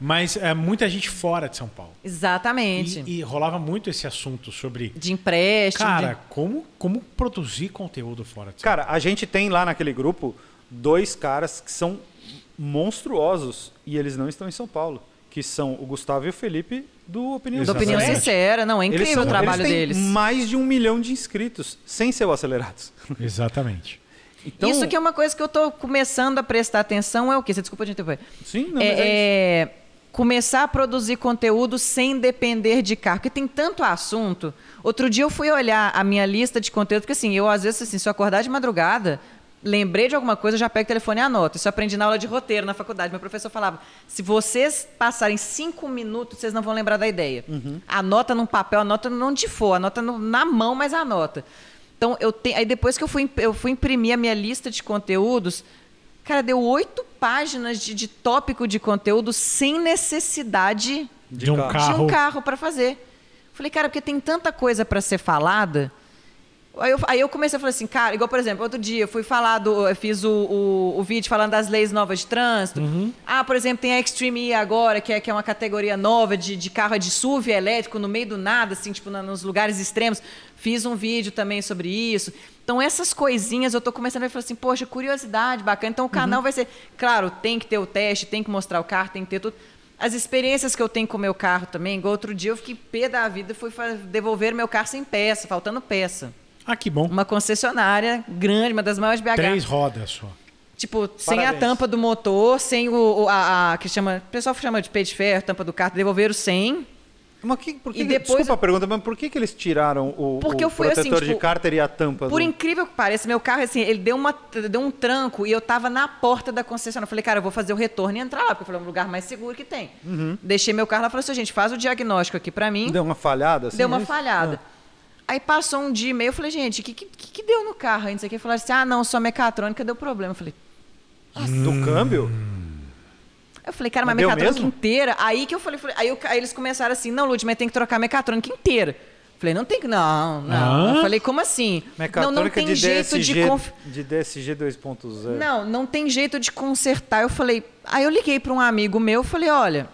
Mas é muita gente fora de São Paulo.
Exatamente.
E, e rolava muito esse assunto sobre,
De empréstimo.
cara,
de-
como como produzir conteúdo fora de São
Cara, a gente tem lá naquele grupo dois caras que são monstruosos e eles não estão em São Paulo, que são o Gustavo e o Felipe do Opinião
Do
Da opinião
Exatamente.
sincera, não, é incrível
são-
o trabalho
têm
deles.
mais de um milhão de inscritos, sem ser o Acelerados.
Paulo. Exatamente.
Então,
Isso que é uma coisa que eu tô começando a prestar atenção é o quê? Você desculpa de interromper.
Sim, não,
é,
mas é
é, começar a produzir conteúdo sem depender de carro, porque tem tanto assunto. Outro dia eu fui olhar a minha lista de conteúdo, porque assim, eu às vezes, assim, se eu acordar de madrugada, lembrei de alguma coisa, eu já pego o telefone e anoto. Isso eu aprendi na aula de roteiro na faculdade. Meu professor falava: se vocês passarem cinco minutos, vocês não vão lembrar da ideia.
Uhum.
Anota num papel, anota onde for, anota no- na mão, mas anota. Então, eu tenho. Aí depois que eu fui, imp- eu fui imprimir a minha lista de conteúdos, Cara, deu oito páginas de, de tópico de conteúdo sem necessidade
De, um
carro.
carro.
de um carro para fazer. Falei, cara, porque tem tanta coisa para ser falada. Aí eu, aí eu comecei a falar assim, cara, igual, por exemplo, outro dia eu fui falar do. Eu fiz o, o, o vídeo falando das leis novas de trânsito. Ah, por exemplo, tem a Extreme E agora, que é, que é uma categoria nova de, de carro é de SUV elétrico no meio do nada, assim, tipo, na- nos lugares extremos. Fiz um vídeo também sobre isso. Então, essas coisinhas eu tô começando a falar assim, poxa, curiosidade, bacana. Então o canal vai ser. Claro, tem que ter o teste, tem que mostrar o carro, tem que ter tudo. As experiências que eu tenho com o meu carro também, igual outro dia eu fiquei pé da vida, fui fa- devolver meu carro sem peça, faltando peça.
Ah, que bom.
Uma concessionária grande, uma das maiores BH.
Três rodas só.
Tipo, sem a
Parabéns.
tampa do motor, sem o, o- a, a- que chama, o pessoal chama de pé de ferro, tampa do carro, devolveram sem.
Mas que, por que,
E depois
desculpa
eu-
a pergunta, mas por que, que eles tiraram o,
Porque
o
eu fui assim,
protetor de
tipo,
cárter e a tampa?
Por
do-
incrível que pareça, meu carro, assim, ele deu, uma, deu um tranco e eu tava na porta da concessionária. Eu falei, cara, eu vou fazer o retorno e entrar lá, porque eu falei, é um lugar mais seguro que tem. Deixei meu carro lá e falei assim, gente, faz o diagnóstico aqui pra mim.
Uhum. Deu uma falhada? Assim,
deu uma
né?
falhada. Aí passou um dia e meio, eu falei, gente, o que, que, que que deu no carro? Aí não sei o que, falaram assim, ah, não, só mecatrônica deu problema. Eu falei,
Hum.
Do câmbio?
eu falei, cara, mas,
Mas deu
mecatrônica
mesmo?
inteira? Aí que eu falei, falei- aí, eu- aí eles começaram assim, não, Lud, mas tem que trocar a mecatrônica inteira. Eu Falei, não tem que, não, não.
Hã?
Eu falei, como assim? Não, não
Mecatrônica
tem
é de
jeito
DSG,
de... Conf...
de DSG 2.0.
Não, não tem jeito de consertar. Eu falei, aí eu liguei para um amigo meu, falei, olha,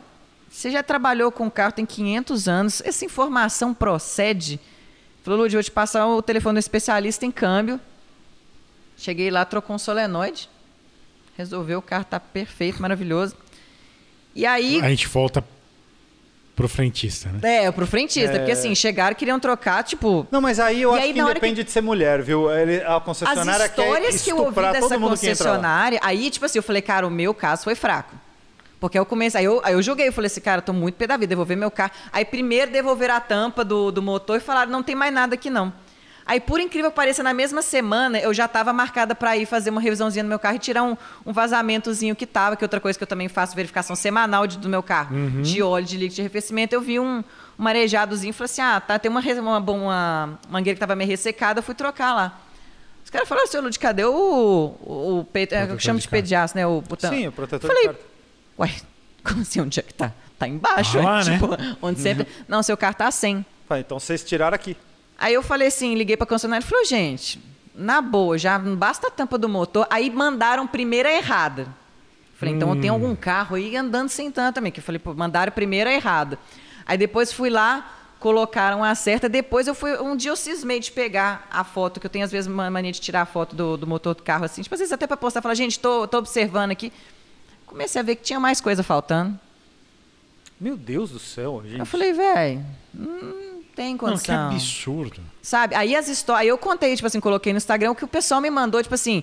você já trabalhou com carro tem 500 anos, essa informação procede? Falou, Lud, vou te passar o telefone do especialista em câmbio. Cheguei lá, trocou um solenoide, resolveu, o carro tá perfeito, maravilhoso. E aí,
A gente volta pro frentista, né?
é, pro frentista, porque assim, chegaram, queriam trocar, tipo,
Não, mas aí eu
E
acho
aí,
que
na hora
independe de ser mulher, viu? Ele- a
as
concessionária quer
histórias que eu ouvi
estuprar
dessa
todo mundo que entra lá.
concessionária, aí, tipo assim, eu falei, cara, o meu caso foi fraco. Porque eu comecei, aí eu, aí eu joguei, eu falei assim, cara, eu tô muito pé da vida, devolver meu carro. Aí primeiro devolver a tampa do, do motor e falaram, não tem mais nada aqui não. Aí, por incrível que pareça, na mesma semana eu já estava marcada para ir fazer uma revisãozinha no meu carro e tirar um, um vazamentozinho que tava, que é outra coisa que eu também faço verificação semanal de- do meu carro,
Uhum.
de óleo, de líquido de arrefecimento. Eu vi um, um arejadozinho e falei assim: ah, tá, tem uma, res- uma, bom- uma mangueira que tava meio ressecada, eu fui trocar lá. Os caras falaram, seu Lud, cadê o, o, o peito? É, eu
Protetor
chamo
de
de peito de aço, né? O botão.
Sim, o protetor de
Falei,
carta.
ué, como assim? Onde é que tá? Tá embaixo,
Ah,
é,
lá, né?
tipo, onde
Uhum.
sempre. Não, seu carro tá sem.
Fala, então vocês tiraram aqui.
Aí eu falei assim, liguei pra concessionária e falou, gente, na boa, já não basta a tampa do motor. Aí mandaram primeira errada. Falei, então
Hum.
tem algum carro aí andando sem tampa também. Que eu falei, pô, mandaram primeira errada. Aí depois fui lá, colocaram a certa. Depois eu fui, um dia eu cismei de pegar a foto, que eu tenho às vezes uma mania de tirar a foto do, do motor do carro assim. Tipo, às vezes até pra postar, falar, gente, tô, tô observando aqui. Comecei a ver que tinha mais coisa faltando.
Meu Deus do céu, gente.
Eu falei, velho,
Não,
tem
que
condição.
absurdo.
Sabe? Aí as histórias. Eu contei, tipo assim, coloquei no Instagram o que o pessoal me mandou, tipo assim,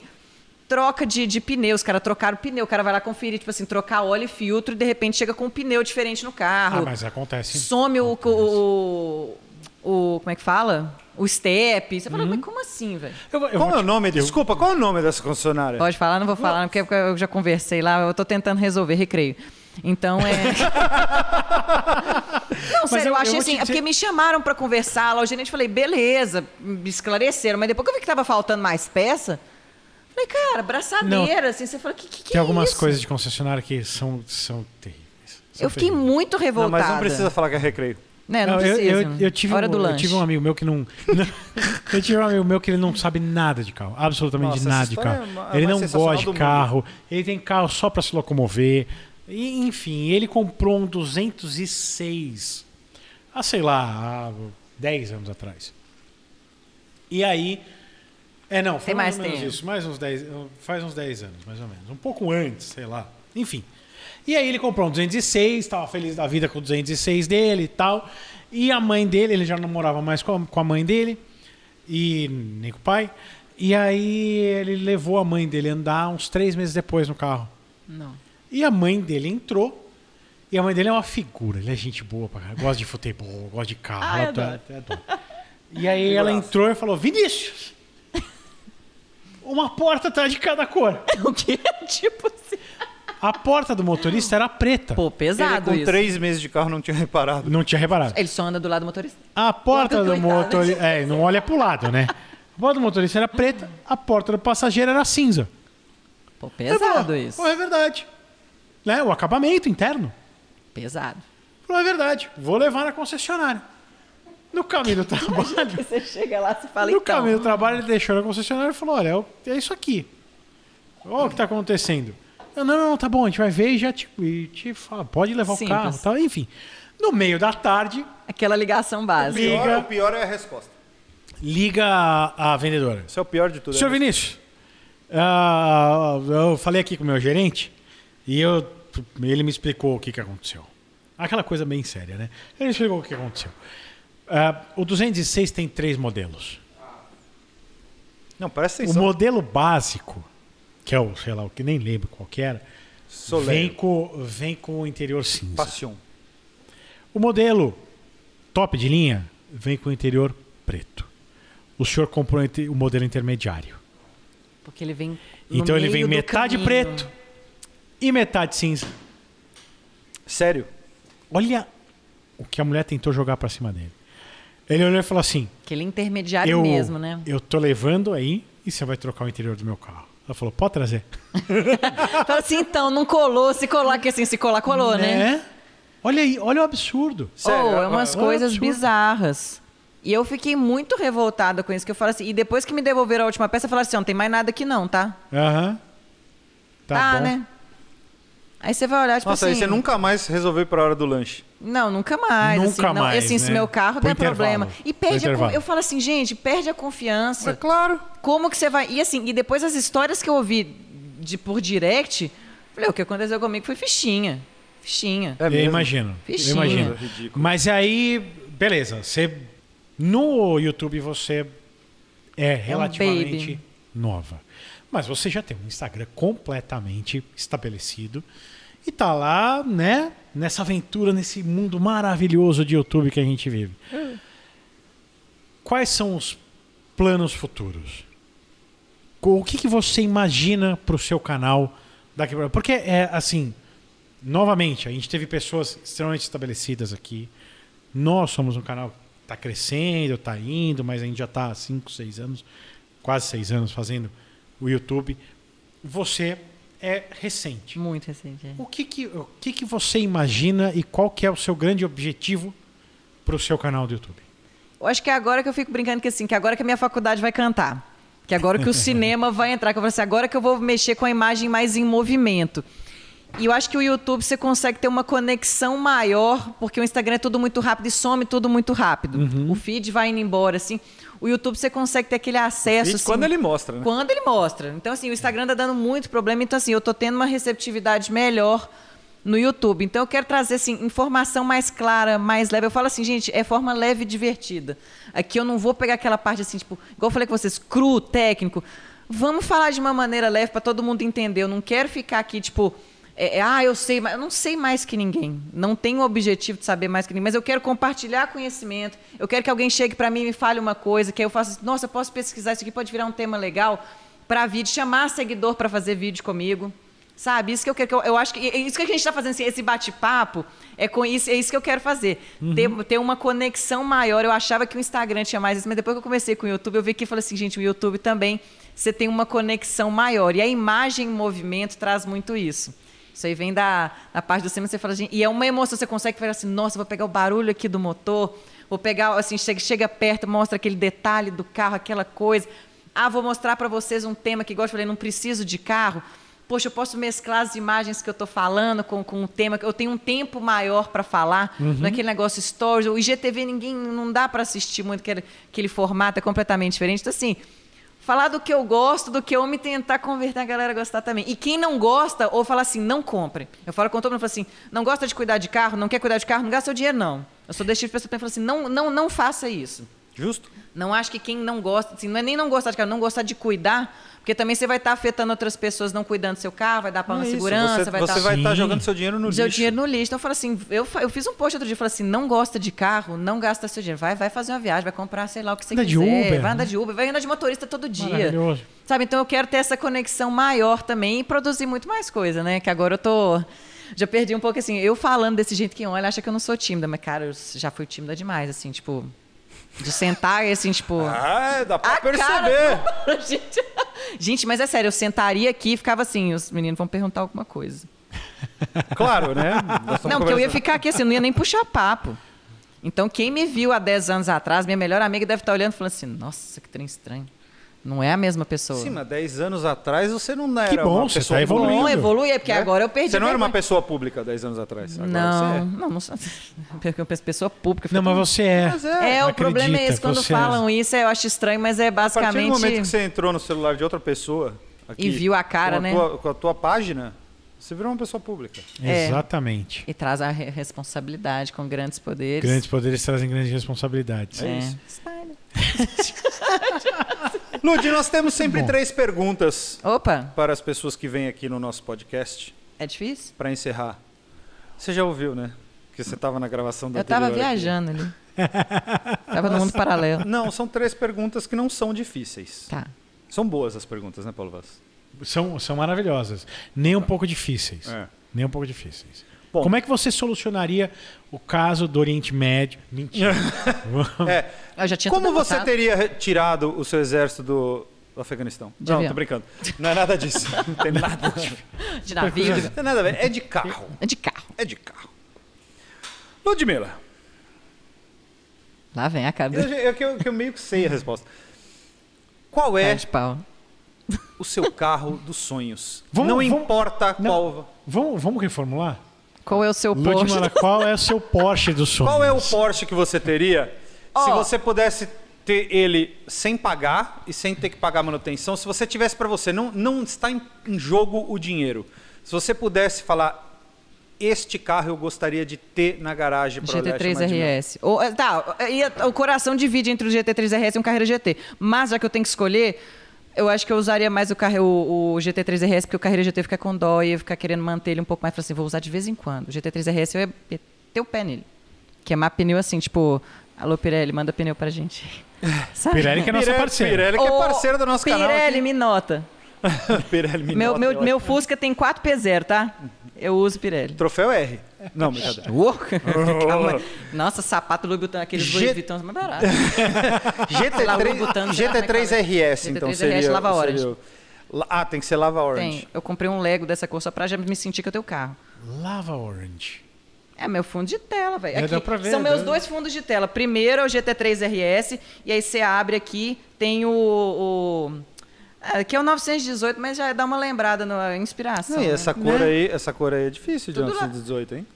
troca de, de pneu. Os caras trocaram o pneu. O cara vai lá conferir, tipo assim, trocar óleo e filtro e de repente chega com um pneu diferente no carro.
Ah, mas acontece.
Some o, o, o- Como é que fala? O step. Você fala,
Uhum.
mas como assim, velho?
Eu, vou- eu
Qual
vou
é o
te-
nome? Desculpa, qual é o nome dessa concessionária?
Pode falar, não vou falar, não, porque eu já conversei lá, eu tô tentando resolver, recreio. Então é. não, sério, eu,
eu- eu vou
achei
te
assim, é
dizer-
porque me chamaram pra conversar lá, o gerente falei, beleza, me esclareceram, mas depois que eu vi que tava faltando mais peça, falei, cara, braçadeira, assim, você falou, que, que, que
Tem
é
algumas
isso?
coisas de concessionária que são, são terríveis. São
Eu fiquei
terríveis.
muito
Não,
revoltada.
mas não precisa falar que é recreio.
Né, não,
Não, eu,
precisa.
eu, eu tive
Hora
um,
do
eu
lanche.
tive um amigo meu que não. eu tive um amigo meu que ele não sabe nada de carro. Absolutamente
Nossa,
nada
essa
de
história
carro.
é ma- a
ele
mais
não
sensacional
gosta
do
de
mundo.
carro. Ele tem carro só para se locomover. E, enfim, ele comprou um 206. Há, sei lá, há 10 anos atrás. E aí. É, não, foi
Tem
mais
mais
ou menos
tempo.
isso. Mais uns 10, faz uns 10 anos, mais ou menos. Um pouco antes, sei lá. Enfim. E aí ele comprou um 206, estava feliz da vida com o 206 dele e tal. E a mãe dele, ele já não morava mais com a, com a mãe dele, e nem com o pai. E aí ele levou a mãe dele andar uns três meses depois no carro.
Não.
E a mãe dele entrou. E a mãe dele é uma figura, ele é gente boa pra caralho. Gosta de futebol, gosta de carro.
Ah,
ela
eu
tá-
adoro.
até adora. E aí ela entrou e falou: Vinícius! Uma porta tá de cada cor.
O quê? tipo assim.
A porta do motorista era preta.
Pô,
Ele
pesado
com
isso.
três meses de carro não tinha reparado.
Não tinha reparado.
Ele só anda do lado do motorista.
A porta do
Coitado.
motorista. É, não olha pro lado, né? A porta do motorista era preta, a porta do passageiro era cinza.
Pô,
Eu falei,
pesado
"Ó,
isso.
pô, é verdade. Né? O acabamento interno.
Pesado.
Falou, é verdade. Vou levar na concessionária. No caminho do trabalho.
Você chega lá, você fala,
no
então...
caminho do trabalho, ele deixou na concessionária e falou: olha, eu- é isso aqui. Olha o que tá acontecendo. Eu, não, não, tá bom, a gente vai ver e já te, e te fala. Pode levar o
Simples.
carro tal. Enfim. No meio da tarde,
Aquela ligação básica.
Liga.
Pior, o pior é a resposta.
liga a, a vendedora.
Isso é o pior de tudo.
Senhor
né?
Vinícius, ah, eu falei aqui com o meu gerente e eu, ele me explicou o que, que aconteceu. Aquela coisa bem séria, né? Ele explicou o que aconteceu. Ah, o 206 tem três modelos.
Não, presta
O
atenção.
modelo básico, que é o, sei lá, o que nem lembro qual que era, vem
Soleil.
com, vem com o interior cinza.
Passion.
O modelo top de linha vem com o interior preto. O senhor comprou o inte- o modelo intermediário.
Porque ele vem. no
Então ele
meio
vem
do
metade
caminho.
preto e metade cinza.
Sério.
Olha o que a mulher tentou jogar pra cima dele. Ele olhou e falou assim:
Aquele intermediário
eu,
mesmo, né?
eu tô levando aí e você vai trocar o interior do meu carro. Ela falou: pode trazer.
Fala assim, então, não colou, se colar, que assim, se colar, colou, né?
É. Olha aí, olha o absurdo.
Sério,
oh,
é-
é umas
é um
coisas
absurdo.
bizarras. E eu fiquei muito revoltada com isso, que eu falo assim, e depois que me devolveram a última peça, eu falei assim, ó, não tem mais nada aqui não, tá?
Aham. Tá, bom.
né? Aí você vai olhar, tipo
Nossa, aí
assim...
você nunca mais resolveu pra hora do lanche.
Não, nunca mais.
Nunca
assim, não.
mais,
Assim, se
né?
meu carro
Pro
der problema.
intervalo.
E
Pro
perde a... con-
intervalo.
Eu falo assim, gente, perde a confiança.
claro.
Como que você vai. E assim, e depois as histórias que eu ouvi de, por direct, falei, o que aconteceu comigo foi fichinha. Fichinha.
É
eu
mesmo.
imagino.
Fichinha.
Eu imagino.
É ridículo.
Mas aí, beleza. Você no YouTube você é relativamente
baby.
nova, mas você já tem um Instagram completamente estabelecido e tá lá, né? Nessa aventura, nesse mundo maravilhoso de YouTube que a gente vive. Quais são os planos futuros? Co- O que, que você imagina para o seu canal daqui para Porque é assim, novamente, a gente teve pessoas extremamente estabelecidas aqui. Nós somos um canal que está crescendo, está indo, mas a gente já está há 5, 6 anos, quase 6 anos fazendo o YouTube. Você é recente.
Muito recente. é.
O que que, o que, que você imagina e qual que é o seu grande objetivo para o seu canal do YouTube?
Eu acho que é agora que eu fico brincando que assim, que agora que a minha faculdade vai cantar. Que agora que o cinema vai entrar, que eu falo assim, agora que eu vou mexer com a imagem mais em movimento. E eu acho que o YouTube você consegue ter uma conexão maior, porque o Instagram é tudo muito rápido e some tudo muito rápido.
Uhum.
O feed vai indo embora, assim. O YouTube você consegue ter aquele acesso.
E
assim,
quando ele mostra, né?
Quando ele mostra. Então, assim, o Instagram tá dando muito problema. Então, assim, eu tô tendo uma receptividade melhor no YouTube. Então eu quero trazer assim, informação mais clara, mais leve. Eu falo assim, gente, é forma leve e divertida. Aqui eu não vou pegar aquela parte assim, tipo, igual eu falei com vocês, cru, técnico. Vamos falar de uma maneira leve para todo mundo entender. Eu não quero ficar aqui, tipo, é, é, ah, eu sei, mas eu não sei mais que ninguém. Não tenho o objetivo de saber mais que ninguém, mas eu quero compartilhar conhecimento. Eu quero que alguém chegue para mim e me fale uma coisa, que aí eu faço, assim, nossa, eu posso pesquisar isso aqui, pode virar um tema legal para vídeo, chamar seguidor para fazer vídeo comigo. Sabe? Isso que eu quero. que Eu, eu acho que é isso que a gente está fazendo, assim, esse bate-papo, é com isso, é isso que eu quero fazer. Ter, ter uma conexão maior. Eu achava que o Instagram tinha mais isso, mas depois que eu comecei com o YouTube, eu vi que falei assim, gente, o YouTube também você tem uma conexão maior. E a imagem em movimento traz muito isso. Isso aí vem da, da parte do cinema, você fala, gente, e é uma emoção, você consegue falar assim, nossa, vou pegar o barulho aqui do motor, vou pegar, assim, chega, chega perto, mostra aquele detalhe do carro, aquela coisa. Ah, vou mostrar para vocês um tema que gosto, eu falei, não preciso de carro. Poxa, eu posso mesclar as imagens que eu estou falando com, com o tema, que eu tenho um tempo maior para falar, naquele negócio stories, o IGTV ninguém, não dá para assistir muito aquele, aquele formato, é completamente diferente. Então, assim, falar do que eu gosto, do que eu me tentar converter a galera a gostar também. E quem não gosta, ou fala assim, não compre. Eu falo com todo mundo, eu falo assim, não gosta de cuidar de carro, não quer cuidar de carro, não gasta seu dinheiro, não. Eu sou desse tipo de pessoa que fala assim, não, não, não faça isso.
Justo?
Não acho que quem não gosta, assim, não é nem não gostar de carro, não gostar de cuidar, porque também você vai estar afetando outras pessoas não cuidando do seu carro, vai dar pau na
É isso,
segurança,
você
vai tá-
você
estar...
vai estar
Sim.
jogando seu dinheiro no
Ah, Seu
lixo.
dinheiro no lixo. Então eu falo assim, eu, fa- eu fiz um post outro dia, eu falei assim, não gosta de carro, não gasta seu dinheiro. Vai, vai fazer uma viagem, vai comprar, sei lá, o que você
Anda de
quiser.
Uber,
vai andar
né?
de Uber, vai andar de motorista todo dia.
Maravilhoso.
Sabe, então eu quero ter essa conexão maior também e produzir muito mais coisa, né? Que agora eu tô. Já perdi um pouco, assim, eu falando desse jeito que olha, acha que eu não sou tímida, mas, cara, eu já fui tímida demais, assim, tipo. De sentar e assim, tipo.
Ah, dá pra
A
perceber.
cara do- gente, gente, mas é sério, eu sentaria aqui e ficava assim, os meninos vão perguntar alguma coisa.
Claro, né? Nós estamos
Não, porque eu ia
conversando.
ficar aqui assim, eu não ia nem puxar papo. Então, quem me viu há 10 anos atrás, minha melhor amiga deve estar olhando e falando assim, nossa, que trem estranho. Não é a mesma pessoa.
Sim, mas 10 anos atrás você não era
bom,
uma
você
pessoa
tá evoluindo.
Bom,
Evoluindo.
evolui, é porque
né?
agora eu perdi.
Você não era uma
vergonha.
pessoa pública 10 anos atrás. Agora você é.
Não, não, não sou. Porque eu penso pessoa pública.
Não,
fica-
mas você é.
É, o
Acredita,
problema é esse. Quando
você-
falam isso, eu acho estranho, mas é
A partir do momento que
basicamente.
você entrou no celular de outra pessoa aqui,
E viu a cara,
com
né?
Tua, com a tua página, você virou uma pessoa pública.
É.
Exatamente.
E traz a re- responsabilidade com grandes poderes.
Grandes poderes trazem grandes responsabilidades.
É.
Lud, nós temos sempre
Bom.
três perguntas
Opa,
para as pessoas que vêm aqui no nosso podcast
é difícil?
para encerrar. Você já ouviu, né? Que você estava na gravação da
Eu tava
anterior aqui.
viajando ali. tava no mundo paralelo.
Não, são três perguntas que não são difíceis.
Tá.
São boas as perguntas, né, Paulo Vaz?
São, são maravilhosas. Nem um pouco difíceis.
É.
Nem um pouco difíceis.
Bom.
Como é que você solucionaria o caso do Oriente Médio? Mentira.
É,
Eu já tinha
Como
tudo
você
anotado.
teria retirado o seu exército do do Afeganistão?
De
não,
avião.
tô brincando. Não é nada disso. Não tem nada disso.
De navio,
Não tem nada a ver. É de carro.
de- de carro.
É de carro. Ludmilla,
Lá vem a cara do
eu, já- eu, que eu, que eu meio que sei a resposta. Qual
cara
é
de pau.
o seu carro dos sonhos?
Vamos-
não
vamos-
importa
Não.
qual.
vamos, vamos reformular?
Qual é o seu posto?
Ludmila, qual é o seu Porsche do sonho?
Qual é o Porsche que você teria se
Ó.
você pudesse ter ele sem pagar e sem ter que pagar manutenção? Se você tivesse para você, não, não está em, em jogo o dinheiro. Se você pudesse falar, este carro eu gostaria de ter na garagem para
GT3 RS. Ou, eh, tá, e a- o coração divide entre o GT3 RS e um Carreira GT. Mas já que eu tenho que escolher, eu acho que eu usaria mais o, carre, o, o GT3 RS, porque o Carreira GT fica com dó e eu ficar querendo manter ele um pouco mais. Falei assim, vou usar de vez em quando. O GT3 RS eu ia meter o pé nele. Queimar pneu assim, tipo, alô Pirelli, manda pneu pra gente. Sabe?
Pirelli que é nossa
Pirelli,
parceira.
Pirelli que é
Ô,
parceira do nosso canal.
Pirelli,
aqui.
me nota.
Pirelli me
meu,
nota,
meu,
eu acho.
meu Fusca tem 4P0, tá? Eu uso Pirelli.
Troféu R. Não, brincadeira.
Uou! Calma. Nossa, sapato Louis Vuitton, aqueles
Ge-
Louis Vuitton são mais baratos. Lá, Louis
GT3,
Vuitton,
GT3
sei lá como é que é.
RS, então
GT3
seria.
RS, lava orange.
seria o- La- Ah, tem que ser Lava Orange.
Tem. Eu comprei um Lego dessa cor só pra já me sentir que eu tenho carro.
Lava Orange.
É meu fundo de tela, velho.
É,
Aqui,
dá pra ver,
São
dá.
meus dois fundos de tela. Primeiro é o GT3 RS, e aí você abre aqui, tem o. o ah, aqui é o 918, mas já dá uma lembrada na inspiração.
Não, e
né?
essa cor aí, essa cor aí é difícil de
Tudo lá.
1918, hein?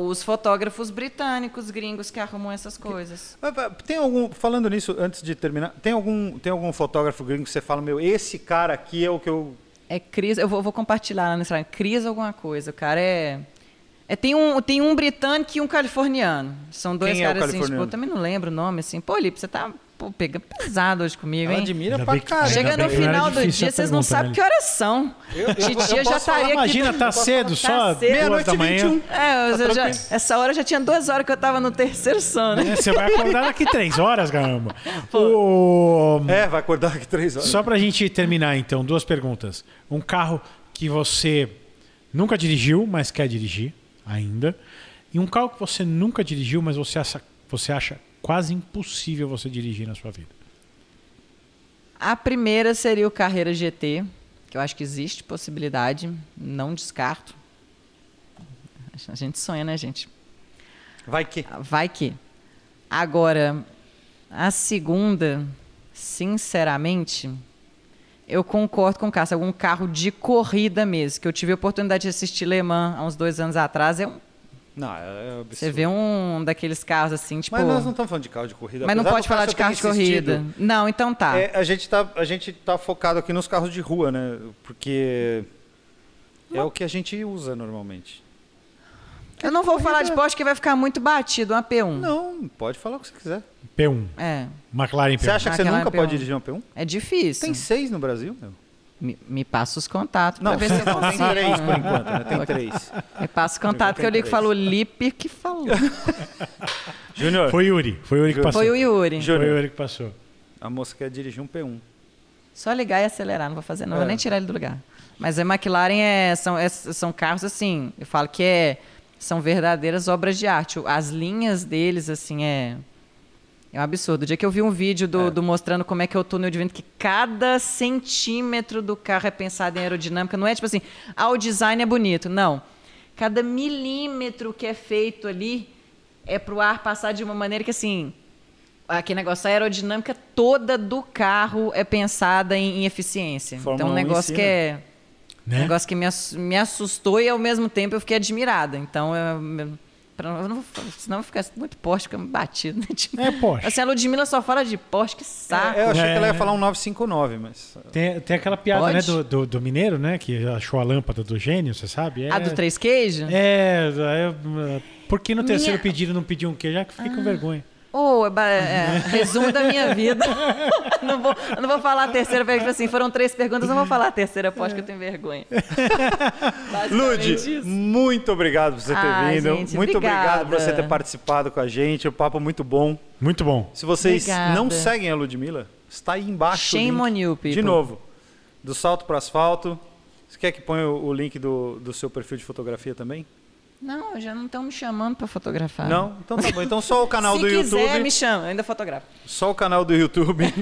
Os fotógrafos britânicos, gringos que arrumam essas coisas.
Mas, mas, Tem algum, falando nisso, antes de terminar, tem algum, tem algum fotógrafo gringo que você fala, meu, esse cara aqui é o que eu.
É Cris, eu vou, vou compartilhar lá no Instagram. Cris alguma coisa. O cara é É, tem, um, tem um britânico e um californiano. São dois
Quem é o
caras assim, tipo,
californiano?
eu também não lembro o nome, assim. Pô, Lipe, você tá pô, pegando pesado hoje comigo,
Ela
hein?
admira
Ainda
pra
bem que-
caralho.
Chega
Ainda
no
bem que não era
final do
Ah, é difícil
dia,
a
vocês não
pergunta,
sabem
né?
que horas são.
eu- eu
Titia já
posso falar,
estaria aqui.
Imagina, tá cedo, só
cedo.
duas da manhã.
É, eu
Tá
já-
tranquilo.
essa hora eu já tinha duas horas que eu tava no terceiro sono.
É, Você vai acordar daqui três horas, caramba. O...
um.
É, vai acordar aqui três horas.
Só pra gente terminar, então, duas perguntas. Um carro que você nunca dirigiu, mas quer dirigir ainda. E um carro que você nunca dirigiu, mas você acha, você acha quase impossível você dirigir na sua vida.
A primeira seria o Carreira GT, que eu acho que existe possibilidade, não descarto. A gente sonha, né, gente?
Vai que.
Vai que. Agora, a segunda, sinceramente, eu concordo com o Cássio. Algum carro de corrida mesmo, que eu tive a oportunidade de assistir Le Mans há uns dois anos atrás. É um-
Não, é absurdo.
você vê um daqueles carros assim, tipo.
Mas nós não estamos falando de carro de corrida.
Mas não
apesar
pode
do
falar
Cássio
de carro de
ter insistido.
corrida. Não, então tá.
É,
É, a, gente tá, a gente tá focado aqui nos carros de rua, né? Porque é o que a gente usa normalmente.
eu não vou falar de Porsche que vai ficar muito batido, uma P1.
Não, pode falar o que você quiser.
P1.
É,
McLaren P1.
Você acha que você
Aquela
nunca
P1.
pode dirigir uma P1?
é difícil.
Tem seis no Brasil, meu.
Me, me passa os contatos
Não,
pra ver se eu
não, tem
consigo.
três por enquanto, né? Tem três.
Me passa o contato que eu ligo e falo, Lipe que falou.
Júnior,
Foi Yuri. Foi Yuri que passou.
Foi o Yuri.
Foi Yuri que passou.
A moça quer dirigir um P1.
Só ligar e acelerar, não vou fazer, não. Vou nem tirar ele do lugar. Mas a McLaren é, são, é- são carros assim, eu falo que é, são verdadeiras obras de arte. O- As linhas deles, assim, é. É um absurdo. O dia que eu vi um vídeo do, do mostrando como é que é o túnel de vento, que cada centímetro do carro é pensado em aerodinâmica. Não é tipo assim, ah, o design é bonito. Não. Cada milímetro que é feito ali é pro ar passar de uma maneira que, assim, aquele negócio, a aerodinâmica toda do carro é pensada em, em eficiência.
Fórmula
então, um
1
negócio que
ensina.
é. Um
Né?
negócio que me, ass- me assustou e ao mesmo tempo eu fiquei admirada. Então, eu, pra, eu não, vou fa- senão eu ficasse muito Porsche, fica batido. Né? Tipo,
É Porsche.
Assim, a Ludmilla só fala de Porsche, que saco.
É, eu achei
É.
que ela ia falar um 959, mas.
Tem, tem aquela piada
Pode?
né, do, do, do mineiro, né? Que achou a lâmpada do gênio, você sabe? É,
A do Três Queijo?
É, é, por que no
Minha-
terceiro pedido não pediu um queijo? Ah, que fiquei com vergonha.
Ô, é ba- é, resumo da minha vida. não, vou, eu não vou falar a terceira, porque tipo assim, foram três perguntas, não vou falar a terceira Porsche,
É.
que eu tenho vergonha. Basicamente
Lude,
isso.
muito obrigado por você ter
Ai,
vindo.
gente,
muito
obrigada.
obrigado por você ter participado com a gente. O papo muito bom.
Muito bom.
Se vocês
Obrigada.
não seguem a Ludmilla, está aí embaixo. o
Shame
link.
on you, people.
De novo, do salto para asfalto. Você quer que ponha o, o link do, do seu perfil de fotografia também?
Não, já não estão me chamando pra fotografar.
Não? Então tá bom. Então só o canal
Ah. Se
do
quiser,
YouTube.
me chama, eu ainda fotografo.
Só o canal do YouTube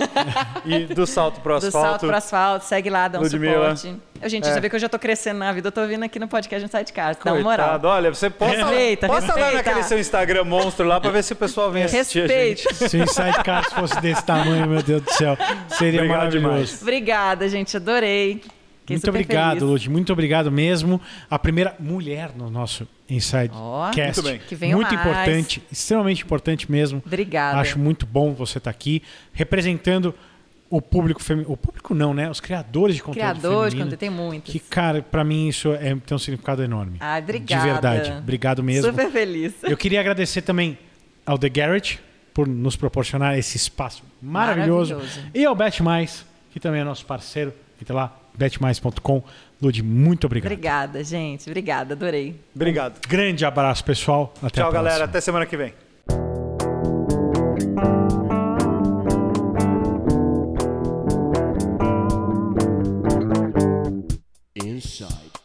e do salto para
Do
asfalto.
salto pro asfalto, segue lá, dá um
Ludmilla. É.
suporte. Eu, gente, você vê que eu já tô crescendo na vida, eu tô vindo aqui no podcast, a gente sai de casa, dá uma moral.
Coitado, olha, você posta,
Respeita,
posta lá
respeita.
naquele seu Instagram monstro lá pra ver se o pessoal vem assistir a gente.
Respeito.
Se o Inside Cars fosse desse tamanho, meu Deus do céu, seria
Obrigado
maravilhoso.
Obrigada, gente, adorei. Fiquei
Muito
super
obrigado,
feliz.
Lud. Muito obrigado mesmo. A primeira mulher no nosso Inside
Ó,
Muito
Cast.
bem.
Que venham
Muito
mais.
importante, extremamente importante mesmo.
Obrigada.
Acho muito bom você estar aqui representando o público feminino. O público não, né? Os criadores de conteúdo
Criador de
feminino.
conteúdo, tem muitos.
Que, cara, pra mim isso é, tem um significado enorme.
Ah, obrigada.
De verdade. Obrigado mesmo.
Super feliz.
Eu queria agradecer também ao The Garrett por nos proporcionar esse espaço maravilhoso.
Maravilhoso.
E ao Bet Mais, que também é nosso parceiro. Entra lá, betmais.com. Lud, muito obrigado.
Obrigada, gente. Obrigada, adorei.
Obrigado.
Grande abraço, pessoal. Até a
Tchau,
próxima.
galera. Até semana que vem.
Inside